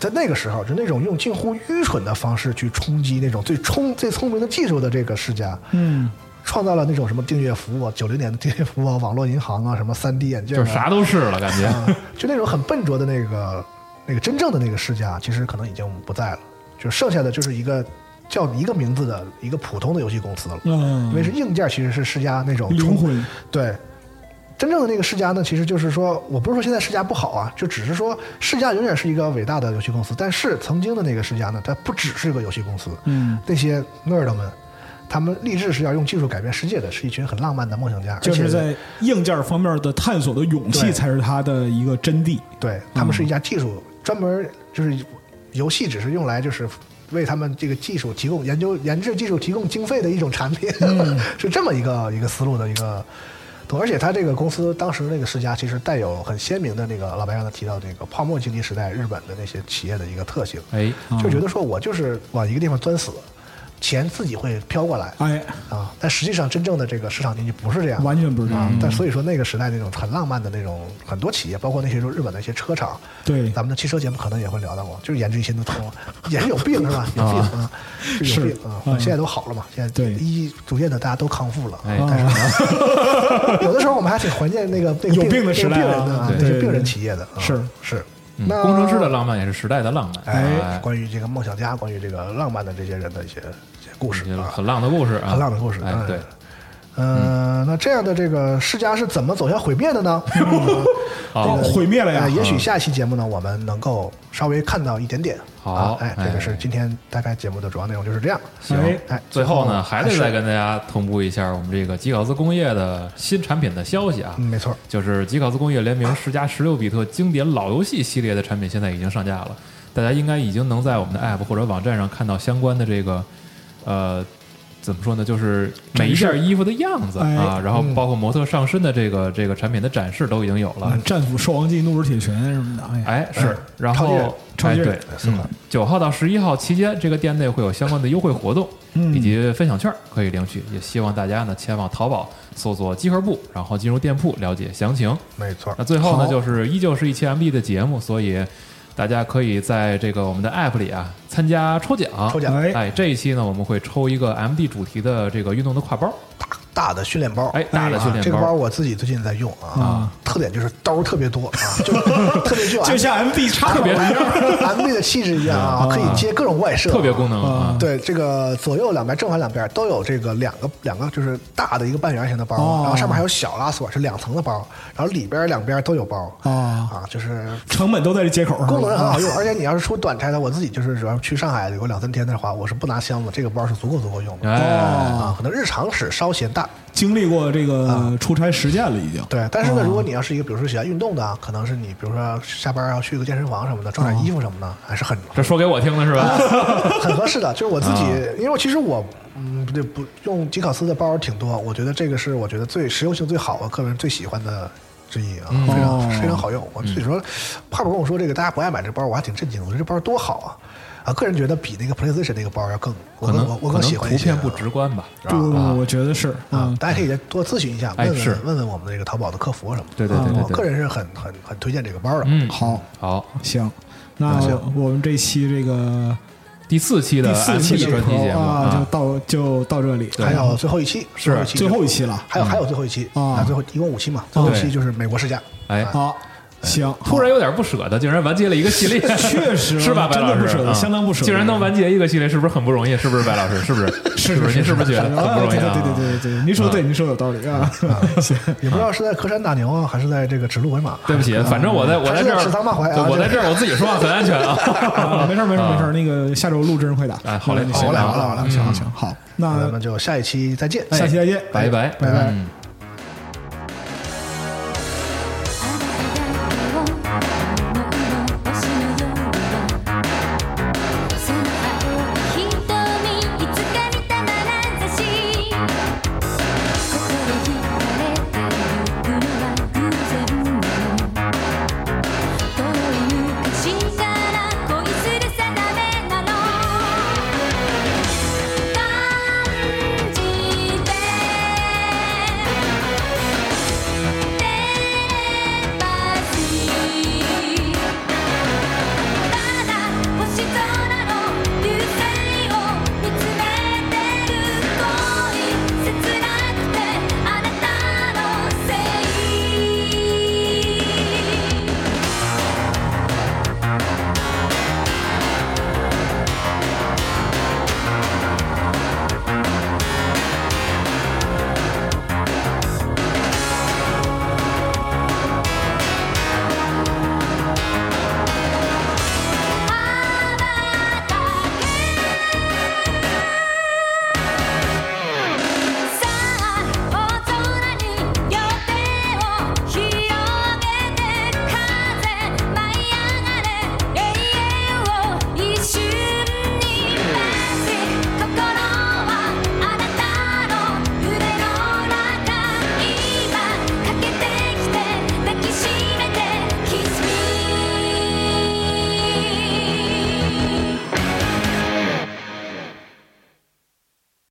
在那个时候，就那种用近乎愚蠢的方式去冲击那种最聪最聪明的技术的这个世嘉，
嗯，
创造了那种什么订阅服务啊，九零年的订阅服务啊，网络银行啊，什么三 D 眼镜、啊，
就是啥都是了，感觉。
啊，就那种很笨拙的那个那个真正的那个世家，其实可能已经不在了，就剩下的就是一个叫一个名字的一个普通的游戏公司了。
嗯
因为是硬件，其实是世家那种
灵
冲
魂，
对。真正的那个世家呢，其实就是说，我不是说现在世家不好啊，就只是说世家永远是一个伟大的游戏公司，但是曾经的那个世家呢，它不只是一个游戏公司，
嗯，
那些 nerd 们，他们立志是要用技术改变世界的，是一群很浪漫的梦想家，
就
而
是
且
在硬件方面的探索的勇气
对
才是它的一个真谛。
对他们是一家技术，专门就是游戏只是用来就是为他们这个技术提供研究研制技术提供经费的一种产品， 是这么一个一个思路的一个。懂而且他这个公司当时那个世家其实带有很鲜明的那个老白刚才提到这个泡沫经济时代日本的那些企业的一个特性，
哎，
就觉得说我就是往一个地方钻死，钱自己会飘过来
哎，
啊，但实际上真正的这个市场经济不是这样的，啊
完全不是这样。嗯
但所以说那个时代那种很浪漫的那种很多企业，包括那些说日本的一些车厂，
对
咱，们的汽车节目可能也会聊到过，就是研制一些都通，啊也是有病是吧？有病啊，是有病啊！
嗯
现在都好了嘛，现在
对
一逐渐的大家都康复了。
哎
但是有的时候我们还挺怀念那个那个
啊有病的时代啊
那个病人的啊
对
那些
对
病人
对
企业的啊
是
是。
嗯
那
工程师的浪漫也是时代的浪漫，
哎，，关于这个梦想家，关于这个浪漫的这些人的一些一些故事
这个
啊，
很浪的故事啊，
很浪的故事。
哎，
嗯
对，
呃，那这样的这个世家是怎么走向毁灭的呢？
好
哦，毁灭了呀
呃！也许下一期节目呢，我们能够稍微看到一点点。
好
啊哎，这个是
哎
今天大概节目的主要内容就是这样。
哎
行。
哎，
最后呢，还得再
是
跟大家同步一下我们这个吉考斯工业的新产品的消息啊，
嗯，没错，
就是吉考斯工业联名十加十六比特经典老游戏系列的产品，现在已经上架了，大家应该已经能在我们的 App 或者网站上看到相关的这个，呃，怎么说呢，就是每一件衣服的样子
哎
啊，然后
嗯
包括模特上身的这个这个产品的展示都已经有了
啊，。战斧、兽王记、怒日铁拳什么的，哎呀，
哎，是，然
嗯超级人
后
超
哎
级人
对，嗯，九号到十一号期间，这个店内会有相关的优惠活动
嗯
以及分享券可以领取，也希望大家呢前往淘宝搜索集合部，然后进入店铺了解详情。
没错
那。最后呢，
好
就是依旧是一期 MB 的节目，所以大家可以在这个我们的 App 里啊参加抽奖。
抽奖
哎
哎，这一期呢，我们会抽一个 MD 主题的这个运动的挎包，
大大的训练包，
哎大的训练包
啊这个包我自己最近在用啊
啊，
特点就是兜儿特别多啊，就特别具有
就像 MD 叉
特别
M V 的气质一样啊，可以接各种外设，
特别功。能啊
啊。
对，这个左右两边、正反两边都有这个两个两个，就是大的一个半圆形的包，
哦
然后上面还有小拉锁，是两层的包，然后里边两边都有包
啊，
啊，就是
成本都在这接口上，
功能是很好用，
啊
而且你要是出短差的，我自己就是主要去上海有两三天的话，我是不拿箱子，这个包是足够足够用的。
哎，
啊，可能日常使稍嫌大，
经历过这
啊
个出差实践了，已经。
对。但是呢，
哦
如果你要是一个，比如说喜欢运动的啊，可能是你，比如说下班要去个健身房什么的，装
哦
点衣服什么的，还是很
这说给我听的是吧？
啊 很合适的。就是我自
啊
己，因为我其实我，嗯，不对，不用吉考斯的包挺多，我觉得这个是我觉得最实用性最好，我个人最喜欢的之一啊，
嗯
非常非常好用。我自己说，帕布跟我说这个大家不爱买这包，我还挺震惊的，我觉得这包多好啊。啊，个人觉得比那个 PlayStation 那个包要更，我
可
更
能
我我
可
更
能
喜欢一
图
些啊。
片不直观吧？
不不不，我觉得是
啊
嗯，，
大家可以多咨询一下，
哎
问问、
是
问问我们的这个淘宝的客服什么的。
对对对
啊
对
我
对
个人是很很很推荐这个包的。
嗯，
好，
好，
行，那
行
我们这期这个
第四期的
第四期
MD
的
专题节目
啊，就
啊，
到就到这里，
对
还有最后一期，
是
最后一期
最后一期了。
还有还有最后一期
啊
最后一共五期嘛，最后一期
嗯对
就是美国试驾。
哎，
好，行，
突然有点不舍得，竟然完结了一个系列，
确实
是吧？白
真的
老师
不舍得
嗯
相当不舍得
竟然能完结一个系列，是不是很不容易？是不是白老师？是不是？是不是？您是不是觉得很
啊
不容易
对
啊？
对对对对对，您说的对，您说的有道理啊。行，
也不知道是在磕山打牛啊，还是在这个指鹿为马。
对不起，反正我在我在这
还是在
儿
食堂骂回啊
对我在
这
这儿我自己说话很安全 啊。
啊没事儿没事儿没事儿，
啊
那个下周录真人会打。
哎好嘞
嗯
好嘞
行
好嘞好嘞
行行好，
咱
那
哎们就下一期再见，
下期再见，
拜拜
拜拜
嗯